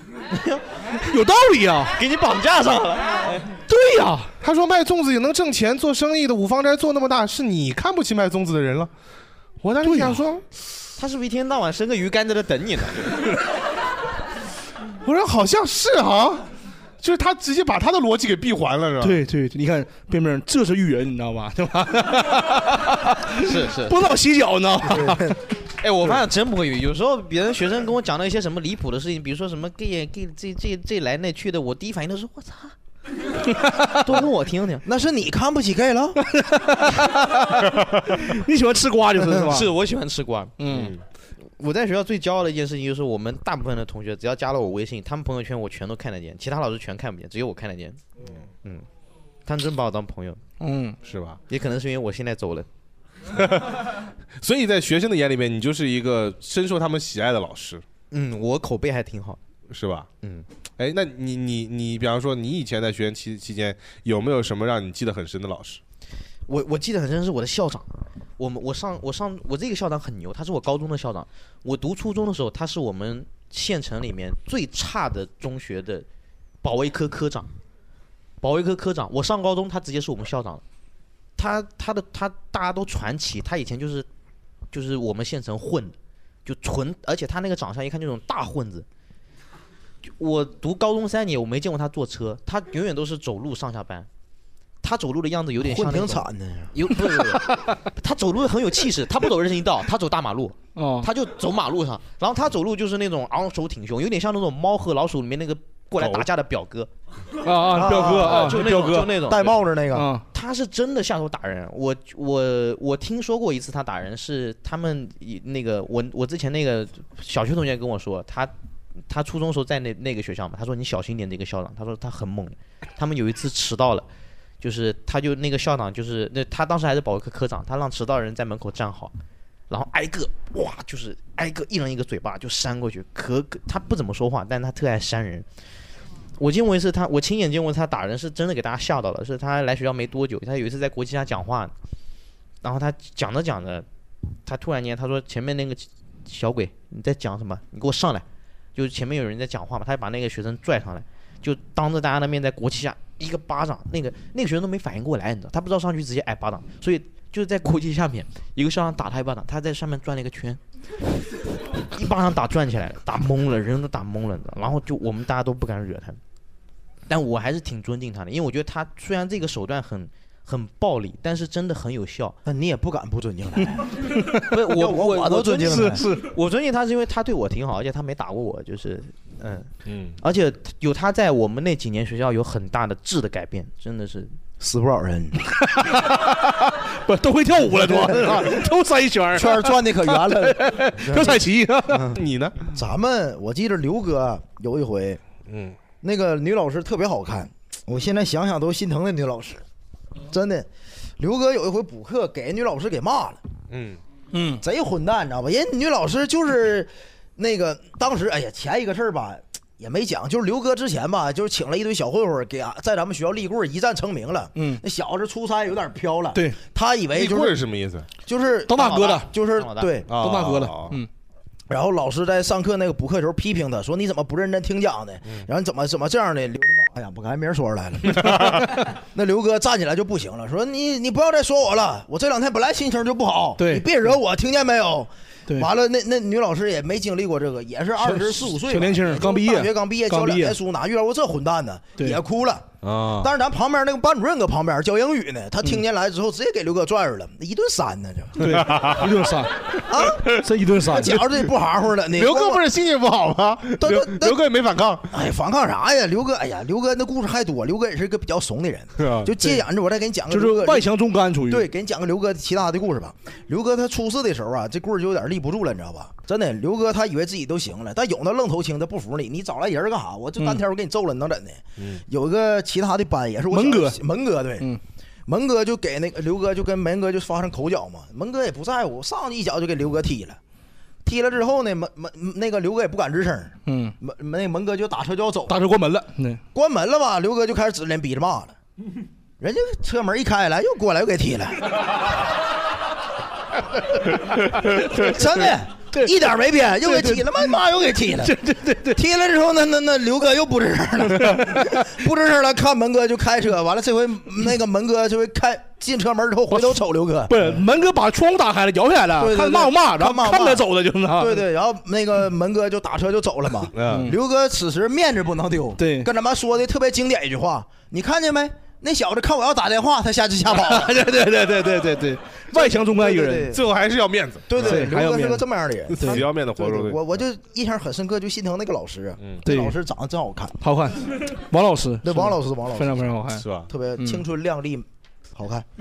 Speaker 3: 有道理呀、
Speaker 1: 给你绑架上了。
Speaker 3: 对呀、
Speaker 1: 他说卖粽子也能挣钱，做生意的五芳斋做那么大，是你看不起卖粽子的人了。我当时想说，
Speaker 4: 他是不是一天到晚伸个鱼竿在这等你呢？
Speaker 1: 我说好像是哈、就是他直接把他的逻辑给闭环了，是吧？
Speaker 3: 对对，你看边边，这是育人，你知道 吧？对吧？
Speaker 4: 是是，
Speaker 3: 不老洗脚呢。
Speaker 4: 哎，我发现真不会语。有时候别人学生跟我讲到一些什么离谱的事情，比如说什么 gay gay 这这这来那去的，我第一反应都是我 操，多跟我听听。
Speaker 2: 那是你看不起 gay 了？
Speaker 3: 你喜欢吃瓜 就是是吧？
Speaker 4: 是我喜欢吃瓜。
Speaker 3: 嗯，
Speaker 4: 我在学校最骄傲的一件事情就是，我们大部分的同学只要加了我微信，他们朋友圈我全都看得见，其他老师全看不见，只有我看得见。嗯，他们真把我当朋友，
Speaker 3: 嗯，
Speaker 1: 是吧？
Speaker 4: 也可能是因为我现在走了。
Speaker 1: 所以在学生的眼里面，你就是一个深受他们喜爱的老师，
Speaker 4: 嗯，我口碑还挺好，
Speaker 1: 是吧？
Speaker 4: 嗯，
Speaker 1: 哎，那你你你，比方说你以前在学生期期间，有没有什么让你记得很深的老师？
Speaker 4: 我我记得很深是我的校长，我们我上我上我这个校长很牛，他是我高中的校长。我读初中的时候，他是我们县城里面最差的中学的保卫科科长，保卫科科长。我上高中，他直接是我们校长了。他他的他大家都传奇，他以前就是就是我们县城混的，就纯，而且他那个长相一看就那种大混子。就我读高中三年，我没见过他坐车，他永远都是走路上下班。他走路的样子有点像
Speaker 2: 混
Speaker 4: 那
Speaker 2: 挺
Speaker 4: 种
Speaker 2: 惨的呀。
Speaker 4: 有不是不是，他走路很有气势，他不走人行道，他走大马路，
Speaker 3: 哦
Speaker 4: 他就走马路上，然后他走路就是那种昂首挺胸，有点像那种猫和老鼠里面那个过来打架的表哥，
Speaker 3: 啊啊，彪哥啊，
Speaker 4: 就那
Speaker 3: 彪
Speaker 4: 种
Speaker 3: 哥
Speaker 4: 就那种
Speaker 2: 戴帽子那个
Speaker 3: 啊
Speaker 4: 他是真的下手打人。我我我听说过一次他打人，是他们一那个我我之前那个小学同学跟我说，他他初中时候在那那个学校嘛，他说你小心点这个校长，他说他很猛，他们有一次迟到了。就是他就那个校长就是那他当时还是保卫科科长，他让迟到的人在门口站好，然后挨个哇，就是挨个一人一个嘴巴就扇过去，可可他不怎么说话，但他特爱扇人。我见过一次他，我亲眼见过他打人，是真的给大家吓到了。是他来学校没多久，他有一次在国旗下讲话，然后他讲着讲着，他突然间他说前面那个小鬼你在讲什么？你给我上来！就是前面有人在讲话嘛，他就把那个学生拽上来，就当着大家的面在国旗下一个巴掌，那个那个学生都没反应过来，你知道，他不知道上去直接挨巴掌，所以就是在国旗下面一个校长打他一巴掌，他在上面转了一个圈，一巴掌打转起来了，打懵了，人都打懵了，你知道，然后就我们大家都不敢惹他。但我还是挺尊敬他的，因为我觉得他虽然这个手段很很暴力，但是真的很有效。
Speaker 2: 那你也不敢不尊敬他，
Speaker 4: 不是我
Speaker 2: 要我
Speaker 4: 我
Speaker 2: 我都尊敬他
Speaker 4: 是是，我尊敬他是因为他对我挺好，而且他没打过我，就是嗯
Speaker 1: 嗯，
Speaker 4: 而且有他在我们那几年学校有很大的质的改变，真的是
Speaker 2: 死不少人，
Speaker 3: 不都会跳舞了都， 都塞一圈儿，
Speaker 2: 圈儿转的可圆了 嗯
Speaker 3: 都彩旗。
Speaker 1: 你呢？
Speaker 2: 咱们我记得刘哥有一回，
Speaker 1: 嗯，
Speaker 2: 那个女老师特别好看，我现在想想都心疼那女老师，真的。刘哥有一回补课给人女老师给骂了。
Speaker 1: 嗯
Speaker 2: 嗯，贼混蛋，你知道吧？人女老师就是那个当时，哎呀，前一个事儿吧也没讲，就是刘哥之前吧，就是请了一堆小混混给、啊、在咱们学校立棍儿，一战成名了。嗯，那小子出差有点飘了，
Speaker 3: 对
Speaker 2: 他以为
Speaker 1: 立
Speaker 2: 就
Speaker 1: 棍
Speaker 2: 是
Speaker 1: 是什么意思？
Speaker 2: 就是啊
Speaker 3: 当大哥的
Speaker 2: 就是
Speaker 1: 当老大
Speaker 2: 对啊
Speaker 1: 哦当大哥的哦
Speaker 3: 嗯。
Speaker 2: 然后老师在上课那个补课的时候批评他说：“你怎么不认真听讲呢？
Speaker 3: 嗯
Speaker 2: 然后你怎么怎么这样的？”刘他妈，哎呀，我刚才没人说出来 了。那刘哥站起来就不行了，说：“你你不要再说我了，我这两天本来心情就不好，
Speaker 3: 对
Speaker 2: 你别惹我，听见没有？”
Speaker 3: 对
Speaker 2: 完了，那那女老师也没经历过这个，也是二十四五岁吧，
Speaker 3: 小年轻
Speaker 2: 也就
Speaker 3: 刚毕业
Speaker 2: 大学刚毕业，
Speaker 3: 刚
Speaker 2: 教两
Speaker 3: 毕业
Speaker 2: 年书，哪遇到过这混蛋呢？
Speaker 3: 对
Speaker 2: 也哭了。
Speaker 1: 啊
Speaker 2: 但是咱旁边那个班主任搁旁边教英语呢，他听见来之后直接给刘哥拽着
Speaker 1: 嗯
Speaker 2: 了，一顿扇呢就。
Speaker 3: 对，一顿扇
Speaker 2: 啊，
Speaker 3: 这一顿
Speaker 2: 我
Speaker 3: 扇，
Speaker 2: 觉着这不含糊了，你
Speaker 1: 刘哥不是心情不好吗？
Speaker 2: 但
Speaker 1: 刘
Speaker 2: 但
Speaker 1: 刘哥也没反抗，
Speaker 2: 哎，反抗啥呀？刘哥，哎呀，刘哥那故事还多，刘哥也是一个比较怂的人
Speaker 1: 是啊，
Speaker 2: 就借眼着我再给你讲个
Speaker 3: 就
Speaker 2: 刘哥
Speaker 3: 是外强中干属于。
Speaker 2: 对，给你讲个刘哥其他的故事吧。刘哥他出事的时候啊，这棍儿就有点立不住了，你知道吧？真的，刘哥他以为自己都行了，但有那愣头青，他不服你，你找来人儿干啥？我就
Speaker 1: 嗯
Speaker 2: 单挑我给你揍了，你能怎的？有一个其他的班也是我
Speaker 3: 门哥嗯
Speaker 2: 小门哥对，门哥就给那个刘哥就跟门哥就发生口角嘛，门哥也不在乎，上去一脚就给刘哥踢了。踢了之后呢，门门那个刘哥也不敢吱声儿，
Speaker 3: 嗯，
Speaker 2: 门那个门哥就打车就要走，
Speaker 3: 大车关门了，对，
Speaker 2: 关门了吧？刘哥就开始指着脸逼着骂了，人家车门一开来又过来又给踢了，真的。一点没编，又给踢了，妈妈又给踢了，对对对对，踢了之后呢，那那那刘哥又不吱声了，不吱声了，看门哥就开车，完了这回那个门哥这回开进车门之后回头瞅刘 哥，
Speaker 3: 不是门哥把窗户打开了，摇起来
Speaker 2: 对
Speaker 3: 了，
Speaker 2: 对
Speaker 3: 看
Speaker 2: 对
Speaker 3: 骂不骂，然
Speaker 2: 看骂
Speaker 3: 后
Speaker 2: 不
Speaker 3: 看
Speaker 2: 骂
Speaker 3: 他走的就是他。
Speaker 2: 对对，然后那个门哥就打车就走了嘛。
Speaker 1: 嗯
Speaker 2: 刘哥此时面子不能丢，
Speaker 3: 对
Speaker 2: 跟咱们说的特别经典一句话，你看见没？那小子看我要打电话，他下去吓跑 了。
Speaker 3: 对对对对对对对，外强中干一个人，
Speaker 1: 最后还是要面子，
Speaker 2: 对对，
Speaker 3: 对还有
Speaker 2: 刘哥是
Speaker 3: 面
Speaker 2: 个
Speaker 3: 子
Speaker 2: 这么样的人。
Speaker 1: 死要面子活
Speaker 2: 对
Speaker 1: 着
Speaker 2: 对，
Speaker 1: 的。
Speaker 2: 我我就印象很深刻，就心疼那个老师，嗯，
Speaker 3: 对
Speaker 2: 老师长得真好看，
Speaker 3: 好看。王老师，
Speaker 2: 那
Speaker 3: 是吧
Speaker 2: 王老师，王老
Speaker 3: 非
Speaker 2: 师
Speaker 3: 常非常好看，嗯
Speaker 1: 是吧？
Speaker 2: 特别青春靓丽，好看，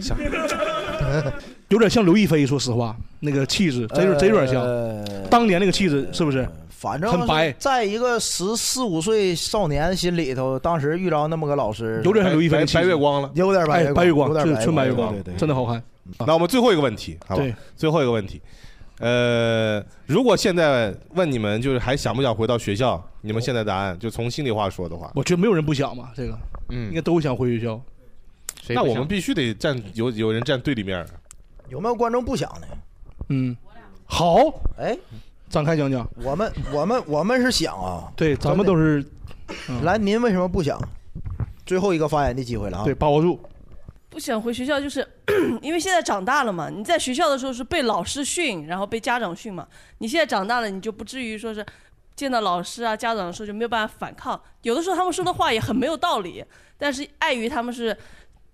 Speaker 3: 有点像刘亦菲，说实话，那个气质真有真有点像，
Speaker 2: 呃
Speaker 3: 当年那个气质是不是？
Speaker 2: 反正
Speaker 3: 很白
Speaker 2: 在一个十四五岁少年心里头，当时遇着那么个老师，
Speaker 3: 有点像刘亦菲
Speaker 1: 白
Speaker 3: 的气质
Speaker 1: 白月，光了。
Speaker 2: 有点白
Speaker 3: 哎，白月光
Speaker 2: 有，点
Speaker 3: 就是纯白月
Speaker 2: 对对
Speaker 3: 光，
Speaker 2: 对
Speaker 3: 真的好看。
Speaker 1: 嗯那我们最后一个问题，好吧
Speaker 3: 对？
Speaker 1: 最后一个问题，呃，如果现在问你们，就是还想不想回到学校？你们现在答案就从心里话说的话，
Speaker 3: 我觉得没有人不想嘛，这个应
Speaker 4: 嗯
Speaker 3: 该，都想回学校。
Speaker 1: 那我们必须得站有有人站对立面儿。
Speaker 2: 有没有观众不想的？
Speaker 3: 嗯，好，
Speaker 2: 哎，
Speaker 3: 展开讲讲。
Speaker 2: 我们我们我们是想啊，
Speaker 3: 对，咱们都嗯是
Speaker 2: 来，您为什么不想？最后一个发言的机会了啊！
Speaker 3: 对，把握住。
Speaker 12: 不想回学校，就是 因为现在长大了嘛。你在学校的时候是被老师训，然后被家长训嘛。你现在长大了，你就不至于说是见到老师啊、家长的时候就没有办法反抗。有的时候他们说的话也很没有道理，但是碍于他们是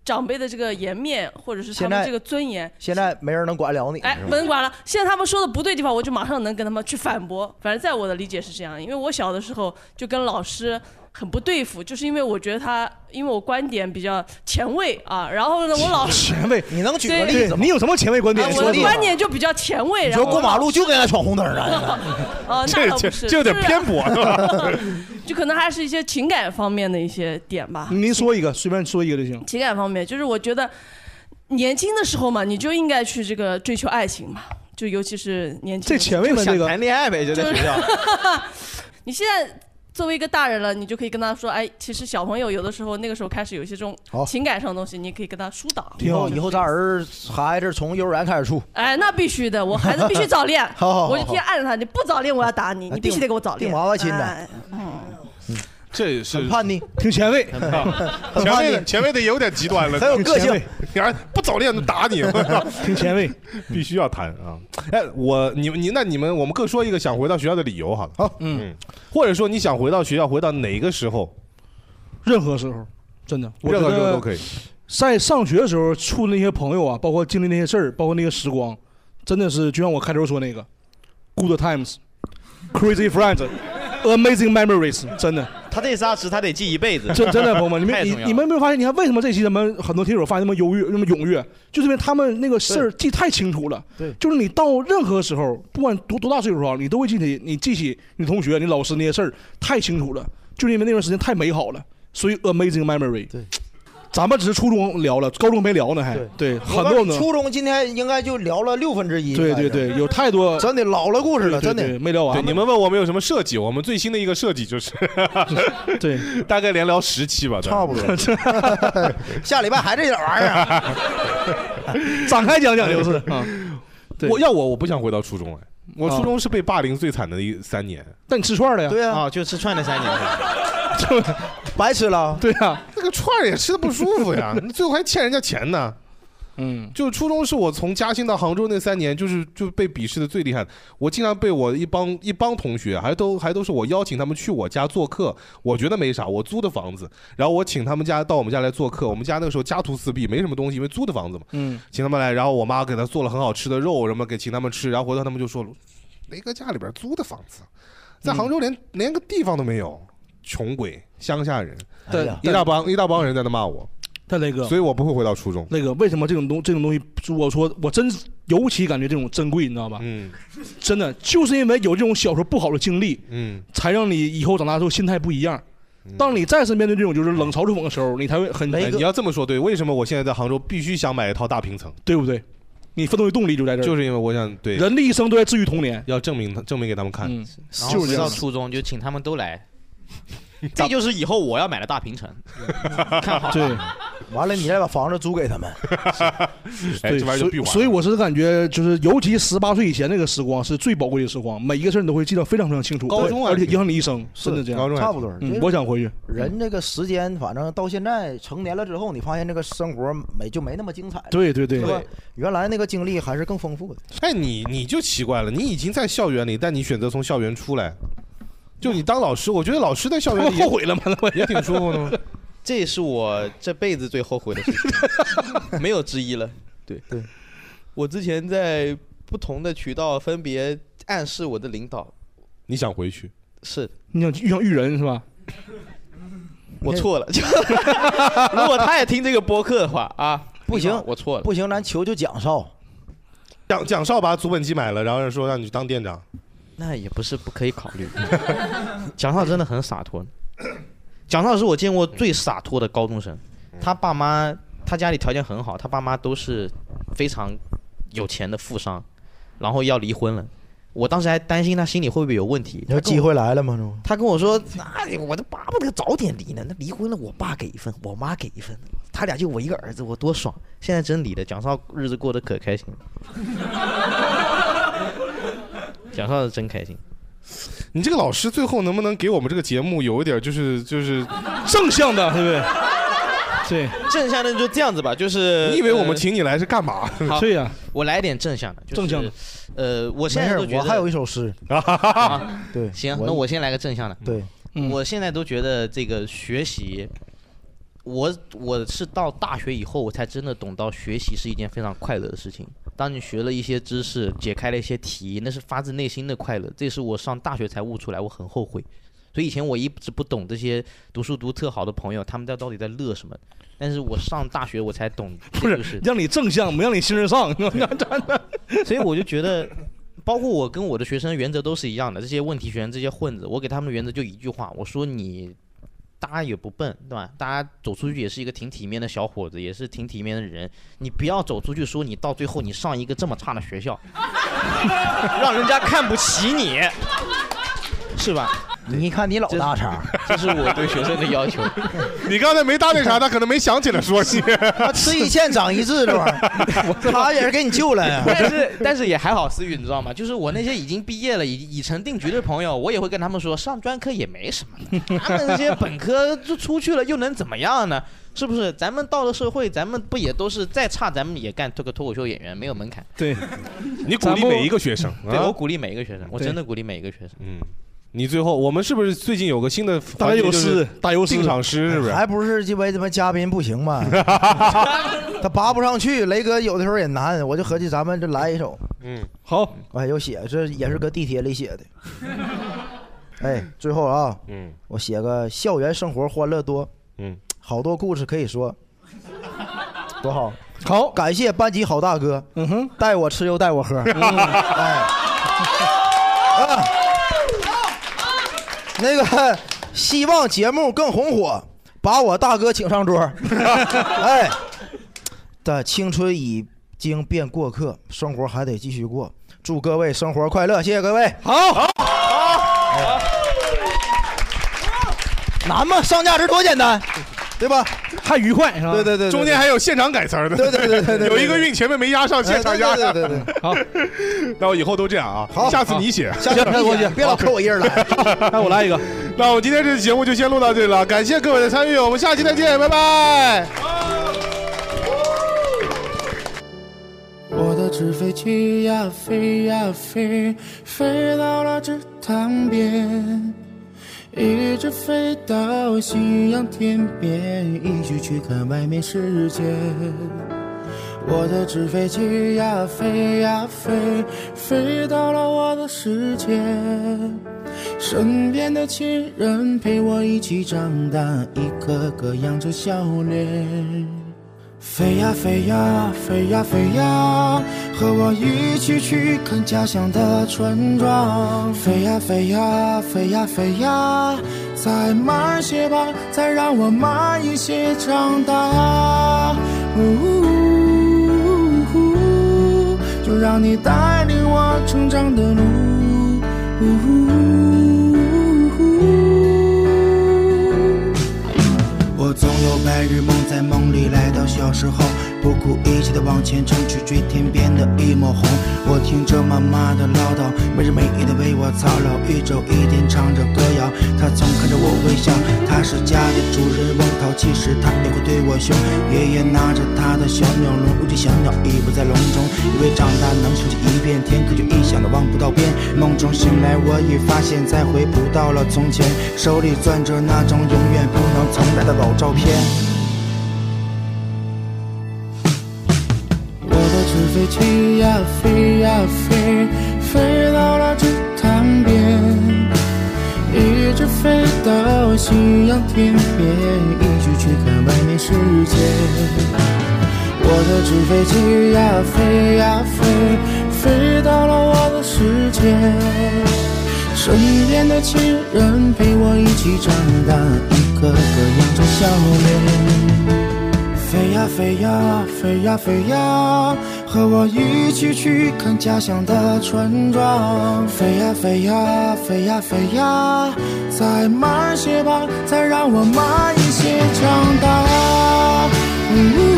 Speaker 12: 长辈的这个颜面，或者是他
Speaker 2: 现
Speaker 12: 们
Speaker 2: 在
Speaker 12: 这个尊严，
Speaker 2: 现在没人能管了你，
Speaker 12: 哎，
Speaker 2: 是吧
Speaker 12: 门管了。现在他们说的不对地方，我就马上能跟他们去反驳。反正在我的理解是这样，因为我小的时候就跟老师很不对付，就是因为我觉得他，因为我观点比较前卫啊，然后呢，我
Speaker 4: 哦
Speaker 12: 老师。
Speaker 3: 前卫，
Speaker 2: 你能举个
Speaker 12: 对
Speaker 2: 例
Speaker 3: 对
Speaker 2: 子吗？
Speaker 3: 你有什么前卫
Speaker 4: 啊
Speaker 3: 观点？
Speaker 12: 啊我
Speaker 3: 说
Speaker 12: 的
Speaker 3: 说。
Speaker 12: 观点就比较前卫，
Speaker 2: 你
Speaker 12: 然
Speaker 2: 说
Speaker 12: 后
Speaker 2: 过马路就 该闯红灯啊！
Speaker 12: 啊，那
Speaker 1: 这
Speaker 12: 倒
Speaker 1: 这
Speaker 12: 不是，
Speaker 1: 这有点偏颇，是吧？
Speaker 12: 就是就可能还是一些情感方面的一些点吧。
Speaker 3: 您说一个，随便说一个就行。
Speaker 12: 情感方面，就是我觉得年轻的时候嘛，你就应该去这个追求爱情嘛。就尤其是年轻
Speaker 3: 这
Speaker 12: 人，
Speaker 3: 前卫们这个
Speaker 4: 谈恋爱呗，就在学校。
Speaker 12: 你现在作为一个大人了，你就可以跟他说，哎，其实小朋友有的时候那个时候开始有一些这种
Speaker 2: 好
Speaker 12: 情感上的东西，你可以跟他疏导。
Speaker 2: 以后以后咱儿孩子从幼儿园开始处，，
Speaker 12: 哎，那必须的，我孩子必须早恋
Speaker 2: 好好好
Speaker 12: 我就天天按着他，你不早恋我要打你，
Speaker 2: 哎
Speaker 12: 你必须得给我早恋。
Speaker 2: 定娃娃亲的
Speaker 12: 哎
Speaker 1: 这也是
Speaker 2: 叛逆，
Speaker 3: 挺前卫，
Speaker 1: 前卫的前卫的也有点极端了，
Speaker 2: 很有个性，
Speaker 1: 你还不早恋就打你，
Speaker 3: 挺前卫，
Speaker 1: 必须要谈啊！哎，我你你那你们我们各说一个想回到学校的理由好了，好，嗯，或者说你想回到学校回到哪个时候？
Speaker 3: 任何时候，真的，我
Speaker 1: 任何时
Speaker 3: 觉
Speaker 1: 候
Speaker 3: 得
Speaker 1: 都可以。
Speaker 3: 在上学的时候处的那些朋友啊，包括经历那些事儿，包括那个时光，真的是就像我开头说那个，good times, crazy friends, amazing memories，真的。
Speaker 4: 他这仨词他得记一辈子。
Speaker 3: 真 真的，朋友们，你们
Speaker 4: 太
Speaker 3: 你
Speaker 4: 重要
Speaker 3: 你
Speaker 4: 了
Speaker 3: 们有没有发现？你看为什么这期咱们很多听友发现那么优越、那么踊跃，就是因为他们那个事儿记太清楚了。
Speaker 2: 对
Speaker 3: 就是你到任何时候，不管多多大岁数啊，你都会记起你记起你同学、你老师那些事儿太清楚了，就是因为那段时间太美好了，所以 amazing memory。对，咱们只是初中聊了，高中没聊呢，还对
Speaker 2: 我
Speaker 3: 很
Speaker 2: 告
Speaker 3: 多
Speaker 2: 诉
Speaker 3: 呢
Speaker 2: 你，。初中今天应该就聊了六分之一。
Speaker 3: 对对对，有太多
Speaker 2: 真的老了故事了，
Speaker 1: 对
Speaker 2: 真
Speaker 1: 对
Speaker 2: 的
Speaker 3: 没聊
Speaker 1: 对，你们问我们有什么设计，我们最新的一个设计就是，
Speaker 3: 对，
Speaker 1: 大概连聊十期吧，
Speaker 2: 差不 多。 下礼拜还这点玩意儿，啊
Speaker 3: 展开讲讲就是。对
Speaker 1: 嗯我要我我不想回到初中来，我初中是被霸凌最惨的一三年。
Speaker 3: 但你吃串了呀？
Speaker 2: 对呀，
Speaker 4: 啊，就吃串了三年。
Speaker 2: 白吃了。
Speaker 3: 对啊呀，
Speaker 1: 那个串儿也吃的不舒 服呀，你最后还欠人家钱呢。
Speaker 3: 嗯，
Speaker 1: 就初中是我从嘉兴到杭州那三年，就是就被鄙视的最厉害的。我经常被我一帮一帮同学，还都还都是我邀请他们去我家做客，我觉得没啥，我租的房子，然后我请他们家到我们家来做客。我们家那个时候家徒四壁，没什么东西，因为租的房子嘛，
Speaker 3: 嗯，
Speaker 1: 请他们来，然后我妈给他做了很好吃的肉什么，给请他们吃，然后回头他们就说，雷哥家里边租的房子，啊在
Speaker 3: 嗯
Speaker 1: 杭州连连个地方都没有，穷鬼，乡下人，
Speaker 3: 对
Speaker 1: 一大帮一大帮人在那骂我，
Speaker 3: 但雷哥，
Speaker 1: 所以我不会回到初中。
Speaker 3: 那个为什么这种东这种东西，我说我真尤其感觉这种珍贵，你知道吧？
Speaker 1: 嗯，
Speaker 3: 真的就是因为有这种小时候不好的经历，
Speaker 1: 嗯，
Speaker 3: 才让你以后长大之后心态不一样。当你再次面对这种就是冷嘲热讽的时候，你才会很
Speaker 1: 哎你要这么说，对，为什么我现在在杭州必须想买一套大平层？
Speaker 3: 对不对？你奋斗的动力就在这儿，
Speaker 1: 就是因为我想对
Speaker 3: 人的嗯一生都在治愈童年。
Speaker 1: 要证明他证明给他们看，
Speaker 4: 然后回到初中就请他们都来，这就是以后我要买的大平层。看好
Speaker 3: 对，
Speaker 2: 完了你再把房子租给 他们，
Speaker 4: 哎
Speaker 1: 哎
Speaker 3: 对，所以所以我是感觉，就是尤其十八岁以前那个时光是最宝贵的时光，每一个事儿你都会记得非常非常清楚，
Speaker 2: 高中啊
Speaker 3: 而且影响你一生，真的这样，
Speaker 2: 是差不多。
Speaker 3: 嗯
Speaker 2: 就是
Speaker 3: 我想回去，
Speaker 2: 人这个时间，反正到现在成年了之后，你发现这个生活没就没那么精彩了。
Speaker 3: 对对对
Speaker 2: 是吧？原来那个经历还是更丰富的。
Speaker 1: 哎，你你就奇怪了，你已经在校园里，但你选择从校园出来，就你当老师，我觉得老师在校园里也
Speaker 3: 后悔了吗？
Speaker 1: 也挺舒服的吗？
Speaker 4: 这是我这辈子最后悔的事情，没有之一了。对
Speaker 2: 对，
Speaker 4: 我之前在不同的渠道分别暗示我的领导，
Speaker 1: 你想回去？
Speaker 4: 是
Speaker 3: 你想你想育人是吧？
Speaker 4: 我错了。 如果他也听这个播客的话啊，
Speaker 2: 不行
Speaker 4: 领导我错了。
Speaker 2: 不行，咱求求蒋少，
Speaker 1: 蒋蒋少把祖本鸡买了，然后说让你去当店长，
Speaker 4: 那也不是不可以考虑。 蒋少真的很洒脱，蒋少是我见过最洒脱的高中生。他爸妈，他家里条件很好，他爸妈都是非常有钱的富商，然后要离婚了。我当时还担心他心里会不会有问题。
Speaker 2: 你说
Speaker 4: 他跟
Speaker 2: 机
Speaker 4: 我
Speaker 2: 会来了吗？这不
Speaker 4: 他跟我说：“那我都巴不得早点离呢。那离婚了，我爸给一份，我妈给一份，他俩就我一个儿子，我多爽！现在真离了，蒋少日子过得可开心了。 蒋少是真开心。
Speaker 1: 你这个老师最后能不能给我们这个节目有一点就是就是
Speaker 3: 正向的，对 不对？对，
Speaker 4: 正向的就这样子吧，就是
Speaker 1: 你以为我们请你来是干嘛？
Speaker 4: 呃好
Speaker 3: 对呀，
Speaker 4: 我来点正向的，就是、
Speaker 3: 正向的。
Speaker 4: 呃，我现
Speaker 2: 没
Speaker 4: 在
Speaker 2: 事
Speaker 4: 都觉
Speaker 2: 儿，
Speaker 4: 得
Speaker 2: 我还有一 首诗。
Speaker 4: 啊
Speaker 2: 对，
Speaker 4: 行，那我先来个正向的。
Speaker 2: 对，
Speaker 4: 我现在都觉得这个学习，我我是到大学以后，我才真的懂到学习是一件非常快乐的事情。当你学了一些知识，解开了一些题，那是发自内心的快乐。这是我上大学才悟出来，我很后悔。所以以前我一直不懂这些读书读特好的朋友，他们在到底在乐什么。但是我上大学我才懂，
Speaker 3: 不
Speaker 4: 这就是
Speaker 3: 让你正向，没让你心而上，
Speaker 4: 所以我就觉得，包括我跟我的学生原则都是一样的，这些问题学生、这些混子，我给他们的原则就一句话，我说你大家也不笨，对吧？大家走出去也是一个挺体面的小伙子，也是挺体面的人。你不要走出去说你到最后你上一个这么差的学校， 让人家看不起你，是吧？
Speaker 1: 呃
Speaker 2: 你看你老大茬，
Speaker 4: 这是我对学生的要求。
Speaker 1: 你刚才没搭那啥，他可能没想起来说 你。
Speaker 2: 吃一堑长一智，这玩意 儿，他也是给你救了呀。
Speaker 4: 但是但是也还好，思雨，你知道吗？就是我那些已经毕业了、已已成定局的朋友，我也会跟他们说，上专科也没什么的，他们这些本科就出去了，又能怎么样呢？是不是？咱们到了社会，咱们不也都是再差，咱们也干脱个脱口秀演员，没有门槛。
Speaker 13: 对，
Speaker 1: 你鼓励每一个学生，
Speaker 4: 对
Speaker 1: 啊
Speaker 4: 我鼓励每一个学生，我
Speaker 1: 对
Speaker 4: 真的鼓励每一个学生。
Speaker 1: 嗯，你最后我们是不是最近有个新的环节就是定场诗是不是？
Speaker 2: 哎还不是鸡巴他妈嘉宾不 行吗？他拔不上去，雷哥有的时候也难，我就合计咱们就来一首。
Speaker 1: 嗯，
Speaker 13: 好，
Speaker 2: 哎，有写，这也是搁地铁 里写的。哎，最后啊，
Speaker 1: 嗯，
Speaker 2: 我写个校园生活欢乐多，
Speaker 1: 嗯，
Speaker 2: 好多故事可以说，多好。
Speaker 13: 好，
Speaker 2: 感谢班级好大哥，
Speaker 13: 嗯哼，
Speaker 2: 带我吃又带 我喝，哎，啊那个希望节目更红火，把我大哥请上桌。 哎，的青春已经变过客，生活还得继续过。祝各位生活快乐，谢谢各位。
Speaker 13: 好，
Speaker 2: 好，好，难吗？上价值多简单，对吧？
Speaker 13: 还愉快是吧？
Speaker 2: 对对对对，
Speaker 1: 中间还有现场改词儿的，
Speaker 2: 对对对对对，
Speaker 1: 有一个韵前面没压上，现场压上。
Speaker 2: 哎对对对对
Speaker 13: 好，
Speaker 1: 那我以后都这样啊。
Speaker 2: 好
Speaker 1: 下次你写，
Speaker 2: 下次我去，别老扣我一人来。
Speaker 13: 那我来一个。
Speaker 1: 那我们今天这期节目就先录到这里了，感谢各位的参与，我们下期再见，拜拜。
Speaker 14: 我的纸飞机呀飞呀飞，飞到了池塘边，一直飞到夕阳天边，一起去看外面世界。我的纸飞机呀飞呀飞，飞到了我的世界，身边的亲人陪我一起长大，一个个扬着笑脸。飞呀飞呀飞呀飞呀，和我一起去看家乡的村庄。飞呀飞呀飞呀飞呀，再慢些吧，再让我慢一些长大。呜呼，就让你带领我成长的路。呜呼。我总有白日梦，在梦里来到小时候，不顾一切的往前冲，去追天边的一抹红。我听着妈妈的唠叨，没日没夜的为我操劳，一周一天唱着歌谣。她总看着我微笑，她是家的主人翁，淘气时她也会对我凶。爷爷拿着他的小鸟笼，有只小鸟已不在笼中，以为长大能休息一片天，可就一想到望不到边。梦中醒来，我已发现再回不到了从前，手里攥着那张永远不能重来的老照片。我的纸飞机呀飞呀飞，飞到了池塘边，一直飞到夕阳天边，一起去看外面世界。我的纸飞机呀飞呀飞，飞到了我的世界，身边的亲人陪我一起长大，一个个扬着笑脸。飞呀飞呀飞呀飞呀，和我一起去看家乡的村庄。飞呀飞呀飞呀飞呀，再慢些吧，再让我慢一些长大。呜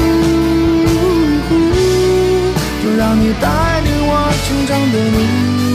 Speaker 14: 呼，就让你带领我成长的路。